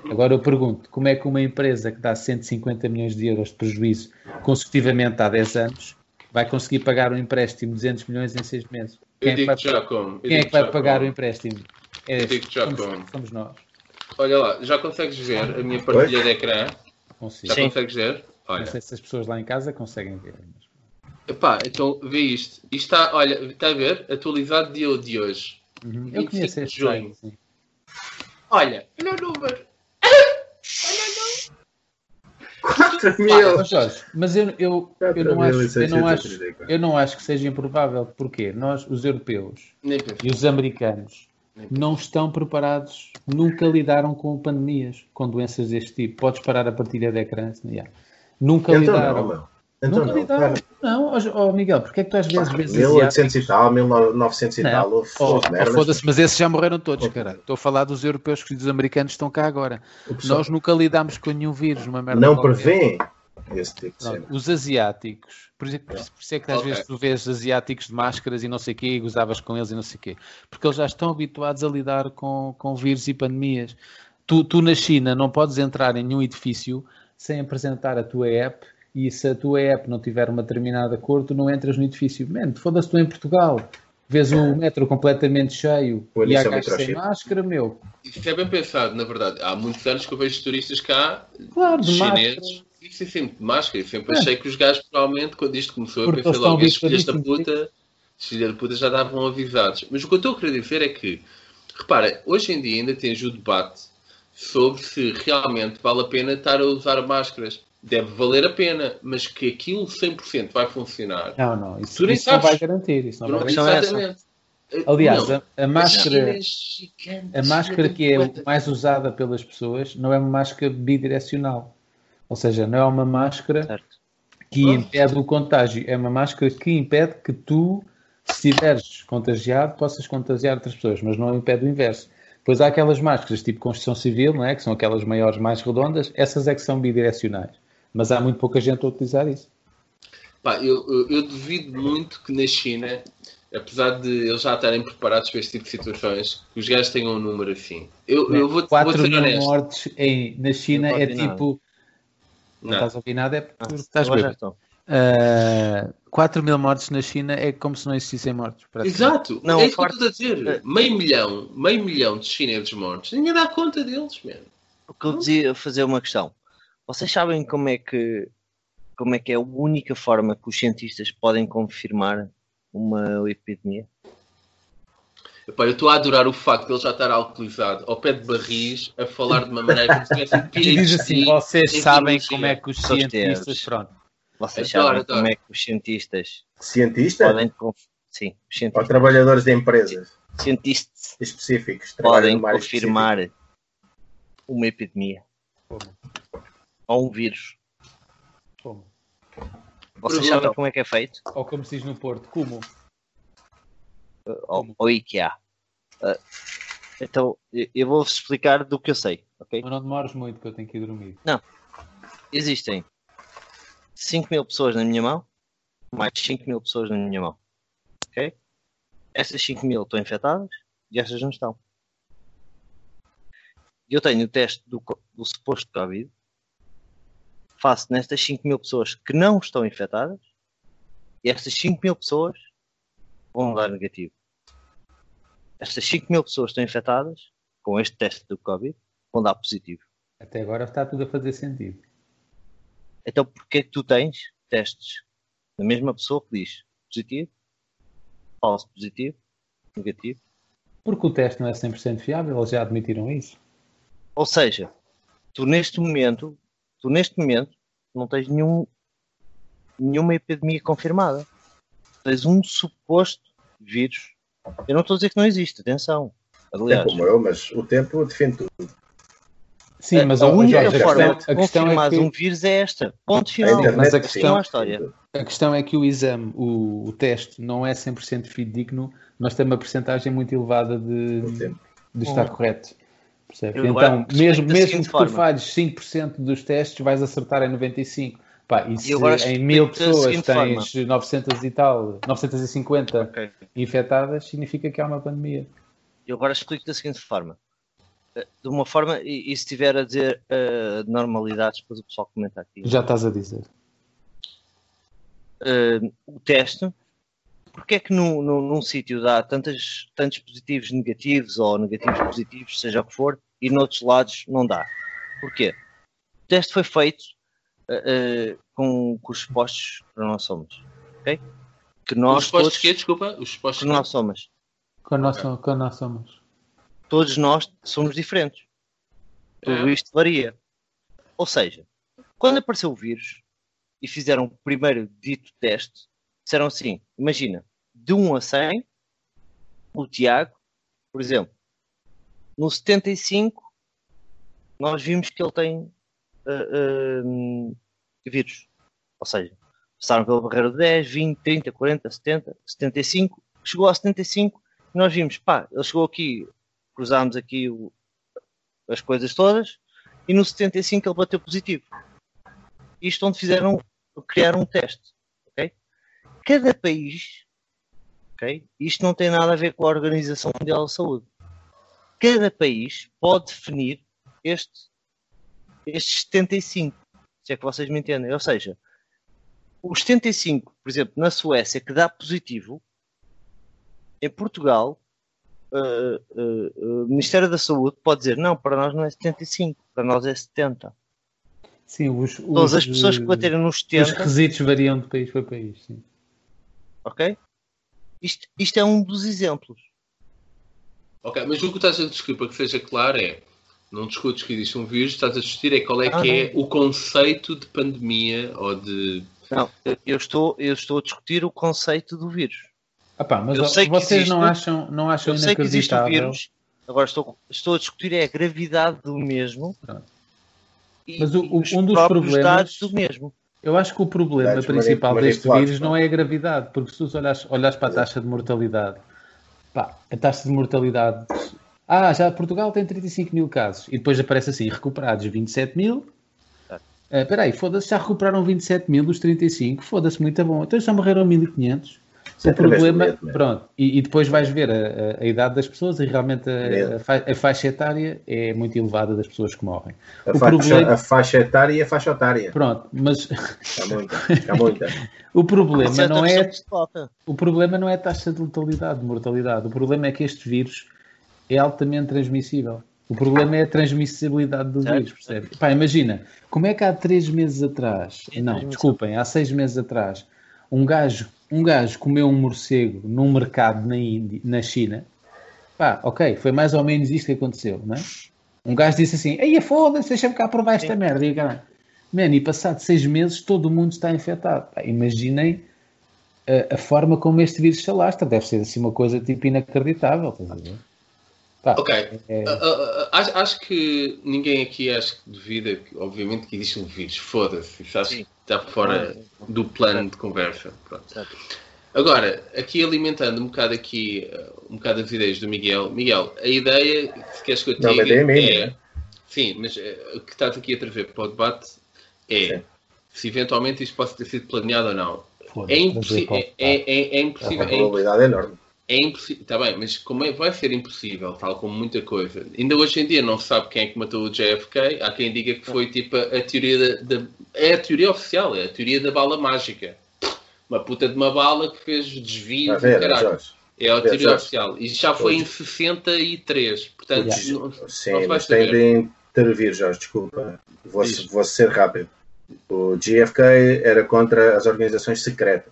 Agora eu pergunto, como é que uma empresa que dá 150 milhões de euros de prejuízo consecutivamente há 10 anos vai conseguir pagar um empréstimo de 200 milhões em seis meses? Quem
Eu
é que vai,
digo já como. eu
quem é que
digo já
vai pagar o
como.
empréstimo? É,
Eu digo já como.
somos, somos nós.
Olha lá, já consegues ver a minha partilha de ecrã?
Consigo.
Já
Sim.
consegues ver?
Não
Olha.
sei se as pessoas lá em casa conseguem ver. mas-
Epá, então vê isto. Isto está, olha, está a ver? Atualizado dia de hoje.
Uhum.
25
Eu
de
conheço este
junho.
site, sim.
Olha, olha o número.
4
Ah,
mil!
mas Jorge, mas eu, eu, eu, não acho, eu, não acho, eu não acho que seja improvável. Porquê? Nós, os europeus
Nem pensei.
e os americanos, não estão preparados, nunca lidaram com pandemias, com doenças deste tipo. Podes parar a partilha de ecrã, se não yeah. Nunca
Então
lidaram.
não, meu. Então
nunca
não,
lidaram.
claro.
Não, ó, ó, Miguel, porque é que tu às vezes vês asiáticos-
1800 e tal, 1900 e
Não.
tal, houve
Oh,
houve
oh,
tipo merdas.
foda-se, mas esses já morreram todos,
Oh.
caralho. Estou a falar dos europeus que dos americanos que estão cá agora.
O pessoal
Nós nunca lidámos com nenhum vírus, uma merda.
não
qualquer.
prevê esse tipo de
Pronto,
cena.
os asiáticos, por exemplo, por isso- por isso é que às
Ok.
vezes tu vês asiáticos de máscaras e não sei o quê, e gozavas com eles e não sei o quê, porque eles já estão habituados a lidar com, com vírus e pandemias. Tu, tu na China não podes entrar em nenhum edifício sem apresentar a tua app e se a tua app não tiver uma determinada cor, tu não entras no edifício. Man, foda-se tu em Portugal. Vês o metro completamente cheio
Põe
e há
isso ao
gajos sem
microchip.
máscara, meu.
Isso é bem pensado, na verdade. Há muitos anos que eu vejo turistas cá,
Claro, de máscara.
chineses, e que sempre de máscara. Eu sempre
É.
achei que os gajos, provavelmente, quando isto começou,
Porque
eu
eles
pensei logo,
estão
estes filhos da
habituadíssimos,
puta, estes filhos da puta já estavam avisados. Mas o que eu estou a querer dizer é que, repara, hoje em dia ainda tens o debate sobre se realmente vale a pena estar a usar máscaras. Deve valer a pena, mas que aquilo 100% vai funcionar.
Não, não, isso,
Tu nem
isso não vai
sabes.
garantir. Isso não
Não,
vai garantir.
questão é essa.
exatamente.
Aliás,
Não,
a, a
a China
máscara.
é gigante,
A máscara que é
gigante.
mais usada pelas pessoas não é uma máscara bidirecional. Ou seja, não é uma máscara
Certo.
que impede o contágio, é uma máscara que impede que tu se estiveres contagiado, possas contagiar outras pessoas, mas não impede o inverso. Depois há aquelas máscaras tipo construção civil, não é? que são aquelas maiores, mais redondas, essas é que são bidirecionais. Mas há muito pouca gente a utilizar isso.
Pá, eu, eu, eu duvido muito que na China, apesar de eles já estarem preparados para este tipo de situações, que os gajos tenham um número assim. Eu, eu vou, vou
4
ser
mil
honesto.
mortes em- na China
Não
é
pode nada.
tipo. Não,
Não.
estás a ouvir nada, é porque estás
Agora Então, já
bêbado.
estão.
4 Ah, mil mortes na China é como se não existissem mortes. praticamente.
Exato,
Não,
é
a
isso que eu
parte-
estou a dizer.
É.
Meio milhão, meio milhão de chineses mortos. Ninguém dá conta deles, mesmo.
O que eu dizia fazer é uma questão. Vocês sabem como é que como é que é a única forma que os cientistas podem confirmar uma epidemia?
Epá, eu estou a adorar o facto de ele já estar alcoolizado ao pé de barris a falar de uma maneira como se tivesse um
E diz assim:
PhD.
vocês
em
sabem
biologia.
como é que os
Só os
cientistas.
teres.
Pronto.
Vocês
Adoro,
sabem
adoro.
como é que os cientistas
Cientista?
podem conf- sim, os
Ou
cientistas,
trabalhadores de empresas
cientistas
específicos? trabalham
podem
numa área
confirmar uma epidemia ou um vírus.
Como?
Vocês
Pergunta.
sabem como é que é feito?
Ou como se diz no Porto, como?
Ou, ou IKEA. Ah, então, eu- eu vou-vos explicar do que eu sei, ok?
Mas não demores muito que eu tenho que ir dormir.
existem 5 mil pessoas na minha mão, mais 5 mil pessoas na minha mão. Ok? Estas 5 mil estão infectadas e estas não estão. Eu tenho o teste do, co- do suposto Covid, faço nestas 5 mil pessoas que não estão infectadas e estas 5 mil pessoas vão dar negativo. Estas 5 mil pessoas estão infectadas com este teste do Covid vão dar positivo.
Até agora está tudo a fazer sentido.
Então porquê que tu tens testes da mesma pessoa que diz positivo, falso positivo, negativo?
Porque o teste não é 100% fiável, eles já admitiram isso.
Ou seja, tu neste momento, tu neste momento não tens nenhum, nenhuma epidemia confirmada. Tens um suposto vírus. Eu não estou a dizer que não existe, atenção.
científica. É
Aliás,
como eu, mas o tempo defende tudo.
Sim, mas
a, a
ó,
única
Jorge,
forma
a
de
questão, a
confirmar
questão é
um
que,
vírus é esta. Ponto
A
final.
internet
mas a é assim.
defende
questão-
tudo.
a história.
a questão é que o exame, o, o teste, não é 100% fidedigno, mas tem uma percentagem muito elevada
O
de,
tempo.
de estar correto. Percebe?
Eu
Então,
agora
mesmo,
respeito da
mesmo
seguinte
que tu
forma.
falhes 5% dos testes, vais acertar em 95%. Pá, e se
agora
em
respeito
mil
da
pessoas
seguinte
tens 900 e tal, 950
Ok.
infectadas, significa que há uma pandemia.
Eu agora explico da seguinte forma. Eh, De uma forma, e, e se tiver a dizer eh, normalidades, depois o pessoal comenta aqui.
Já estás a dizer.
Eh, o teste, porque é que num, num, num sítio dá tantas, tantos positivos negativos ou negativos positivos, seja o que for, e noutros lados não dá? Porquê? O teste foi feito eh, eh, com, com os supostos que nós somos. ok? Que
Os
nós
supostos é
todos,
quê? Desculpa? Os
que
supostos quê?
nós somos.
Quando nós, somos- quando nós somos.
todos nós somos diferentes. Tudo
É.
isto varia. Ou seja, quando apareceu o vírus e fizeram o primeiro dito teste, disseram assim: imagina, de 1 a 100, o Tiago, por exemplo, no 75, nós vimos que ele tem ah, ah, vírus. Ou seja, passaram pela barreira de 10, 20, 30, 40, 70, 75, chegou a 75 e nós vimos, pá, ele chegou aqui, cruzámos aqui o- as coisas todas e no 75 ele bateu positivo. Isto onde fizeram, criaram um teste, ok? Cada país, ok? Isto não tem nada a ver com a Organização Mundial da Saúde. Cada país pode definir este, estes 75, se é que vocês me entendem. Ou seja, os 75, por exemplo, na Suécia, que dá positivo, em Portugal, eh, eh, eh, o Ministério da Saúde pode dizer: não, para nós não é 75, para nós é 70.
Sim, os,
Todas
os-
as pessoas que baterem nos
Os
70,
requisitos variam de país para país. Sim.
ok? Isto, isto é um dos exemplos.
Ok, mas o que estás a desculpa que seja claro é não discutes que existe um vírus, estás a discutir é qual é
Ah,
que é o conceito de pandemia ou de.
Não, eu- eu estou, eu estou a discutir o conceito do vírus.
Ah pá, mas
Eu
ó,
sei que
vocês não
existe-
acham, não acham
Eu sei que existe o
é inacreditável?
vírus, agora estou, estou a discutir é a gravidade do mesmo.
Pronto.
e-
Ah. Mas o-
e
o-
os
um dos
próprios
problemas-
dados do mesmo.
Eu acho que o problema
Dados
principal
manip-
deste
manipulados,
vírus
pá.
não é a gravidade, porque se tu olhas, olhas para a taxa de mortalidade, pá, a taxa de mortalidade. Ah, já Portugal tem 35 mil casos e depois aparece assim: recuperados 27 mil.
É.
Ah, Espera aí, foda-se, já recuperaram 27 mil dos 35, foda-se, muito bom. Então já morreram 1500. O
Sempre mesmo
problema,
É medo, né?
pronto, e, e depois vais ver a, a- a idade das pessoas e realmente a- a, fa- a faixa etária é muito elevada das pessoas que morrem.
A
O
faixa,
problema-
a faixa etária e a faixa otária.
Pronto, mas
Há muita, há muita.
o problema
Certa
não é
versão de Tota.
O problema não é a taxa de letalidade, de mortalidade. O problema é que este vírus é altamente transmissível. O problema é a transmissibilidade do vírus, percebe? Pá, imagina, como é que há três meses atrás, não, desculpem, há seis meses atrás, um gajo, um gajo comeu um morcego num mercado na, Índia, na China, pá, ok, foi mais ou menos isto que aconteceu, não é? Um gajo disse assim, aí foda-se, deixa-me cá provar esta merda, e o caralho. Man, e passado seis meses todo o mundo está infectado. Pá, imaginem a, a forma como este vírus se alastra. Deve ser assim uma coisa tipo inacreditável. Estás a ver? Pá,
Ok,
é-
Ah, ah, ah, acho, acho que ninguém aqui acho que duvida, que, obviamente, que existe um vírus. Foda-se, isso acho
Sim.
que está fora do plano de conversa. Pronto.
Certo.
Agora, aqui alimentando um bocado aqui, ah, um bocado as ideias do Miguel. Miguel, a ideia, se queres que eu te
Não,
diga,
a ideia é minha, né?
Sim, mas eh, o que estás aqui a trazer para o debate é
Sim.
se eventualmente isto possa ter sido planeado ou não.
foda-se,
É,
trazer
impossi
para o-
é, é, é, é
A
impossível. é
probabilidade é enorme.
é impossível, está bem, mas como é- vai ser impossível, tal como muita coisa. Ainda hoje em dia não se sabe quem é que matou o JFK. Há quem diga que foi tipo a, a teoria da, da- É a teoria oficial, é a teoria da bala mágica. Uma puta de uma bala que fez desvio.
Está Tá a ver,
caralho.
Jorge?
é a teoria
Jorge.
oficial. E já foi em 63. Portanto,
Yeah.
não-
Sim,
se vai
mas tem
saber.
de intervir, Jorge, desculpa. Vou,
Diz.
vou ser rápido. O GFK era contra as organizações secretas.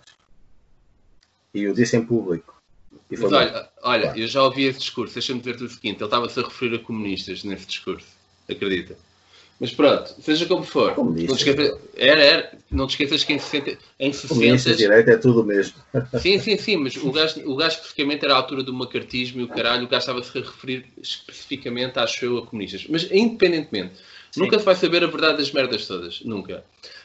E o disse em público. E foi
Mas
bom.
olha, olha, eu já ouvi esse discurso, deixa-me dizer-te o seguinte, ele estava-se a referir a comunistas nesse discurso, acredita. Mas pronto, seja como for,
Comunistas.
não te esqueças, era, era, não te esqueças que em 60, em
Comunista,
60
direita, é tudo o mesmo.
sim, sim, sim, mas o gajo, o gajo especificamente era a altura do macartismo e o caralho, o gajo estava-se a referir especificamente, acho eu, a comunistas. Mas independentemente, nunca se vai saber a verdade das merdas todas, nunca.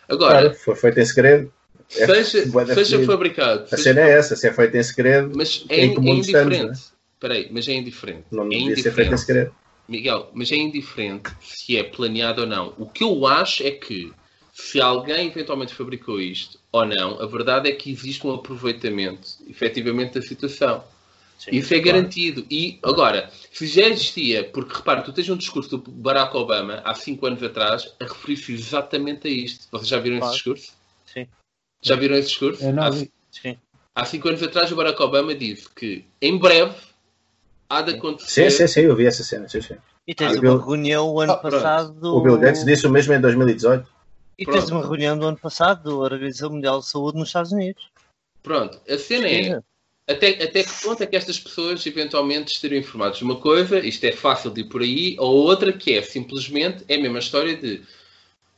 Agora,
Claro, foi feito em segredo. é-
seja,
vai definir.
seja fabricado,
A
seja-
cena é essa, se é feito em segredo,
mas é,
em
in-
que
é
mundo estamos,
indiferente. Espera aí, mas é indiferente.
não
é
devia ser feito em
indiferente.
segredo.
Miguel, mas é indiferente se é planeado ou não. O que eu acho é que se alguém eventualmente fabricou isto ou não, a verdade é que existe um aproveitamento efetivamente da situação. Isso é garantido. E agora, se já existia, porque repara, tu tens um discurso do Barack Obama há cinco anos atrás a referir-se exatamente a isto. Vocês já viram
Claro.
esse discurso?
Sim.
Já viram esse discurso?
Eu não
Há
vi.
Sim.
há cinco anos atrás o Barack Obama disse que em breve há de
Sim,
acontecer.
sim, sim, eu vi essa cena. Sim, sim.
E
Ah,
tens uma
Bill-
reunião o ano
Ah, pronto.
passado do...
O Bill Gates disse o mesmo em 2018.
E
Pronto.
tens uma reunião do ano passado da Organização Mundial de Saúde nos Estados Unidos.
Pronto, a cena é
Pesquisa.
até, até que ponto é que estas pessoas eventualmente estariam informadas de uma coisa, isto é fácil de ir por aí, ou outra que é simplesmente é a mesma história de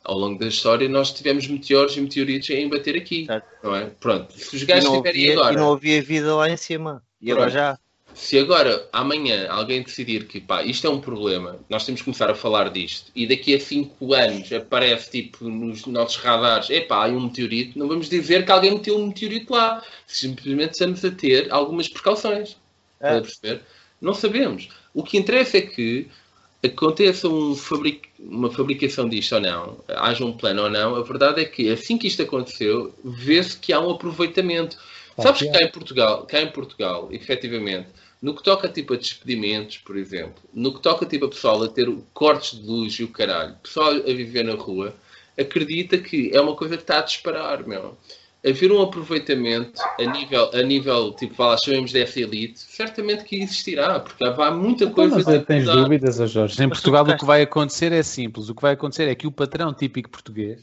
ao longo da história nós tivemos meteoros e meteoritos a embater aqui,
Certo.
não é? Pronto, se os
E
gajos
não,
tiverem
havia, e
agora,
não havia vida lá em cima. E agora
Pronto.
já.
se agora amanhã alguém decidir que pá, isto é um problema, nós temos que começar a falar disto, e daqui a 5 anos aparece tipo nos nossos radares, epá, há um meteorito, não vamos dizer que alguém meteu um meteorito lá, simplesmente estamos a ter algumas precauções.
É.
Estás
É,
a perceber? Não sabemos. O que interessa é que aconteça um fabric- uma fabricação disto ou não, haja um plano ou não, a verdade é que assim que isto aconteceu, vê-se que há um aproveitamento.
Claro
Sabes
que
que cá em Portugal, cá em Portugal, efetivamente, no que toca tipo a despedimentos, por exemplo, no que toca tipo a pessoal a ter cortes de luz e o caralho, pessoal a viver na rua, acredita que é uma coisa que está a disparar, meu haver um aproveitamento a nível, a nível tipo, vá lá, chamemos dessa elite, certamente que existirá, porque há muita
Então,
coisa.
mas
a
tens
mudar.
dúvidas, ó Jorge. Em
Mas tu
Portugal o que
tocaste-
vai acontecer é simples. O que vai acontecer é que o patrão típico português,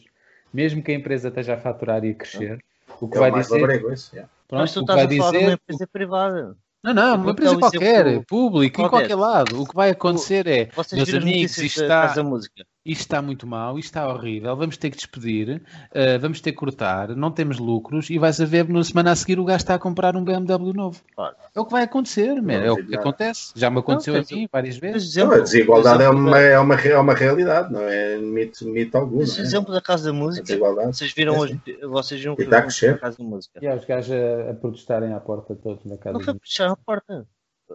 mesmo que a empresa esteja a faturar e a crescer, o que
É
vai
o mais
dizer...
labrego, isso. yeah.
Mas
Pronto,
tu
o que
estás
vai
a falar de uma
dizer...
empresa privada.
Não, não, uma
é
vou
empresa
dar um exemplo
qualquer, público, em
qualquer.
qualquer lado. O que vai acontecer é,
Vocês
meus
viram as
amigos,
notícias
isto
da
está...
Casa Música.
isto está muito mal, isto está horrível, vamos ter que despedir, eh, vamos ter que cortar, não temos lucros e vais a ver na semana a seguir o gajo está a comprar um BMW novo.
Claro.
É o que vai acontecer, man, é o que
claro.
acontece. Já me aconteceu
Não,
a mim várias
Mas
vezes.
Não,
exemplo,
a desigualdade é
exemplo
uma,
da-
é, uma, re- é uma realidade, não é mito, mito algum.
mas
Não é?
exemplo da Casa da
A
Música.
desigualdade.
Vocês viram
É
hoje, vocês viram
E tá a
da
crescer.
Casa da Música.
E há os gajos a, a protestarem à porta todos na casa.
Nunca
do-
fecharam a porta.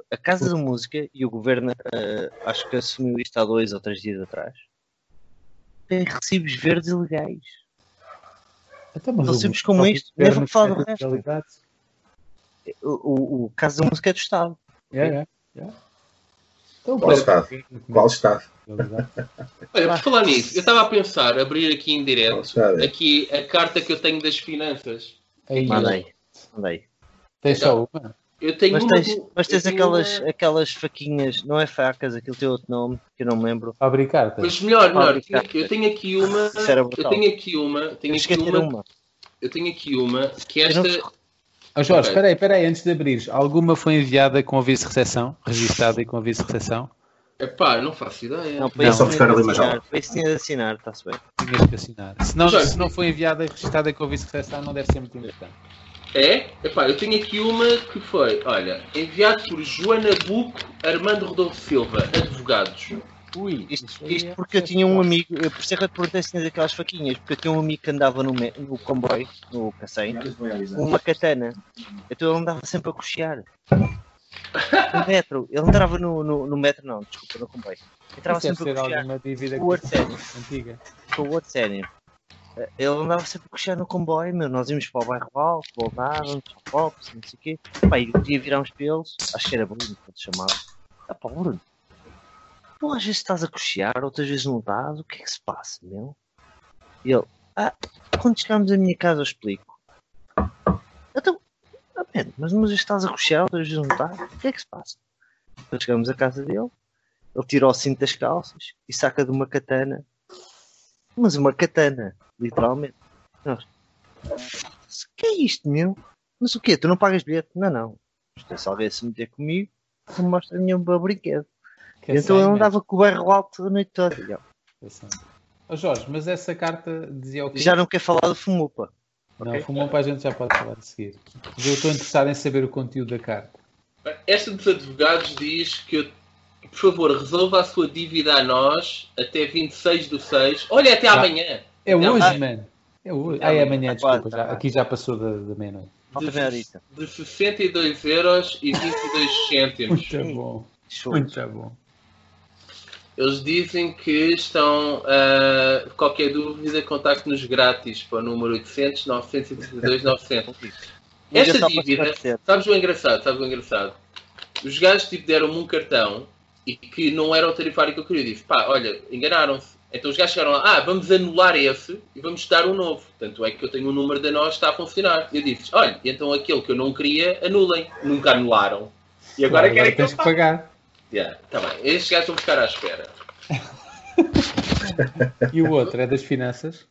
A Casa da Música e o governo, eh, acho que assumiu isto há dois ou três dias atrás, tem recibos verdes ilegais.
Então, mas
Tão
o-
simples como
o
isto,
governo
mesmo fora do
tem
resto.
realidades.
O, o, o Casa da Música é do Estado.
É, é, é. Então,
Qual Estado? Qual Estado?
Olha,
Ah.
por falar nisso, eu estava a pensar abrir aqui em
Qual
direto
Estado? é?
aqui a carta que eu tenho das finanças.
Aí,
Manda aí. Então. Manda aí.
Tens É só uma?
Eu tenho
Mas
uma
tens,
do-
mas
eu
tens
tenho
aquelas,
uma-
aquelas faquinhas, não é facas, aquilo tem outro nome, que eu não me lembro.
Abrir cartas.
Mas melhor, melhor.
Ah,
Eu tenho aqui uma.
Isso era
Eu
brutal.
tenho aqui uma. Tenho
Eu
aqui
cheguei a ter
uma.
uma.
Eu tenho aqui uma que
Eu não-
esta.
Ah,
Ó Jorge,
Ok.
espera aí, espera aí, antes de abrires, alguma foi enviada com aviso de recepção? Registada e com aviso de recepção?
Epá, não faço ideia.
Não,
Não.
para
Só
isso tinha
buscar
de
ali uma
assinar,
jaula.
Para isso tinha de assinar, tá está-se bem.
Tinhas que assinar. Se não,
Jorge.
se não foi enviada e registada com aviso de recepção, não deve ser muito importante.
É? Epá, eu tenho aqui uma que foi, olha, enviado por Joana Buco, Armando Rodolfo Silva, advogados.
Ui,
Isto, isto porque eu tinha um amigo, eu por isso é que eu te perguntei se tinhas aquelas faquinhas, porque eu tinha um amigo que andava no, me- no comboio, no cacém, com uma katana. Então ele andava sempre a cochear. No metro, ele entrava no, no, no metro, não, desculpa, no comboio. Entrava
Isso deve
sempre a
ser
cochear
alguma dívida
O
que
Arsénio.
antiga.
com o outro sério. Eh, Ele andava sempre a cochear no comboio, meu. Nós íamos para o bairro alto, voltávamos, para Pops, não sei o quê. Pá, e um dia virámos para eles, acho que era Bruno, quando chamava. Ah, pá, Bruno, tu às vezes estás a cochear, outras vezes não estás, o que é que se passa, meu? E ele, ah, quando chegarmos à minha casa eu explico. Então, ah, man, mas umas vezes estás a cochear, outras vezes não estás, o que é que se passa? Quando chegamos à casa dele, ele tira o cinto das calças e saca de uma katana mas uma katana, literalmente. Nós, "Foda-se, que é isto, meu? Mas o quê? Tu não pagas bilhete? Não, não. Isto é se alguém se meter comigo, tu me mostra o meu brinquedo.
Que
E então
assim,
ele andava com o bairro alto a noite toda. E eu,
né? Assim. Ó Jorge, mas essa carta dizia o quê?
Já não quer falar do Fumupa.
Não, fumou para a gente já pode falar a seguir. Mas eu estou interessado em saber o conteúdo da carta.
Esta dos advogados diz que, eu- por favor, resolva a sua dívida a nós até 26 do 6. Olha, até amanhã.
É
Não,
hoje,
ah,
mano. É hoje.
Não,
Ah, é amanhã,
tá
desculpa.
quase,
já-
tá
aqui já passou da, da meia-noite.
Falta meia horita.
De 62 euros e 22 cêntimos.
Muito bom.
Show.
Muito bom.
Eles dizem que estão, ah, qualquer dúvida, contacte-nos grátis para o número 800 932
é
900.
Liga
Esta
só para
dívida,
esclarecer.
sabes o engraçado, sabes o engraçado? Os gajos tipo, deram-me um cartão e que não era o tarifário que eu queria. Eu Disse, pá, olha, enganaram-se. Então os gajos chegaram lá, ah, vamos anular esse e vamos dar um novo. Tanto é que eu tenho um número da nós, está a funcionar. E eu disse, olha, então aquele que eu não queria, anulem. Nunca anularam. E agora querem é que eu
tens que pagar.
Yeah, tá bem. Estes gajos vão ficar à espera.
E o outro é das finanças.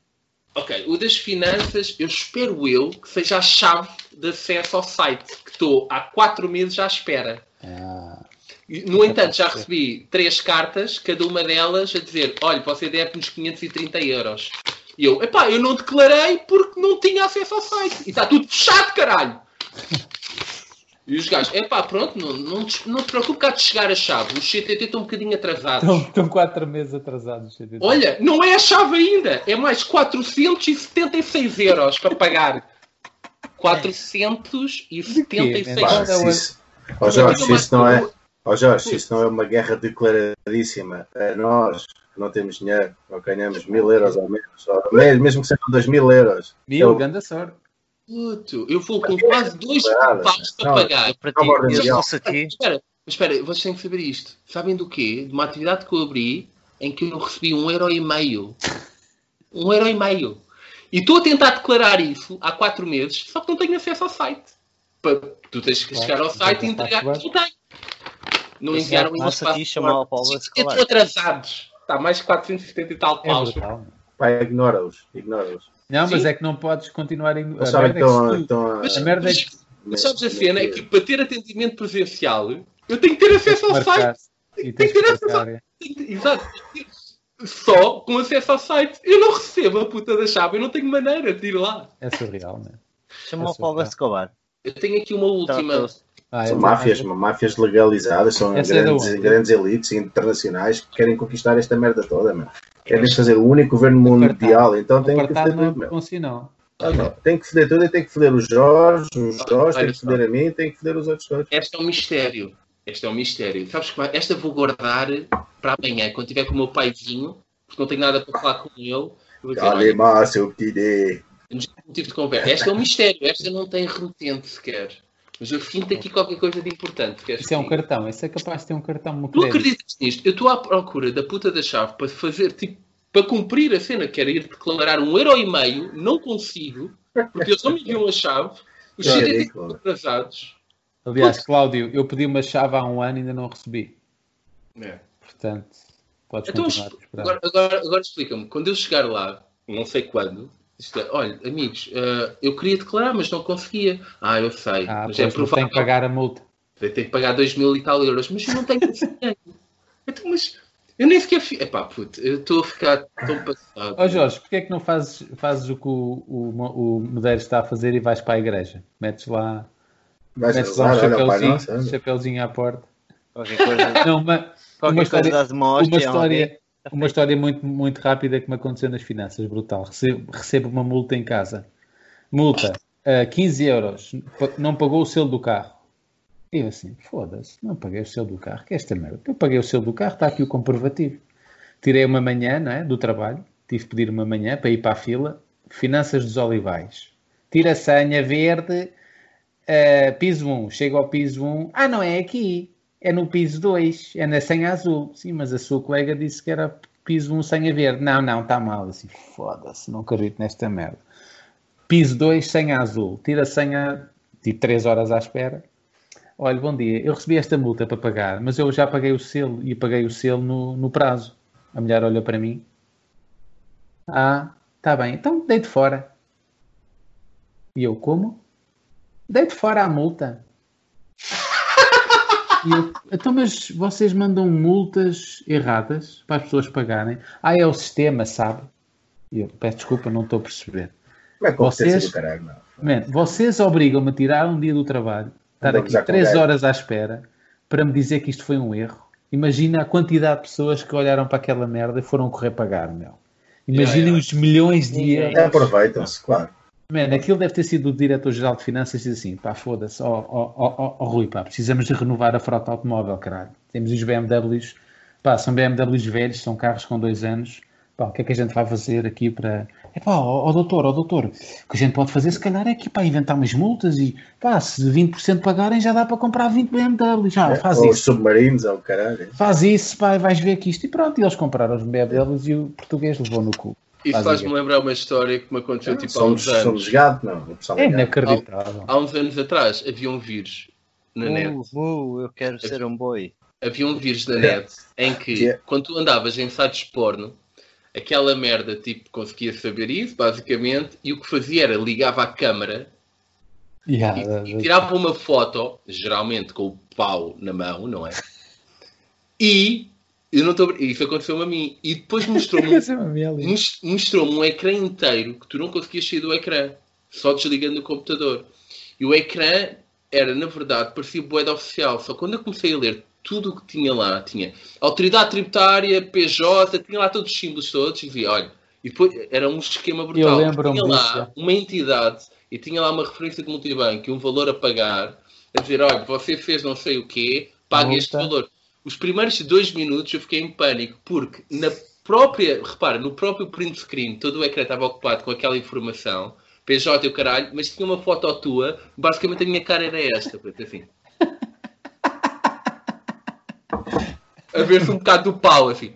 Ok, o das finanças, eu espero eu que seja a chave de acesso ao site, que estou há quatro meses à espera. E, No entanto, já recebi três cartas, cada uma delas a dizer: olha, você deve-nos 530 euros. E eu, epá, eu não declarei porque não tinha acesso ao site. E está tudo fechado, caralho! E os gajos, epá, pronto, não, não, te- não te preocupe que há de chegar a chave. Os CTT estão um bocadinho atrasados.
Estão, estão quatro meses atrasados. CDT.
Olha, não é a chave ainda. É mais 476 euros para pagar.
É.
476.
Pá,
Pá, Qual é
se
o-
isso- Ó Jorge, se isso não é. Ó Jorge, se isso não é uma guerra declaradíssima a nós, que não temos dinheiro, não ganhamos mil euros ao menos, ou mesmo, mesmo que sejam dois mil euros,
Mil,
eu-
grande sorte.
Puto, eu vou com quase dois
Nada,
paus para
não,
pagar.
Para ti,
Não, Borda,
eu
Miguel.
trouxe a ti.
Espera, mas espera, vocês têm que saber isto. Sabem do quê? De uma atividade que eu abri em que eu recebi um euro e meio. Um euro e meio. E estou a tentar declarar isso há quatro meses, só que não tenho acesso ao site. Pa- Tu tens que
Claro,
chegar ao
então
site e
já
entregar
está
o que não tenho. Não
Exato,
enviaram ainda
passa a ti, chama ao Paulo
Sim,
Escolar.
Estão é atrasados. Está mais 470 e tal
É
paus.
brutal. mano.
pá, ignora-os, ignora-os.
Não, mas
Sim.
é que não podes continuar a é
Eles sabem que estão a-
ignorar.
estão a.
Mas-
A merda é
mas-
que
Mas sabes a cena é que para ter atendimento presencial, eu tenho que ter acesso ao site.
marcar e tens
tem
que
que ter
marcar. é.
Exato. só com acesso ao site. Eu não recebo a puta da chave, eu não tenho maneira de ir lá.
É surreal, né?
Chama o Paulo Escobar.
Eu tenho aqui uma
Tá,
Então,
última.
tá-
Ah,
São
é-
máfias, máfias legalizadas, são
Essa é da
grandes,
onde?
grandes elites internacionais que querem conquistar esta merda toda, meu. Querem fazer o único governo mundial, então
O
tem que
apartado
foder
não é
tudo, meu.
pronuncia, não.
Tem que foder tudo e tem que foder os Jorge, os Jorge, tem
olha
que
só.
foder a mim e tem que foder os outros todos.
Este é um mistério. Este é um mistério. Sabes que vai- esta vou guardar para amanhã, quando tiver com o meu paizinho, porque não tenho nada para falar com ele. Eu vou dizer,
Olha,
olha,
Márcio, que ideia.
temos um tipo de conversa. Esta é um mistério, esta não tem remetente sequer. Mas eu sinto aqui qualquer coisa de importante. queres
Isso é um
que- assim.
cartão, isso é capaz de ter um cartão no
Tu
crédito.
acreditas nisto? Eu estou à procura da puta da chave para fazer, tipo, para cumprir a cena que era ir declarar um euro e meio, não consigo, porque eles não me enviam a chave, os
é
Olha,
CDT
Nicola.
estão atrasados.
Aliás, Cláudio, eu pedi uma chave há um ano e ainda não recebi.
É.
Portanto, podes
Então,
continuar a esperar.
Agora, agora- agora explica-me, quando eu chegar lá, não sei quando, isto é, olha, amigos, ah, eu queria declarar, mas não conseguia. Ah, eu sei,
ah,
mas
pois,
é
não tenho
provável.
que pagar a multa.
Tem que pagar 2 mil e tal euros, mas eu não tenho esse dinheiro. Então, mas eu nem sequer. Fi... Epá, puto, eu estou a ficar tão passado.
Ó Jorge, porquê é que não fazes, fazes o que o, o, Mo- o Medeiros está a fazer e vais para a igreja? Metes lá,
Vais
metes lá
rezar, olha
um
o Pai
chapéuzinho,
Nosso. olha.
chapéuzinho à porta.
Qualquer coisa,
Não, uma,
qualquer
história-
coisa das
é
mãos.
um
uma história, uma história muito, muito rápida que me aconteceu nas finanças, brutal. Recebo, recebo uma multa em casa. Multa, ah, 15 euros. Pa- Não pagou o selo do carro. E eu assim, foda-se, não paguei o selo do carro. Que é esta merda? Eu paguei o selo do carro, está aqui o comprovativo. Tirei uma manhã não é, do trabalho, tive de pedir uma manhã para ir para a fila. Finanças dos Olivais. Tira a senha verde, ah, piso 1. Chego ao piso 1. Ah, não é aqui. É no piso 2, é na senha azul. Sim, mas a sua colega disse que era piso 1 senha verde. Não, não, está mal. Assim, foda-se, não acredito nesta merda. Piso 2, senha azul. Tira a senha, tipo 3 horas à espera. Olha, bom dia, eu recebi esta multa para pagar, mas eu já paguei o selo e paguei o selo no, no prazo. A mulher olha para mim. Ah, está bem, então deite fora. E eu, como? Deite fora a multa. E eu, então, mas vocês mandam multas erradas para as pessoas pagarem? Ah, é o sistema, sabe? E eu peço desculpa, não estou a perceber.
Como é que competência
Vocês-
do caralho, não?
Man, vocês obrigam-me a tirar um dia do trabalho, estar
Andamos já
aqui
com
três
gajo.
horas à espera, para me dizer que isto foi um erro. Imagina a quantidade de pessoas que olharam para aquela merda e foram correr pagar, meu. Imaginem
Yeah, yeah.
os milhões de
Yeah,
euros.
É, Aproveitam-se, claro.
Man, aquilo deve ter sido o diretor-geral de finanças diz assim, pá, foda-se, ó ó, ó, ó, ó, Rui, pá, precisamos de renovar a frota automóvel, caralho. Temos os BMWs, pá, são BMWs velhos, são carros com dois anos, pá, o que é que a gente vai fazer aqui para... É pá, ó, ó, doutor, ó doutor, o que a gente pode fazer se calhar é aqui, pá, inventar umas multas e, pá, se 20% pagarem já dá para comprar 20 BMWs, ah, faz
Ou
isso.
os submarinos, ou o caralho.
Faz isso, pá, e vais ver que isto. E pronto, e eles compraram os BMWs e o português levou no cu.
Isso
Faz
faz-me
ideia.
lembrar uma história que me
Ah,
aconteceu tipo, há,
somos,
uns anos,
somos gado, não. um O pessoal
É
é gado.
inacreditável.
há uns anos atrás. Havia um vírus na net.
Uh, uh, eu quero ser um boi.
Havia um vírus na net em que,
Yeah.
quando tu andavas em sites porno, aquela merda tipo conseguia saber isso, basicamente, e o que fazia era ligava à câmara
Yeah,
e, e tirava uma foto, geralmente com o pau na mão, não é? E eu não tô, br- isso aconteceu a mim. E depois mostrou-me
Essa é uma merda.
Mos- mostrou-me um ecrã inteiro que tu não conseguias sair do ecrã, só desligando o computador. E o ecrã era, na verdade, parecia boeda oficial. Só quando eu comecei a ler tudo o que tinha lá, tinha autoridade tributária, PJ, tinha lá todos os símbolos todos, e dizia, olha, e depois era um esquema brutal.
Eu lembro-me
tinha
disso,
lá
já.
uma entidade e tinha lá uma referência de multibanco e um valor a pagar, a dizer, olha, você fez não sei o quê, pague este
Multa.
valor. Os primeiros dois minutos eu fiquei em pânico, porque na própria, repara, no próprio print screen, todo o ecrã estava ocupado com aquela informação, PJ e o caralho, mas tinha uma foto tua, basicamente a minha cara era esta, portanto, assim. A ver-se um bocado do pau, assim.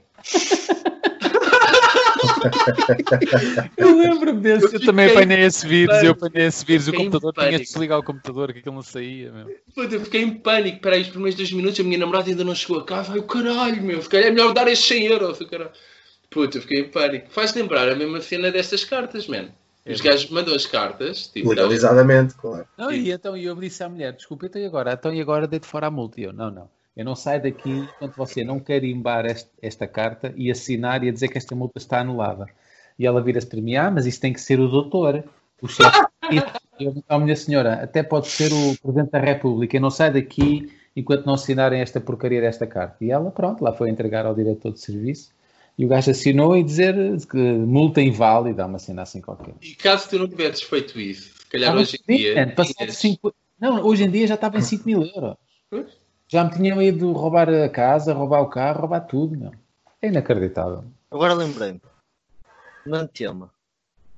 Eu lembro-me desse.
Eu
Eu também
fiquei-
apanhei esse vírus, eu apanhei esse vírus. O
Fiquei em
computador tinha de
pânico.
desligar o computador, que aquilo não saía. Meu.
Puta, eu fiquei em pânico. Peraí, os primeiros dois minutos a minha namorada ainda não chegou a casa. Ai, o caralho, meu. Se calhar é melhor dar estes 100 euros. o Caralho. Puta, eu fiquei em pânico. Faz lembrar a mesma cena destas cartas, mano. Os gajos mandam as cartas. Tipo,
Legalizadamente, claro.
Não, e então e eu disse à mulher: desculpa, então e agora? Então e agora deito fora a multa? E eu: não, não.
Eu não saio daqui enquanto você não carimbar este, esta carta e assinar e a dizer que esta multa está anulada. E ela vira-se para mim, ah, mas isso tem que ser o doutor, o chefe. E eu digo, "Ó, minha senhora, até pode ser o Presidente da República. Eu não saio daqui enquanto não assinarem esta porcaria desta carta. E ela, pronto, lá foi entregar ao diretor de serviço. E o gajo assinou e dizer que multa inválida, uma cena assim qualquer.
E caso tu não tivesses feito isso, se calhar
Estava
hoje em dia.
fodido, mano. Passado
tinhas-
cinco- Não, hoje em dia já estava em 5 mil euros.
Pois.
Já me tinham ido roubar a casa, roubar o carro, roubar tudo, meu. É inacreditável.
Agora lembrei-me. Não tema.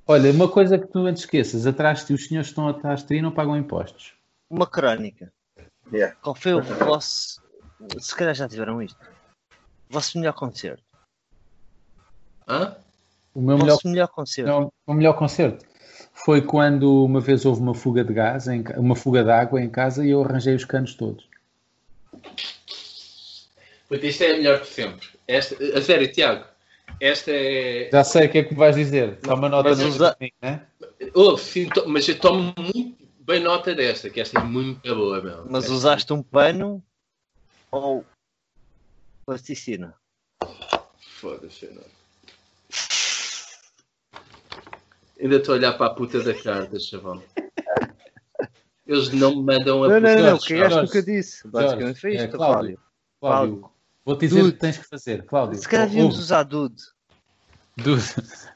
Olha, uma coisa que tu não te esqueças, atrás de ti, os senhores que estão atrás de ti e não pagam impostos.
Uma crónica.
Yeah.
Qual foi o vosso. Se calhar já tiveram isto. O vosso melhor concerto.
Hã?
O meu
O
melhor,
vosso melhor concerto.
não, o melhor concerto foi quando uma vez houve uma fuga de gás, em ca- uma fuga de água em casa e eu arranjei os canos todos.
Puta, isto é melhor que sempre. Esta, a sério, Tiago, esta é.
Já sei o que é que me vais dizer. Toma nota
Mas
disso
usa-
comigo, né?
Oh, sim, to- mas eu tomo muito bem nota desta, que esta é muito boa, meu.
Mas
Esta-
usaste um pano ou plasticina?
Foda-se, não. Ainda estou a olhar para a puta da carta, chavão. Eles não me mandam a
Não,
puta.
não, não,
Jorge,
cagaste no
Jorge,
que eu disse. Basicamente foi
Jorge,
isto,
é,
Cláudio.
Cláudio, vou-te dizer o
Dude.
que tens que fazer, Cláudio.
Se calhar devíamos usar Dude.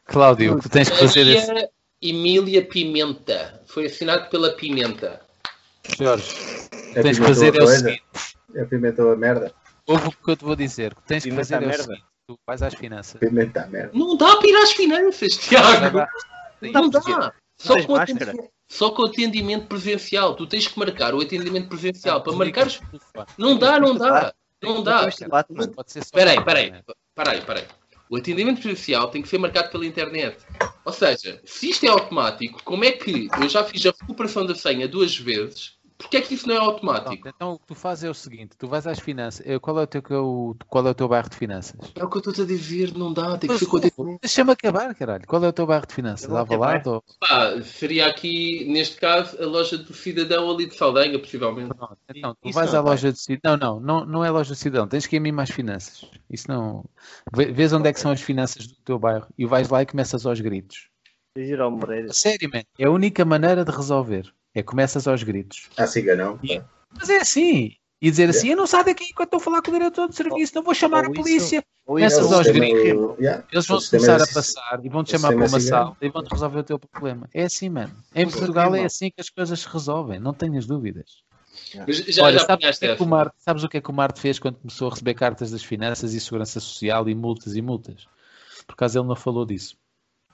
Cláudio, o que tens que fazer é.
Emília, Emília Pimenta. Foi assinado pela Pimenta.
Jorge,
É
tens que
pimentou
fazer
a
é o
coisa,
seguinte.
É pimentou a merda.
Ouve o que eu te vou dizer. O que tens que
Pimenta
fazer é o
merda.
seguinte. Tu vais às finanças.
Pimenta a merda.
Não dá para ir às finanças,
Vai
Tiago.
lá.
Não dá. Só
tens
com,
máscara?
atendimento, só com atendimento presencial. Tu tens que marcar o atendimento
Ah,
presencial. Para marcares. Não dá, não dá. Não dá.
Depois de Batman.
Pode ser só-
Peraí, peraí, peraí, peraí. O atendimento presencial tem que ser marcado pela internet. Ou seja, se isto é automático, como é que eu já fiz a recuperação da senha duas vezes? Porquê é que isso não é automático?
Pronto, então o que tu fazes é o seguinte: tu vais às finanças. eh, Qual é o teu, qual é o teu bairro de finanças?
É o que eu estou a dizer, não dá, tem que ser com atendimento.
Deixa-me acabar, caralho. Qual é o teu bairro de finanças?
Eu não
Lá
tenho
lado ou...
Pá, seria aqui, neste caso, a loja do cidadão ali de Saldanha, possivelmente.
Pronto, Então, tu
Isso
vais
não
à
vai.
loja do cidadão. Não, não, não, não é loja do cidadão. Tens que ir a mim mais finanças. Isso não. Vê- Vês onde é que são as finanças do teu bairro e vais lá e começas aos gritos.
Dizer ao Moreira.
A Sério, man. É a única maneira de resolver. É começas aos gritos.
Ah, siga não.
Mas é assim. E dizer assim, eu não saio daqui enquanto estou a falar com o diretor de serviço, não vou chamar a
ou isso- um
polícia.
Ou
Peças
É o
aos
sistema-
gritos.
Yeah.
Eles vão
o sistema
começar
é
a
assim.
passar e vão-te
o
chamar para
sistema
uma
é assim,
sala e vão-te resolver o teu problema. É assim, mano. Em Portugal é
irmão.
assim que as coisas se resolvem, não tenhas dúvidas.
Mas já,
Olha,
já
sabes, o
apanhaste
que é que o
essa.
Marte, sabes o que é que o Marte fez quando começou a receber cartas das finanças e segurança social e multas e multas? Por acaso ele não falou disso.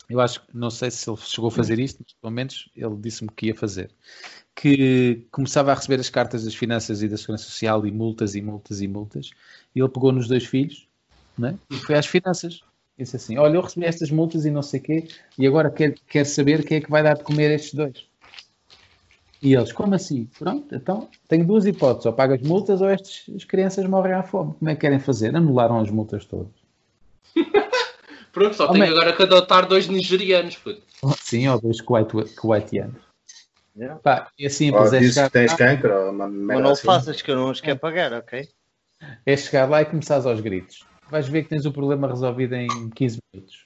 Eu acho que não sei se ele chegou a fazer isto, mas pelo menos ele disse-me que ia fazer. Que começava a receber as cartas das finanças e da segurança social e multas e multas e multas. E ele pegou nos dois filhos né? e foi às finanças. Disse assim: Olha, eu recebi estas multas e não sei o quê, e agora quero, quero saber quem é que vai dar de comer estes dois. E eles, como assim? Pronto, então tenho duas hipóteses, ou pago as multas ou estas as crianças morrem à fome. Como é que querem fazer? Anularam as multas todas.
Pronto, só
Oh,
tenho
man.
agora que adotar dois nigerianos, puto.
Sim, ou dois kuwait- kuwaitianos.
Yeah.
Pá, é
Ou
simples, é
Oh, dizes
chegar,
que tens
lá,
cancro ou uma
Mas
merda
não
assim.
faças que eu não os quero pagar, ok?
é chegar lá e começares aos gritos. Vais ver que tens o problema resolvido em 15 minutos.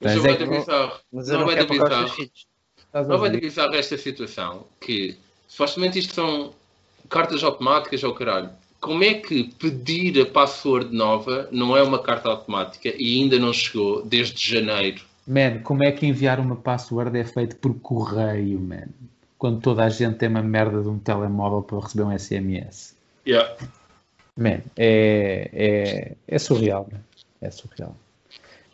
Mas
Tens
eu vou
é que-
te avisar.
Mas eu
Não
não,
vai
quero pagar os
duvidar.
teus filhos.
Estás
Não
aos
vai
gritos.
divisar esta situação que supostamente isto são cartas automáticas ao caralho. Como é que pedir a password nova não é uma carta automática e ainda não chegou desde janeiro?
Man, como é que enviar uma password é feito por correio, man? Quando toda a gente tem uma merda de um telemóvel para receber um SMS.
Yeah.
Man, é, é, é surreal, man. É surreal.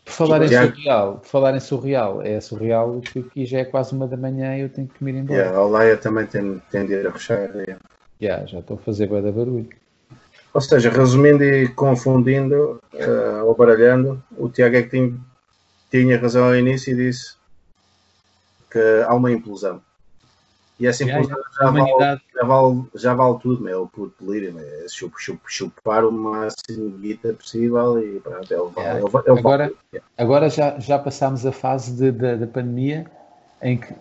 Por falar, em
Tiago.
surreal, por falar em surreal, é surreal que aqui já é quase uma da manhã e eu tenho que me ir embora.
Yeah, a Olaia também tem, tem de ir a fechar. yeah.
Yeah, já estou a fazer bué da barulho.
Ou seja, resumindo e confundindo eh, ou baralhando, o Tiago é que tinha, tinha razão ao início e disse que há uma implosão. E essa
Yeah,
implosão
A
já, vale,
humanidade,
já, vale, já vale tudo, meu, o puto delírio, meu. É chup, chup, chupar o máximo de guita possível e pronto, ele vale.
Yeah.
ele vale- ele
Agora-
vale.
agora já, já passámos a fase de- da- da pandemia em que.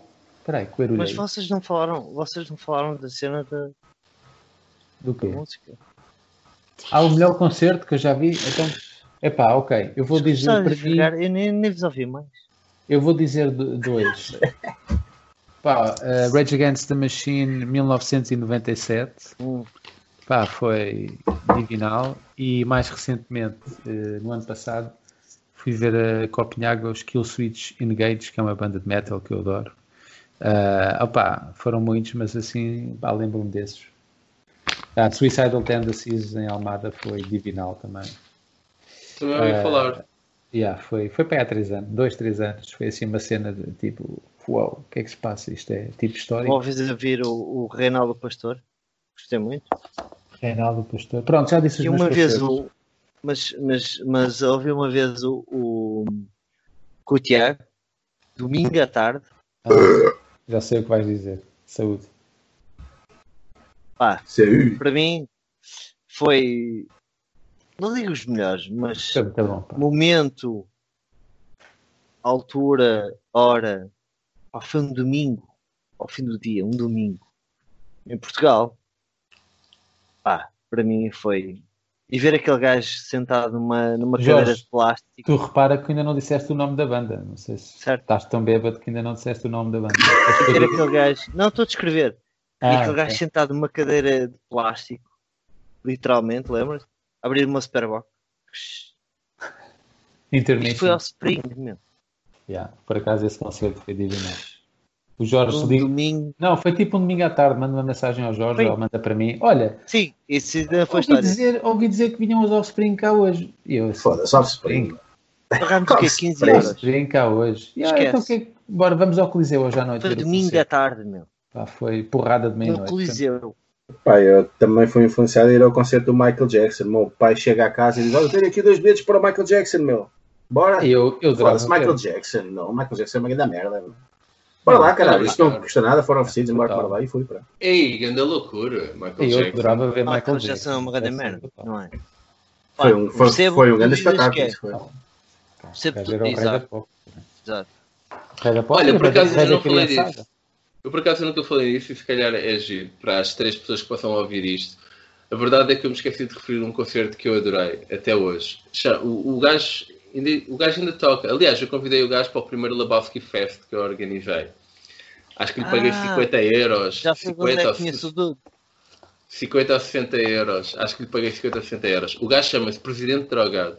Peraí, que barulho
Mas
é esse?
vocês não falaram, vocês não falaram da cena da
um
Do quê?
música.
Há o melhor concerto que eu já vi. Então, epá, ok. Eu vou dizer
Só
para
de
mim.
jogar, eu nem, nem vos ouvi mais.
Eu vou dizer do- dois. Pá, eh, Rage Against the Machine 1997.
Hum.
Pá, foi divinal. E mais recentemente, eh, no ano passado, fui ver a Copenhaga os Kill Switch Engage, que é uma banda de metal que eu adoro. Ah, opá, foram muitos, mas assim, pá, lembro-me desses. Ah, Suicidal Tendencies em Almada foi divinal também.
Também ouvi
Eh,
falar.
Yeah, foi, foi para aí há três anos, dois, três anos. Foi assim uma cena de tipo, uau, o que é que se passa? Isto é tipo histórico.
Ouvis a vir o, o Reinaldo Pastor. Gostei muito.
Reinaldo Pastor. Pronto, já disse os
E
meus
uma vez
parceiros.
o. Mas, mas, mas ouvi uma vez o, o, com o Tiago, domingo à tarde,
Ah, já sei o que vais dizer. Saúde.
Sei.
para mim foi. Não digo os melhores, mas
Está muito Tá bom. pá.
momento, altura, hora. Pá, foi um domingo, ao fim do dia, um domingo, em Portugal. Pá, para mim foi. E ver aquele gajo sentado numa, numa
Jorge,
cadeira de plástico,
Tu repara que ainda não disseste o nome da banda. Não sei se
certo?
estás tão bêbado que ainda não disseste o nome da banda.
Ver aquele gajo. Não, estou a descrever. E
Ah,
aquele gajo sentado numa cadeira de plástico, literalmente, lembras? Abrir uma Superbox. Isto foi ao
Intermission.
Spring, meu.
Yeah, Por acaso esse concerto foi divino. O Jorge
Um
liga-
domingo.
Não, foi tipo um domingo à tarde. Manda uma mensagem ao Jorge
Foi.
ou manda para mim. Olha,
Sim, isso ainda foi
ouvi
história.
dizer, ouvi dizer que vinham os Offspring cá hoje. E eu assim,
Foda-se, Offspring.
Pagámos o quê? 15
Claro,
euros.
Offspring cá hoje. E, ah,
Esquece.
então o que é que- Bora, vamos ao Coliseu hoje à noite.
Foi
ver o
domingo à
concerto.
tarde, meu.
Pá, foi porrada de
No
meia-noite.
Coliseu.
Pai, eu também fui influenciado a ir ao concerto do Michael Jackson. Meu pai chega a casa e diz: Olha, eu tenho aqui dois bilhetes para o Michael Jackson, meu. Bora.
Eu, eu adorava
Foda-se,
ver.
Michael Jackson. Não, Michael Jackson é uma grande merda, meu. Bora lá, caralho. Isto não custa nada. Foram oferecidos, embora para lá e fui para.
Ei, grande loucura, Michael
Eu
Jackson.
adorava ver
Ah,
Michael
já
Jackson.
são uma grande
Deve ser
merda,
brutal.
não é?
Foi um, foi,
percebo
foi um
o
grande
que dizes
espetáculo.
que é.
isso foi.
Percebo
Quer
tudo,
dizer, um o Rei da
exato,
Pop. né?
exato.
Rei da Pop
Olha,
e o
por
Rei da-
acaso
Rei
eu não
da
falei
Criançada.
Eu por acaso nunca falei nisso e se calhar é giro para as três pessoas que possam ouvir isto. A verdade é que eu me esqueci de referir um concerto que eu adorei até hoje. Cha- O, o, gajo, ainda, o gajo ainda toca. Aliás, eu convidei o gajo para o primeiro Lebowski Fest que eu organizei. Acho que lhe paguei
Ah,
50 euros.
Já sei quando
50
é
ou
que conheço o
60
Dudu.
50 ou 60 euros. Acho que lhe paguei 50 ou 60 euros. O gajo chama-se Presidente Drogado.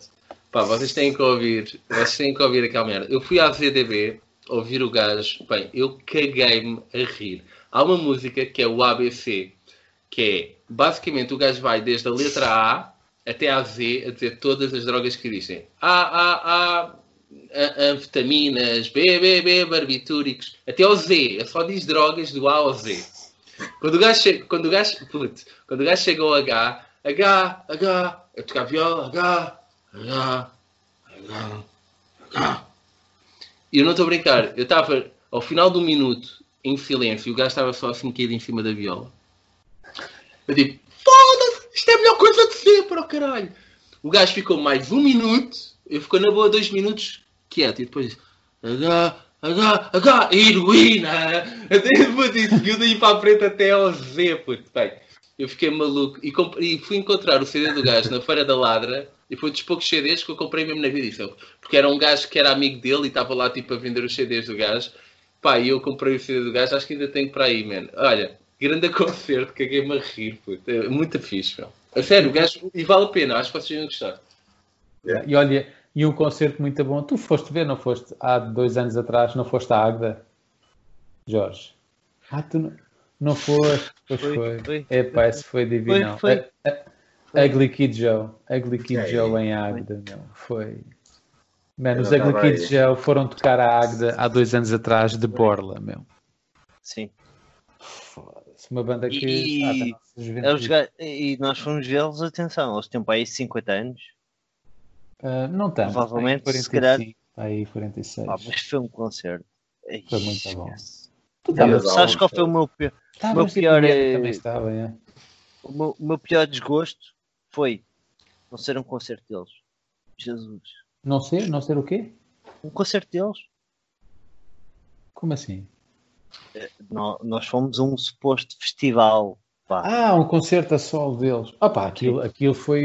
Pá, vocês têm que ouvir. Vocês têm que ouvir aquela merda. Eu fui à VDB ouvir o gajo. Bem, eu caguei-me a rir. Há uma música que é o ABC, que é basicamente o gajo vai desde a letra A até à Z a dizer todas as drogas que existem. A, A, A, a- anfetaminas, B, B, B, barbitúricos, até ao Z. Só diz drogas do A ao Z. Quando o gajo chega, quando o gajo, puto, quando o gajo chega ao H, H, H, a tocar viola, H, H, H, H. E eu não estou a brincar, eu estava ao final do minuto em silêncio, e o gajo estava só assim caído em cima da viola. Eu digo, foda-se, isto é a melhor coisa de sempre, oh caralho. O gajo ficou mais um minuto, eu ficou na boa dois minutos quieto, e depois H, H, H, heroína! Até depois disso, eu daí para a frente até ao Z, puto. Bem, eu fiquei maluco e, comp- e fui encontrar o CD do gajo na Feira da Ladra e foi dos poucos CDs que eu comprei mesmo na vida, isso, porque era um gajo que era amigo dele e estava lá tipo a vender os CDs do gajo. Pá, e eu comprei o CD do gajo, acho que ainda tenho para aí, mano. Olha, grande concerto, caguei-me a rir, puto. É muito fixe, meu. A sério, o gajo, e vale a pena, acho que vocês iam gostar.
E olha, e um concerto muito bom. Tu foste ver, não foste? Há dois anos atrás, não foste à Águeda? Jorge. Ah, tu não, não foste? Pois
Foi,
foi.
foi.
Epá, esse foi divino.
Foi, foi.
A- a- Ugly Kid Joe. Ugly Kid
Ei.
Joe em Águeda, meu. Foi. Mano,
Eu
os
não tava
Ugly Kid
aí.
Joe foram tocar à Águeda há dois anos atrás de Borla, meu.
Sim.
Foda-se, Uma banda que.
E-
Ah, da nossa
É os
juventude.
ga- E nós fomos vê-los, atenção, eles têm para aí 50 anos.
Ah, não tanto.
Provavelmente,
tem
se calhar-
45, Aí 46.
Pá, mas foi um concerto. Ai,
Foi muito bom.
esquece.
Tu
Estavas
estavas-
lá,
Sabes
um-
qual foi o meu pior?
estavas
meu pior
de-
é-
Também estava, é.
O meu, o meu pior desgosto foi não ser um concerto deles. Jesus.
Não ser? Não ser o quê?
Um concerto deles.
Como assim?
Nó- Nós fomos a um suposto festival Pá,
Ah, um concerto a solo deles. Ah pá, aquilo, aquilo foi.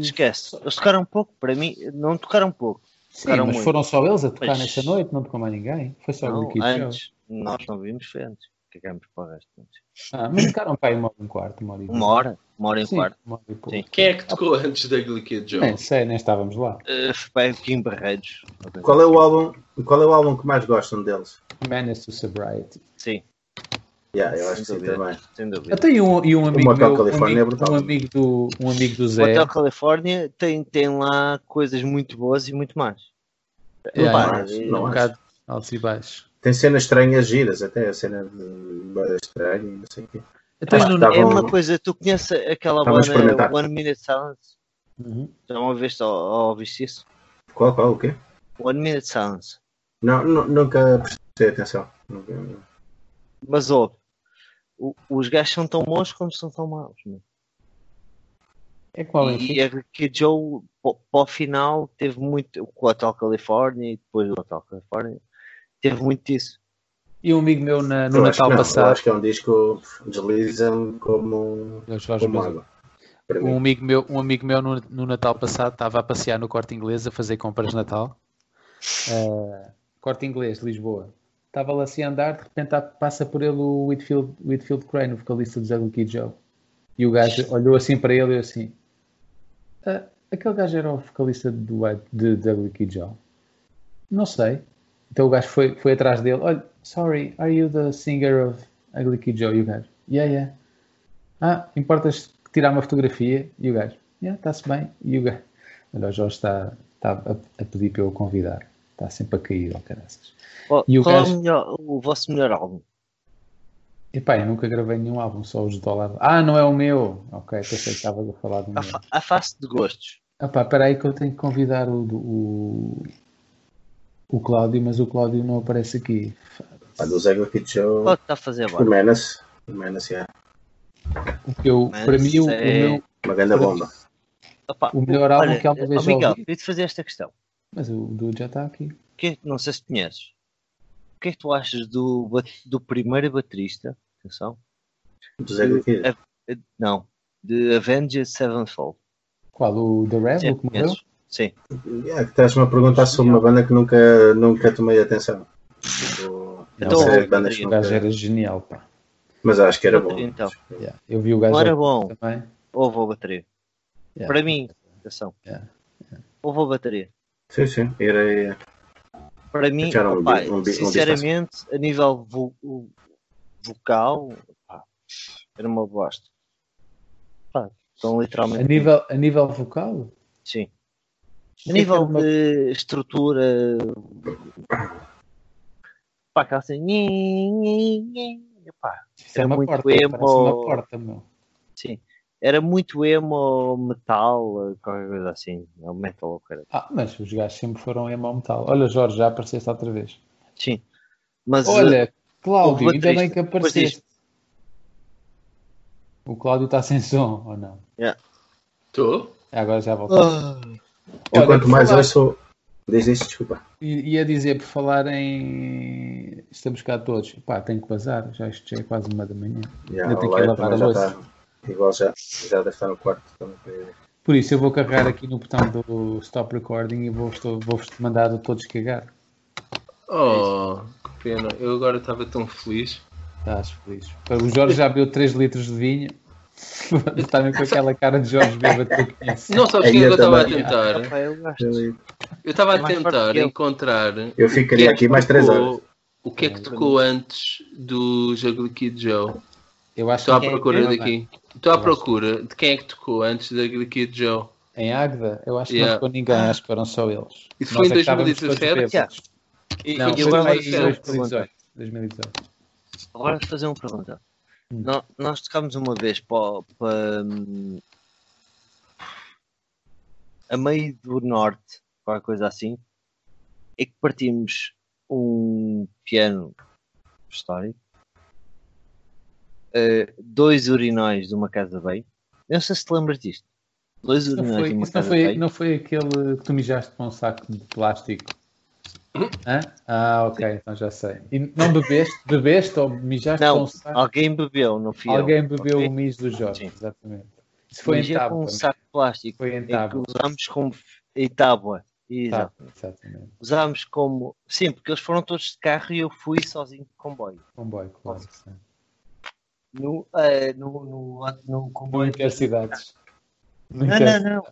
esquece. Eles tocaram um pouco, para mim, não tocaram pouco.
Sim,
tocaram
mas
muito.
foram só eles a tocar
Mas-
nessa noite, não tocou mais ninguém. Foi só o
é
Não,
Liquid Show.
antes, nós não vimos, foi antes. Cagamos para o resto.
Uhum.
Ah, mas tocaram para aí uma hora e um quarto, uma hora e
Uma hora, uma hora e um
Sim,
quarto.
uma hora e pouco.
Sim.
Quem é que tocou antes da Glicked Joe?
Nem sei, nem estávamos lá.
Eh, Foi para o Kim Barreiros.
Qual é o álbum, qual é o álbum que mais gostam deles?
Menace to Sobriety.
Sim,
Yeah, eu acho que
Sem
sim
dúvida.
também.
sem dúvida.
Até e um, e um amigo
Motel
meu, um
Califórnia é
amigo,
brutal.
um amigo do, um amigo do
O
é-
Zé.
Hotel Califórnia tem, tem lá coisas muito boas e muito más.
É,
Pá,
não acho,
e-
um
não acho.
bocado altos e baixos.
Tem cenas estranhas giras, até a cena de estranha, não sei o quê.
Então,
Acho
e
que
um
no-
tá bom.
É uma coisa, tu conheces aquela
Estava a experimentar.
banda One Minute Silence?
Uhum.
Já uma vez só ou ouviste isso?
Qual, qual, o quê?
One Minute Silence.
Não, nu- nunca prestei atenção. Nunca-
Mas ouve, o- os gajos são tão bons como são tão maus. meu.
É qual é?
E é que Joe, para o final, teve muito. Com o Hotel Califórnia e depois do Hotel Califórnia, teve muito isso.
E um amigo meu na- no
Eu acho que
Natal
não, Eu
passado.
acho que é um disco desliza-me
é
como,
Eles fazem
como
coisa-
água. Para
Um
mim.
amigo meu, um amigo meu no, no Natal passado estava a passear no Corte Inglês a fazer compras de Natal. Eh,
Corte inglês, Lisboa. Estava lá assim a andar, de repente tá- passa por ele o Whitfield, Whitfield Crane, o vocalista do Ugly Kid Joe. E o gajo olhou assim para ele e eu assim. "Ah, aquele gajo era o vocalista do White- de de Ugly Kid Joe. Não sei. Então o gajo foi, foi atrás dele. Olha, sorry, are you the singer of Ugly Kid Joe? E o gajo, yeah, yeah. Ah, importas tirar uma fotografia? E o gajo, yeah, está-se bem. E o gajo, olha, o Jorge está, está a, a pedir para eu o convidar. Está sempre a cair, ó caraças.
Qual,
E o
qual é
gajo-
o, melhor- o vosso melhor álbum?
Epá, eu nunca gravei nenhum álbum, só os dólares. Ah, não é o meu! Ok, pensei que estava a falar do
A,
meu.
Tá fa- a face de gostos.
Epá, espera aí que eu tenho que convidar o, do- o, o Cláudio, mas o Cláudio não aparece aqui.
Um
A do Zego Kid Show,
Qual é que está a fazer
o
agora?
Menace. O Menace, yeah.
O que eu,
Mas
para mim, o, o
é-
meu.
Uma grande bomba.
Opa,
O melhor álbum que alguma vez
ó,
já
Miguel,
ouvi.
queria te fazer esta questão.
Mas o Dude já está aqui.
Que, não sei se conheces. O que é que tu achas do, ba- do primeiro baterista? Atenção.
Do Zego Kid.
Eh, Não. De Avengers Sevenfold.
Qual? O The Rev,
Já
É, o que morreu?
conheces? Sim.
Yeah, que estás-me a perguntar sobre uma banda que nunca, nunca tomei atenção. Tipo,
Então,
não sei,
eu
bandas que
queria-
O
nunca-
gajo era genial, pá.
Mas acho que era bom.
Então,
Yeah, Eu vi o gajo
não era
ao-
bom.
também.
Houve a bateria.
Yeah.
Para mim, atenção.
Yeah,
Houve a bateria.
Sim, sim. Era, é.
Para mim,
Cara, um
opá,
bi- um bi- um
sinceramente, a nível vo- o- vocal, opá, era uma bosta. Pá, Então,
A
literalmente.
nível, a nível vocal?
Sim.
Sim,
A nível
era uma-
de estrutura. Pá, aquela assim. nhi, nhi, nhi, pá,
Isso é
era
uma
muito
porta,
emo.
parece uma porta, meu.
sim. Era muito emo, metal, qualquer coisa assim. É um metal ou caralho.
Ah, mas os gajos sempre foram emo metal. Olha, Jorge, já apareceste outra vez.
assim. Sim. Mas eh,
Olha, Cláudio,
o
ainda bem
baterista,
que apareceste. O Cláudio está sem som, ou não?
Estou?
Agora já voltou.
ah,
Eu
Olha,
quanto
por
mais
falar-
ouço. Diz isto, desculpa.
I- Ia dizer, por falar em... Estamos cá todos. Pá, tenho que bazar. Já isto já é quase uma da manhã.
Yeah,
Eu tenho
o
que ir
Leia
lavar a
também já
louça.
está- Igual já, já deve estar no quarto. Então, também para ir.
Por isso, eu vou carregar aqui no botão do Stop Recording e vou-vos vou mandar a todos cagar.
Oh, que pena. Eu agora estava tão feliz.
Estás feliz. O Jorge já bebeu 3 litros de vinho. Está mesmo com aquela cara de Jorge bêbado que eu conheço.
Não sabes
Aí
quem é que
eu
eu estava a
também.
tentar?
pá, eu gosto.
Eu estava
É
a
mais
tentar
forte que eu.
encontrar.
Eu
o que é
ficaria
que
aqui mais três
tipo-
tocou-
horas.
O que é que tocou antes do Juggly Kid Joe?
Eu acho
Estou à
que é
procura
Não,
daqui. Estou à procura de quem é que tocou antes da Glicky Joe.
Em Águeda, eu acho que
Yeah.
não ficou ninguém, acho que foram só eles.
Isso
Nós
foi em
é que estávamos todos
2017?
bêbados.
E-
Não,
e
foi
agora
para aí
vou
em
fazer uma
2018. 2018.
Agora vou fazer uma pergunta.
Hum.
Nó- Nós tocámos uma vez para, para, hum, a meio do norte, qualquer coisa assim, é que partimos um piano histórico, eh, dois urinóis de uma casa bem. Eu não sei se te lembras disto. Dois
Não
urinóis
foi,
de uma
isso não é?
casa
foi,
bem.
não foi aquele que tu mijaste para um saco de plástico
Hã? Ah, ok, então já sei. E não bebeste? Bebeste ou mijaste com
Não,
um saco?
alguém bebeu, não fui eu,
Alguém bebeu
um
ok?
o mijo do Jorge,
Sim.
exatamente. Isso foi em
Mijei
tábua.
com um
né?
saco de plástico
Foi em
em que
tábua.
usámos como f- em tábua. Exato.
Tá,
Tábua, exatamente.
Usámos como. Sim, porque eles foram todos de carro e eu fui sozinho de comboio.
Comboio, claro. sim.
No, eh, no, no, no
Não
comboio.
intercidades. Um Não,
Não,
inter-
não, não.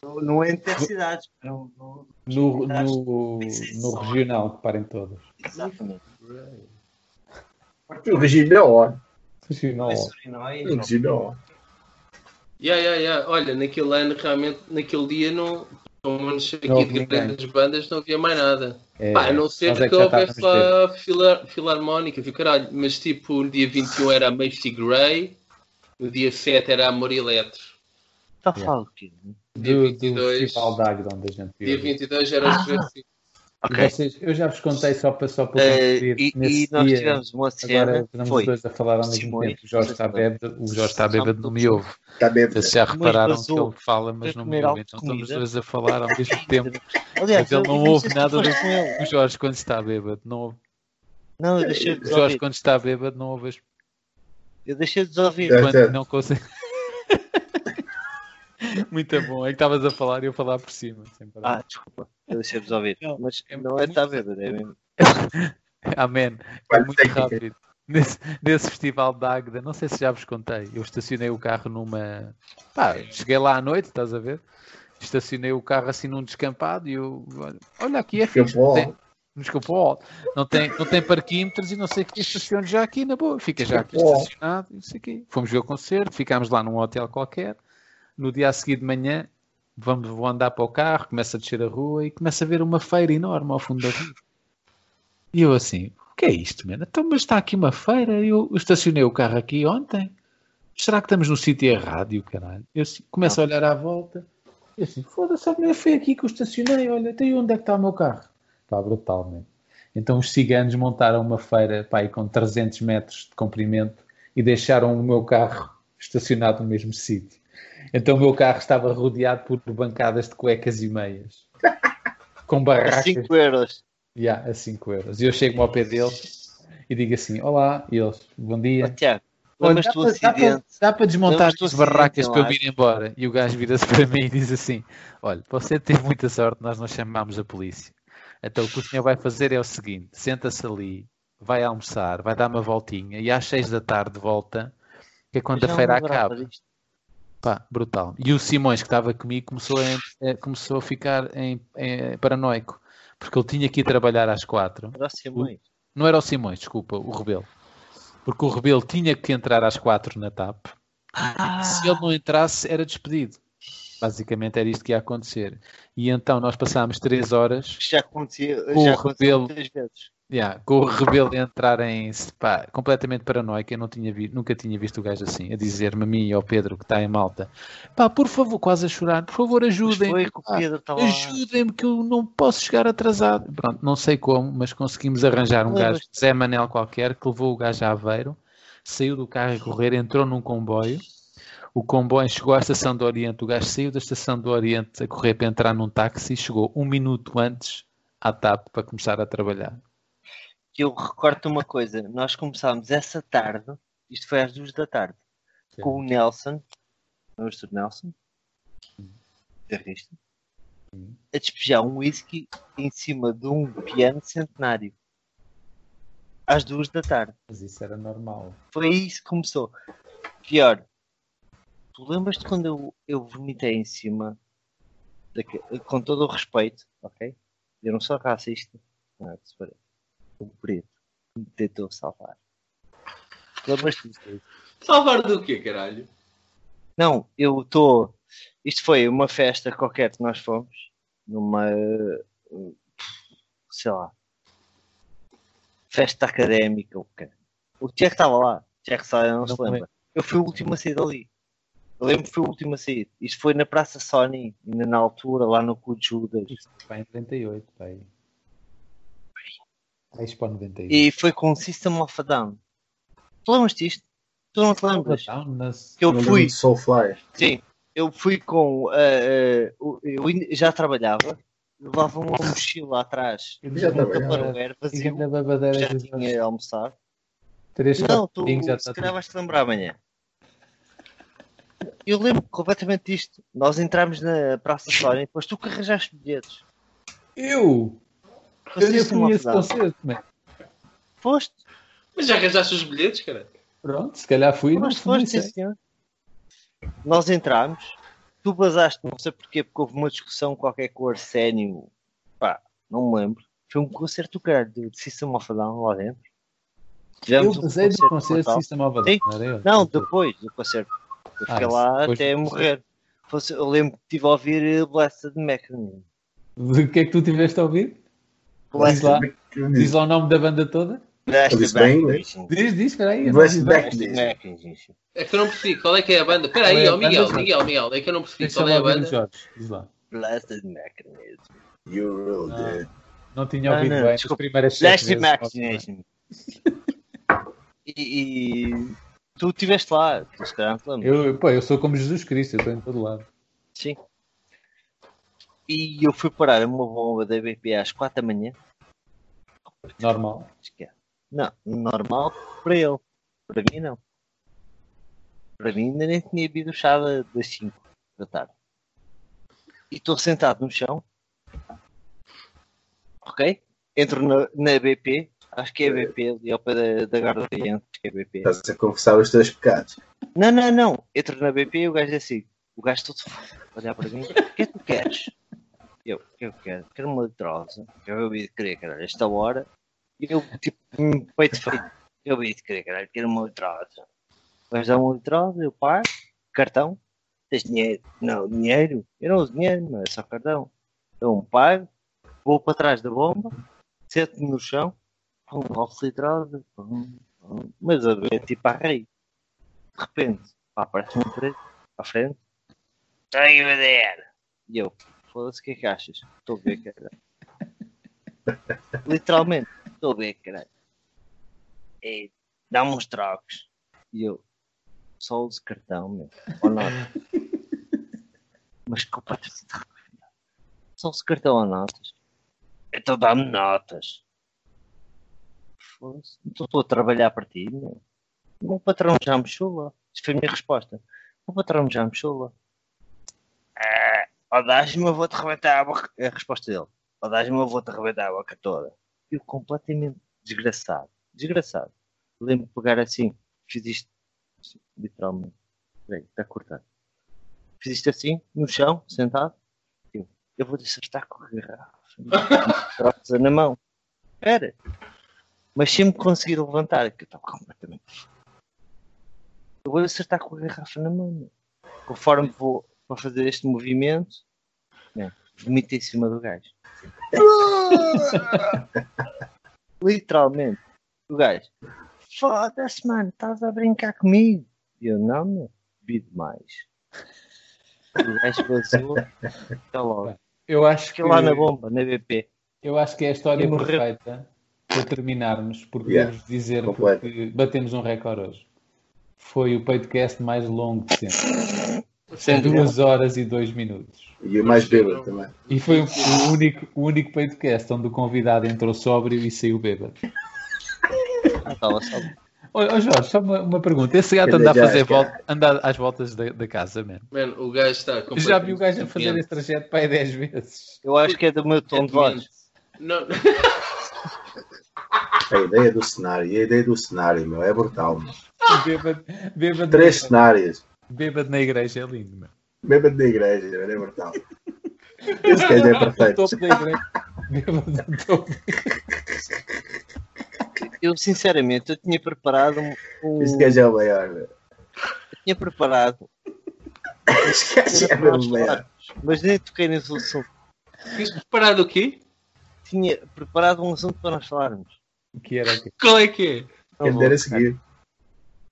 No, no Intercidades. No, no,
No, no,
é
no regional que parem todos.
exatamente.
O Regime é ótimo.
Regional.
Oh.
Foi Sorinói,
O Regime é ótimo.
Yeah, yeah, yeah. Olha, naquele ano, realmente, naquele dia, não, pelo menos aqui
Não houve
de
ninguém.
grandes bandas, não havia mais nada.
É,
Pá, a não ser
nós é
que,
que já
houvesse
estávamos
lá a fila- Filarmónica, viu, caralho. Mas tipo, no dia 21 era a Macy Gray, no dia 7 era a Amor Eletro,
Está a falar o quê?
dia
do, do
22.
Festival de Agda, onde a gente
dia
viu.
22 era os Jurassic.
Ok.
Vocês- eu já vos contei só para só para
Eh,
concluir,
e,
nesse
e nós
dia-
tivemos uma
Agora
cena.
estamos
Foi.
os dois a falar ao mesmo
Simões,
tempo. O Jorge
não
está
sei se lembra.
bêbado, o Jorge está bêbado, não me ouve.
Está bem.
Vocês já repararam que
vazou.
ele fala, mas
Quer
não
comer
me
algo
ouve.
de
Então estamos os
comida?
dois a falar ao mesmo tempo.
Aliás,
Mas ele
eu-
não
eu
ouve
sei
nada
se
do
tu foste com ele.
O Jorge, quando está bêbado, não ouve.
Não, eu deixei de
O Jorge,
ouvir.
quando está bêbado, não ouve. as-
Eu deixei de ouvir.
É
Quando
certo.
não consegue. Muito bom. É que estavas a falar e eu a falar por cima. sem parar.
Ah, desculpa, eu deixei-vos ouvir.
Não,
mas
é
não é
muito-
estar bêbado, é mesmo.
Amém. É
Olha,
muito
técnica.
rápido. Nesse, nesse festival da Águeda, não sei se já vos contei, eu estacionei o carro numa. Pá, cheguei lá à noite, estás a ver? Estacionei o carro assim num descampado e eu. olha- Olha aqui, é fixe.
Descampou.
não tem- Não escapou, não tem, não tem parquímetros e não sei o que, estaciono já aqui na boa, fica já aqui
Descapou.
estacionado e não sei o quê. Fomos ver o concerto, ficámos lá num hotel qualquer, no dia a seguir de manhã, vamos, vou andar para o carro, começo a descer a rua e começo a ver uma feira enorme ao fundo da rua. E eu assim, o que é isto, mano? Então, mas está aqui uma feira, eu estacionei o carro aqui ontem. Será que estamos no sítio errado e o caralho? Eu assim, começo a olhar à volta. Eu assim, foda-se, olha, foi aqui que eu estacionei, olha, até onde é que está o meu carro? Está brutal, mano. Então os ciganos montaram uma feira, pá, aí com 300 metros de comprimento e deixaram o meu carro estacionado no mesmo sítio. Então o meu carro estava rodeado por bancadas de cuecas e meias. Com barracas
5 euros.
Ya, a 5 euros. E eu chego-me ao pé deles e digo assim: Olá, e eles,
Ó,
bom dia.
Tiago,
Olha,
lembras do
dá para- dá para-
acidente?
Dá para desmontar
Lembras-te do
as barracas
acidente
para eu
lá?
vir embora? E o gajo vira-se para mim e diz assim: Olha, você teve muita sorte, nós não chamámos a polícia. Então o que o senhor vai fazer é o seguinte: senta-se ali, vai almoçar, vai dar uma voltinha e às 6 da tarde volta, que é quando
Já
a feira
me lembrava
acaba.
disto.
Pá, brutal. E o Simões, que estava comigo, começou a, a- começou a ficar em, em- paranoico, porque ele tinha que ir trabalhar às quatro.
Era o Simões.
Não era o Simões, desculpa, o Rebelo. Porque o Rebelo tinha que entrar às quatro na TAP. E se ele não entrasse, era despedido. Basicamente era isto que ia acontecer. E então nós passámos três horas
Já aconteceu,
O
já aconteceu
Rebelo.
muitas vezes.
yeah, com o Rebelo a entrar em pá, completamente paranoico. Eu não tinha vi- nunca tinha visto o gajo assim, a dizer-me a mim e ao Pedro que está em malta: pá, por favor, quase a chorar, por favor,
Mas
ajudem.
foi que o Pedro estava lá.
Ajudem-me que eu não posso chegar atrasado. Pronto, não sei como, mas conseguimos arranjar um gajo,
Lembras-te?
Zé Manel qualquer, que levou o gajo a Aveiro, saiu do carro a correr, entrou num comboio. O comboio chegou à estação do Oriente, o gajo saiu da estação do Oriente a correr para entrar num táxi e chegou um minuto antes à TAP para começar a trabalhar.
que eu recordo uma coisa, nós começámos essa tarde, isto foi às duas da tarde,
Sim.
com o Nelson, não do Nelson, guitarrista, a despejar um whisky em cima de um piano centenário. Às duas da tarde.
Mas isso era normal.
Foi aí que começou. Pior, tu lembras-te quando eu, eu vomitei em cima, daque- com todo o respeito, ok? Eu não sou racista, não é que se pareça. O preto que me tentou salvar. Lembras-te disso?
Salvar do quê, caralho?
Não, eu estou. Isto foi uma festa qualquer que nós fomos, numa. uh, sei lá. festa académica. O, que... o Tiago estava lá, o Tiago Sá não,
Não
se lembra. Eu fui o último a sair dali. Eu lembro que fui o último a sair. Isto foi na Praça Sony, ainda na altura, lá no cu de Judas.
Isto vai em 98, pá. aí. Aí Expo 98.
E foi com o System of a Down. Tu lembras-te disto? Tu não te lembras?
Então, na-
Que eu
Não lembro
fui.
de Soulfly.
uh, Sim, eu fui com. ah, ah, o- eu ainda- já trabalhava levavam uma mochila atrás.
Já
Um
também,
tupperware vazio.
na babadeira
Já
dos
tinha de almoçar.
três
Não, tu
sapinhos, já tá
se
está
calhar vais-te lembrar amanhã. Eu lembro completamente disto. Nós entramos na Praça Sónia e depois tu que arranjaste bilhetes.
Eu! Eu nem
Fazeste uma
fui a esse
afedada.
concerto, man.
Foste,
Mas já arranjaste os bilhetes, cara?
Pronto, se é? calhar fui. não
foste,
fui,
foste, sim
sei.
senhor. Nós entramos, tu basaste, não sei porquê, porque houve uma discussão qualquer com o Arsénio. Pá, não me lembro. Foi um concerto do caralho de System of a Down lá dentro.
Eu
Tivemos um
basei do concerto
brutal.
de System of a
Sim.
Down, era eu.
Não, depois do concerto. Eu
Ah,
fiquei
isso,
lá
depois
até
do
morrer. Fosse- Eu lembro que estive a ouvir eh, Blasted Mechanism.
O que é que tu tiveste a ouvir? Diz lá, diz lá o nome da banda toda.
Blasted
Isso bem,
Mechanism.
Diz, diz, espera aí. eu não
Blessed
diz-
Back
Blasted
Days.
Mechanism.
É que eu não percebi. Qual é que é a banda? Espera
Qual
aí,
é a
ó Miguel,
banda?
Miguel, Miguel. É que eu não percebi.
Deixa
Qual é
lá
a
ouvir o
banda?
Jorge. Diz lá.
Blasted Mechanism.
You will
Ah.
do.
Não tinha
É. Ah,
ouvido
não,
bem as
desculpa.
primeiras sete
Blasted
vezes.
Mechanism. E, e tu estiveste lá, tu se calhar não te lembras.
Eu, pô, eu sou como Jesus Cristo, eu estou em todo lado.
Sim. E eu fui parar a uma bomba da BP às 4 da manhã.
Normal.
Esquece. Não, normal para ele. Para mim, não. Para mim, ainda nem tinha bebido chá da- das 5 da tarde. E estou sentado no chão. Ok? Entro na, na BP. Acho que é a BP ali ao pé da, da Guarda Oriente. Acho que é a BP.
Estás a confessar os teus pecados.
Não, não, não. Entro na BP e o gajo é assim. O gajo todo a olhar para mim. O que é que tu queres? Eu, o que eu quero? Quero uma litrosa. Eu ouvi de querer, caralho, esta hora. E eu, tipo, um peito feito. Eu ouvi de querer, caralho, quero uma litrosa. Vais dar uma litrosa, eu paro. Cartão. Tens dinheiro? Não, dinheiro. Eu não uso dinheiro, mas é só cartão. Eu me pago. Vou para trás da bomba. Sento-me no chão. Pum, roço litrosa. Pum, pum. Mas a ver, tipo, a rei de repente, pá, aparece um preto à frente. Tenho a ideia. E eu, foda-se, o que é que achas? Estou a ver, caralho. Literalmente, estou a ver, caralho. E É, dá-me uns trocos. E eu, só uso cartão, meu. Ou nada. Mas completamente arrependido. Só uso cartão ou notas. Então dá-me notas. Foda-se, não estou a trabalhar para ti, meu. O meu patrão já me chula. Isto foi a minha resposta. O meu patrão já me chula. Ah, ou dás-me, eu vou-te arrebentar a boca. É a resposta dele. Ou dás-me, eu vou-te arrebentar a boca toda. Eu completamente desgraçado. Desgraçado. Lembro de pegar assim. Fiz isto. assim, Literalmente. Peraí, está cortado. Fiz isto assim, no chão, sentado. Eu, eu vou-te acertar com a garrafa. Troca na mão. Era. Mas sempre consegui levantar, que eu estava completamente eu vou acertar com a garrafa na mão. meu. Conforme vou para fazer este movimento, né, vomito em cima do gajo. Literalmente. O gajo, foda-se, mano, estás a brincar comigo. E eu, não, meu, bebi demais. O gajo vazou, está logo.
Eu acho que,
Fiquei lá na bomba, na BP.
eu acho que é a história
E morreu.
perfeita para terminarmos, porque
Yeah,
devo dizer
completo.
porque batemos um recorde hoje. Foi o podcast mais longo de sempre. Tem duas horas e dois minutos.
E o mais bêbado também.
E foi o, o único, o único podcast onde o convidado entrou sóbrio e saiu bêbado.
Não estava só.
Ô ô, Jorge, só uma, uma pergunta. Esse gato
Ele
anda a
já
fazer
quer.
volta, anda às voltas da, da casa, man.
Mano, o gajo está
Eu
completamente...
Já vi o gajo a fazer
demente.
esse trajeto para aí 10 vezes.
Eu acho que é do meu tom de voz.
Não,
A ideia do cenário. E a ideia do cenário, meu. É brutal. meu.
Bêbado, bêbado,
Três cenários.
bêbado na igreja é lindo, meu.
Bêbado da igreja, meu. É brutal. Esse gajo é
No
perfeito.
topo da igreja. Bêbado no topo.
Eu, sinceramente, eu tinha preparado um- um.
Esse gajo é o maior, meu.
tinha preparado.
Esse gajo é mesmo o maior.
Mas nem toquei nesse assunto.
Tens preparado o quê?
Tinha preparado um assunto para nós falarmos.
Que era o quê?
Qual é que é?
Não
Quem
vou,
dera seguir.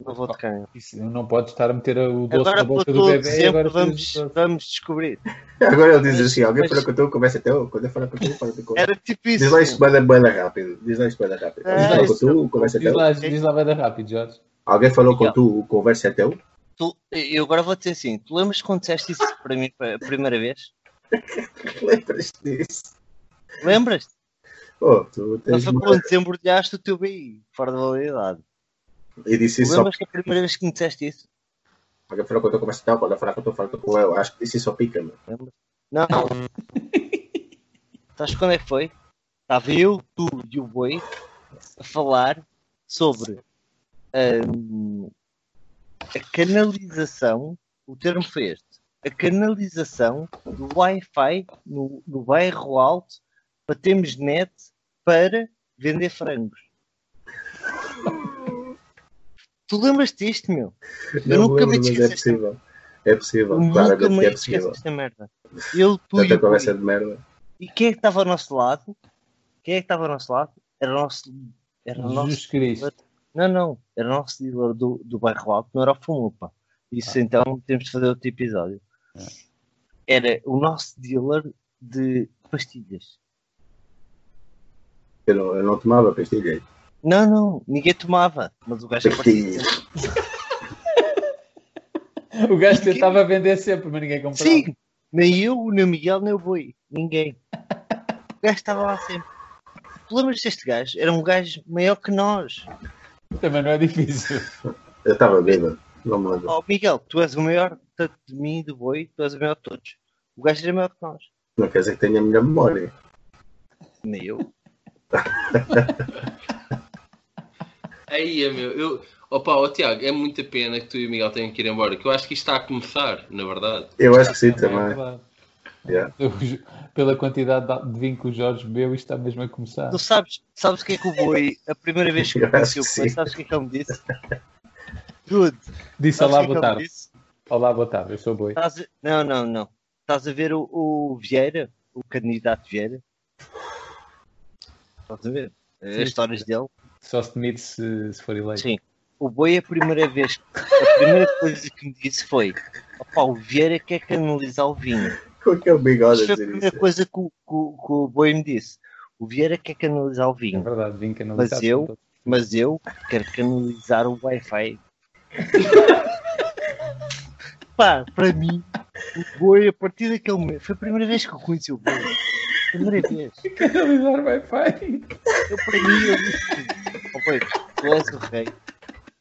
não vou tocar.
Isso, não podes estar a meter o doce
Agora
na
para
boca do
todo
bebê e
sempre
agora
vamos,
tens o doce.
vamos descobrir.
Agora ele diz assim: alguém
Mas-
fala contigo, começa até eu. Quando eu falar contigo, fala contigo.
Era tipo isso.
Diz lá isso banda banda rápido. Diz lá isso banda rápido.
É,
Alguém falou com
isso.
tu, conversa
Diz
teu.
lá, diz lá, vai dar rápido, Jorge.
Alguém falou com tu, o conversa é teu.
Tu- eu agora vou dizer assim: tu lembras quando disseste isso para mim a primeira vez?
Lembras-te disso?
Lembras-te?
Oh, tu
Não
tens
foi
uma...
quando desembrulhaste o teu BI, fora da validade.
Eu disse isso só
Lembras-te da primeira vez que me disseste isso?
porque fora que eu estou com tal, quando fora que eu estou falando com eu, acho que disse isso só pica, meu.
Não. Sabes quando é que foi? Estava eu, tu e o boi a falar sobre hum, a canalização, o termo foi este, a canalização do Wi-Fi no, no bairro alto para termos net para vender frangos. Tu lembras-te disto, meu? Eu
Não
nunca me
lembro, mas é
esqueci esta
possível. É possível,
eu nunca
claramente
me
que é
esqueço
possível.
desta merda. Eu, tu e
Tanta
o
conversa
Rui.
de merda.
E quem é que estava ao nosso lado? Quem é que estava ao nosso lado? Era o nosso. Era o nosso
Jesus Cristo.
não, não. Era o nosso dealer do, do bairro alto, não era o Fumupa. Isso então temos de fazer outro episódio. Era o nosso dealer de pastilhas.
Eu não, eu não tomava pastilha.
Não, não, ninguém tomava, mas o gajo
Pastilha.
aparecia.
O gajo tentava vender sempre, mas ninguém comprava.
Sim, nem eu, nem o Miguel, nem o Boi, ninguém. O gajo estava lá sempre. Tu lembras deste gajo? Era um gajo maior que nós.
Também não é difícil.
Eu estava bêbado. Não me lembro.
Oh, Miguel, tu és o maior tanto de mim e do boi, tu és o maior de todos. O gajo era maior que nós.
Não quer dizer que tenha a melhor memória.
Nem eu.
Aí é meu. Eu... Opa, ó Tiago, é muita pena que tu e o Miguel tenham que ir embora, que eu acho que isto está a começar, na verdade.
Eu acho que sim
É
também.
verdade.
Yeah.
Eu- Pela quantidade de- de vinho que o Jorge bebeu, isto está mesmo a começar.
Tu sabes, sabes o que é que o boi, a primeira vez que
Eu
eu
acho
conheci o
que
boi,
sim.
sabes o que é que ele me disse? Dude,
Disse
sabes
olá,
o que Ah. é
boa
que ele me
tarde.
disse?
Olá, boa tarde, eu sou boi.
Estás a- Não, não, não. Estás a ver o, o Vieira, o candidato Vieira? Estás a ver?
Sim.
As histórias dele.
Só se demite se, se for eleito.
Sim. O boi, a primeira vez, a primeira coisa que me disse foi: opá, o Vieira quer canalizar o vinho.
Com aquele bigode a
Isto foi a
dizer
primeira
isso.
coisa que, o- que o que o Boi me disse. O Vieira quer canalizar o
É
vinho,
verdade, vinho
Mas
canalizado.
eu- mas eu quero canalizar o Wi-Fi. Pá, para mim, o Boi, a partir daquele momento, foi a primeira vez que eu conheci o Boi. Primeira vez.
Canalizar Wi-Fi.
Eu, para mim, eu disse: oh, Boi, tu és o rei.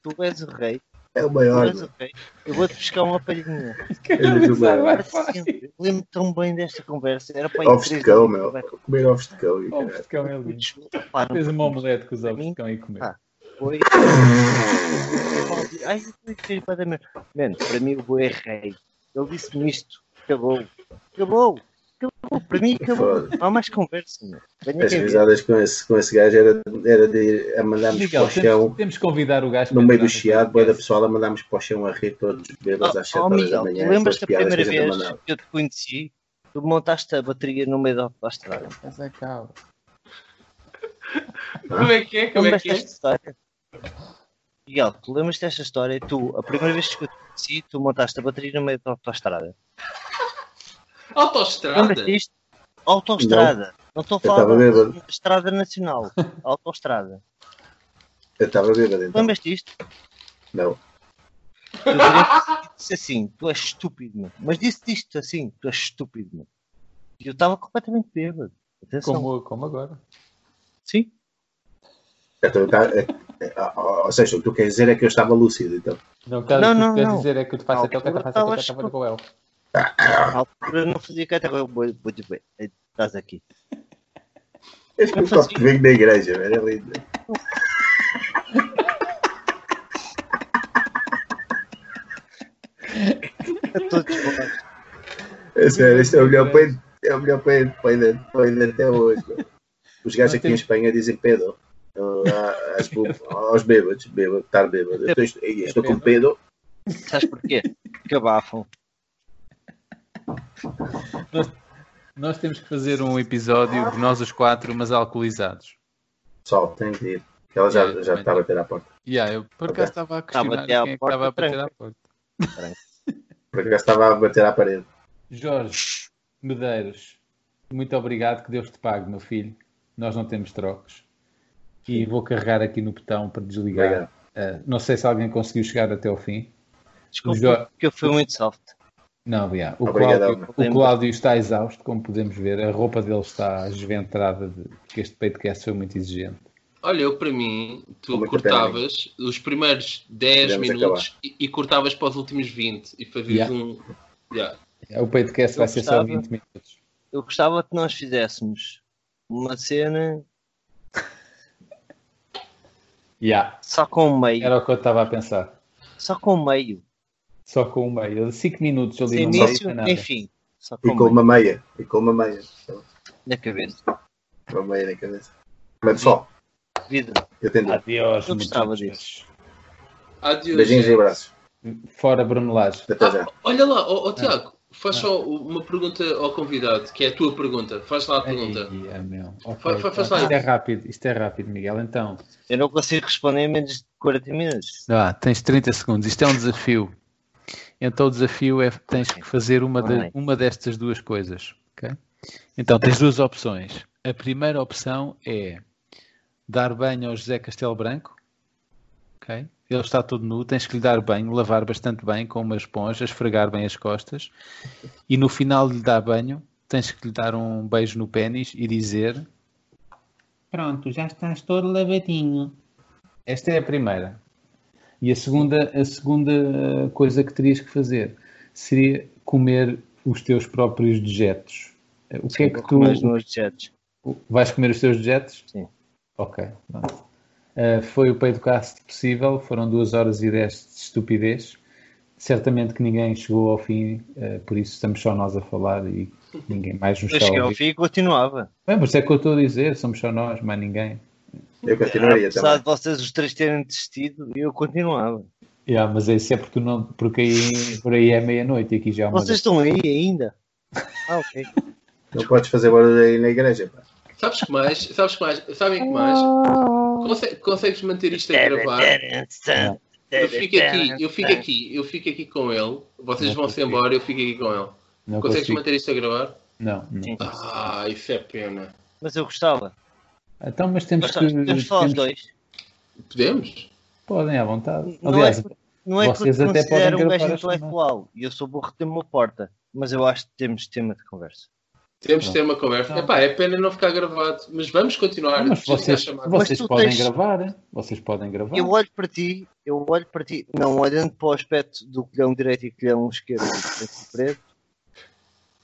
Tu és o rei.
É o
Tu
maior.
és o rei. Eu vou-te buscar uma palhinha.
Canalizar
bem.
Para
Wi-Fi.
sempre. Eu Lembro-me tão bem desta conversa. Era para ir
Ovos de
três
cão,
horas
meu.
de
Comer ovos de cão. e
Ovos de
caralho.
cão é lindo.
Pá, não
Fez uma omelete com os ovos
mim,
de cão e comeu.
pá. Boi. Ai, que filho da merda. Mano, para mim o Boi é rei. Ele disse-me isto. Acabou. Acabou. Acabou. Para mim acabou.
Foda.
Não há mais conversa, meu. é Venha
As
quem vier.
risadas com esse, com esse gajo era, era de ir a mandarmos para
Miguel,
é o chão.
temos, temos que convidar o gajo
No
para
meio do
entrar
chiado, boa da
podcast.
pessoal a mandarmos para o chão a rir todos bêbados
Oh,
às 7
oh,
horas da
Miguel,
manhã.
tu lembras da
aquelas piadas
primeira
que a gente
vez
mandava.
que eu te conheci? Tu montaste a bateria no meio da da estrada.
Mas é calma.
Como é que é? Como é
lembras
que é?
desta história? Miguel, tu lembras desta história? Tu, a primeira vez que eu te conheci, tu montaste a bateria no meio da autostrada.
Autostrada?
Lembras disto? Autostrada. Não estou a
estava
falar da-
bêbado.
da estrada nacional. Autostrada.
Eu estava bêbado então.
Lembras disto?
Não.
Eu virei- disse assim, tu és estúpido, meu. Mas disse isto assim, tu és estúpido, meu. E eu estava completamente bêbado. Atenção.
Como, como agora.
Sim.
Então, tá- é- é- ah, ah, ou seja, o que tu queres dizer é que eu estava lúcido então.
Não, cara,
Não, não,
o que tu queres
não.
dizer é que eu te
Não,
faço até o que eu
eu
te faço até o que eu te
tava
faço com ele.
Na altura não fazia catarro. Vou vou te ver. Ei, Estás aqui.
Este é
Eu
um copo
fazia-
de vinho da igreja, velho. É lindo.
A todos vós.
É sério, este é o melhor peito. É o melhor peito peito- peito até hoje. meu. Os gajos
Não
aqui em
tem-
Espanha dizem pedo. ah, às bu- Aos bêbados, bêbado, estar bêbado. Eu estou, ei, estou com pedo.
Sabes porquê? Porque abafam.
Nós temos que fazer um episódio de nós os quatro, mas alcoolizados.
Pessoal, tem que ir. que Ela já,
É,
já
também
está a bater à porta.
Yeah, eu por
Ok.
acaso estava a
Estava
questionar
até à
quem é que
porta,
estava a bater
tranca.
à porta.
Por acaso estava a bater à parede.
Jorge Medeiros, muito obrigado, que Deus te pague, meu filho. Nós não temos trocos. E vou carregar aqui no botão para desligar.
Obrigado.
Ah, não sei se alguém conseguiu chegar até ao fim.
Desculpa,
Já-
porque eu fui muito soft.
Não, yeah. o,
Obrigadão.
Cláudio, o Cláudio está exausto, como podemos ver. A roupa dele está esventrada, de, porque este peitecast foi muito exigente.
Olha, eu para mim, tu
Como é que
cortavas os primeiros 10
Podemos
minutos e, e cortavas para os últimos 20 e fazias
Yeah.
um. Yeah.
O peitecast
Eu
vai ser só
gostava.
20 minutos.
Eu gostava que nós fizéssemos uma cena
Yeah.
só com o meio.
Era o que eu estava a pensar.
Só com o meio.
Só com o meio. 5 minutos ali
Sem
no meio.
início,
não é nada.
nem fim. Só com
E com
o meio
uma meia. E com uma meia.
na cabeça.
Com uma meia na cabeça. Mas pessoal,
Vida.
eu tenho
Ah,
dúvida.
Adeus,
Eu gostava
muchachos.
Adeus.
Beijinhos e
gente.
abraços.
Fora Brunelage.
Até já.
Olha lá, ó ó,
Ah.
Tiago, faz só uma pergunta ao convidado, que é a tua pergunta. Faz lá a pergunta.
Ai, é meu. Ok,
Fa- fa- faz lá
Isto é rápido, isto é rápido, Miguel. Então,
Eu não consigo responder em menos de 40 minutos.
Ah, tens 30 segundos. Isto é um desafio. Então o desafio é tens que fazer uma, de- uma destas duas coisas. ok? Então tens duas opções. A primeira opção é dar banho ao José Castelo Branco. ok? Ele está todo nu, tens que lhe dar banho, lavar bastante bem com uma esponja, esfregar bem as costas e no final de lhe dar banho tens que lhe dar um beijo no pênis e dizer
Pronto, já estás todo lavadinho. Esta é a primeira. E a segunda, a segunda coisa que terias que fazer seria comer os teus próprios dejetos. O que é que tu
Mas nos objetos.
vais comer os teus dejetos?
Sim.
Ok. pronto. Uh, foi o peidocast possível, foram duas horas e dez de estupidez. Certamente que ninguém chegou ao fim, uh, por isso estamos só nós a falar e ninguém mais nos
Eu
está
cheguei
a
ao
ouvir.
fim e é continuava.
Bem, mas é que eu estou a dizer, somos só nós, mais ninguém.
Eu continuaria
Apesar
também.
de vocês os três terem desistido, eu continuava.
Yeah, mas isso é porque, tu não, porque aí, por aí é meia-noite e aqui já é uma
Vocês estão aí ainda? Ah, ok.
Não podes fazer barulho aí na igreja. Pá.
Sabes que mais? Sabes que mais? Sabem que mais? Conse- consegues manter isto a gravar? Eu fico aqui, eu fico aqui, eu fico aqui com ele. Vocês
Não
vão-se
consigo.
embora, eu fico aqui com ele.
Não
Consegues
consigo.
manter isto a gravar?
Não, não.
Sim.
Ah, isso é pena.
Mas eu gostava.
Então, mas temos
Mas
que.
temos de falar os
temos-
dois.
Podemos?
Podem, à vontade.
Não
Aliás,
é, que- não é que eu
vocês
te
até podem
considero um
gravar
gajo
esta
intelectual e eu sou burro de ter uma porta, mas eu acho que temos tema de conversa.
Tá.
Podemos ter uma conversa.
Não.
Epá, é pena não ficar gravado, mas vamos continuar.
não, mas
Deixa eu
vocês,
chamar.
vocês
tu
podem
tens-
gravar, hein? vocês podem gravar.
Eu olho para ti, eu olho para ti, não olhando para o aspecto do colhão direito e colhão esquerdo do preto, preto,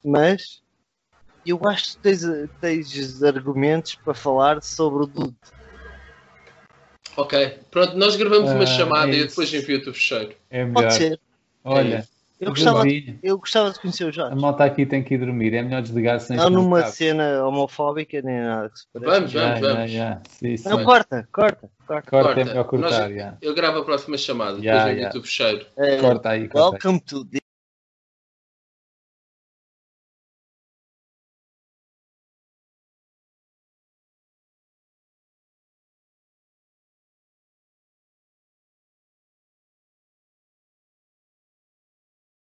mas eu acho que tens, tens argumentos para falar sobre o Dude.
Ok, pronto, nós gravamos uma
Ah,
chamada
é
e eu depois
isso.
envio-te o fecheiro.
É melhor.
Pode ser. É
Olha,
Eu gostava,
Jorginho,
eu gostava de conhecer o
a
Jorge.
malta aqui tem que ir dormir, é melhor desligar sem
Não Tá numa
desmontar.
cena homofóbica nem nada que se pareça.
Vamos,
Já,
vamos,
já,
vamos.
já. Sim, sim.
Não, corta, corta, corta.
Corta, é
Corta.
melhor cortar.
Nós-
já.
Eu gravo a próxima chamada,
Já,
depois
já.
envio-te o fecheiro.
Eh,
Corta aí, corta aí.
welcome to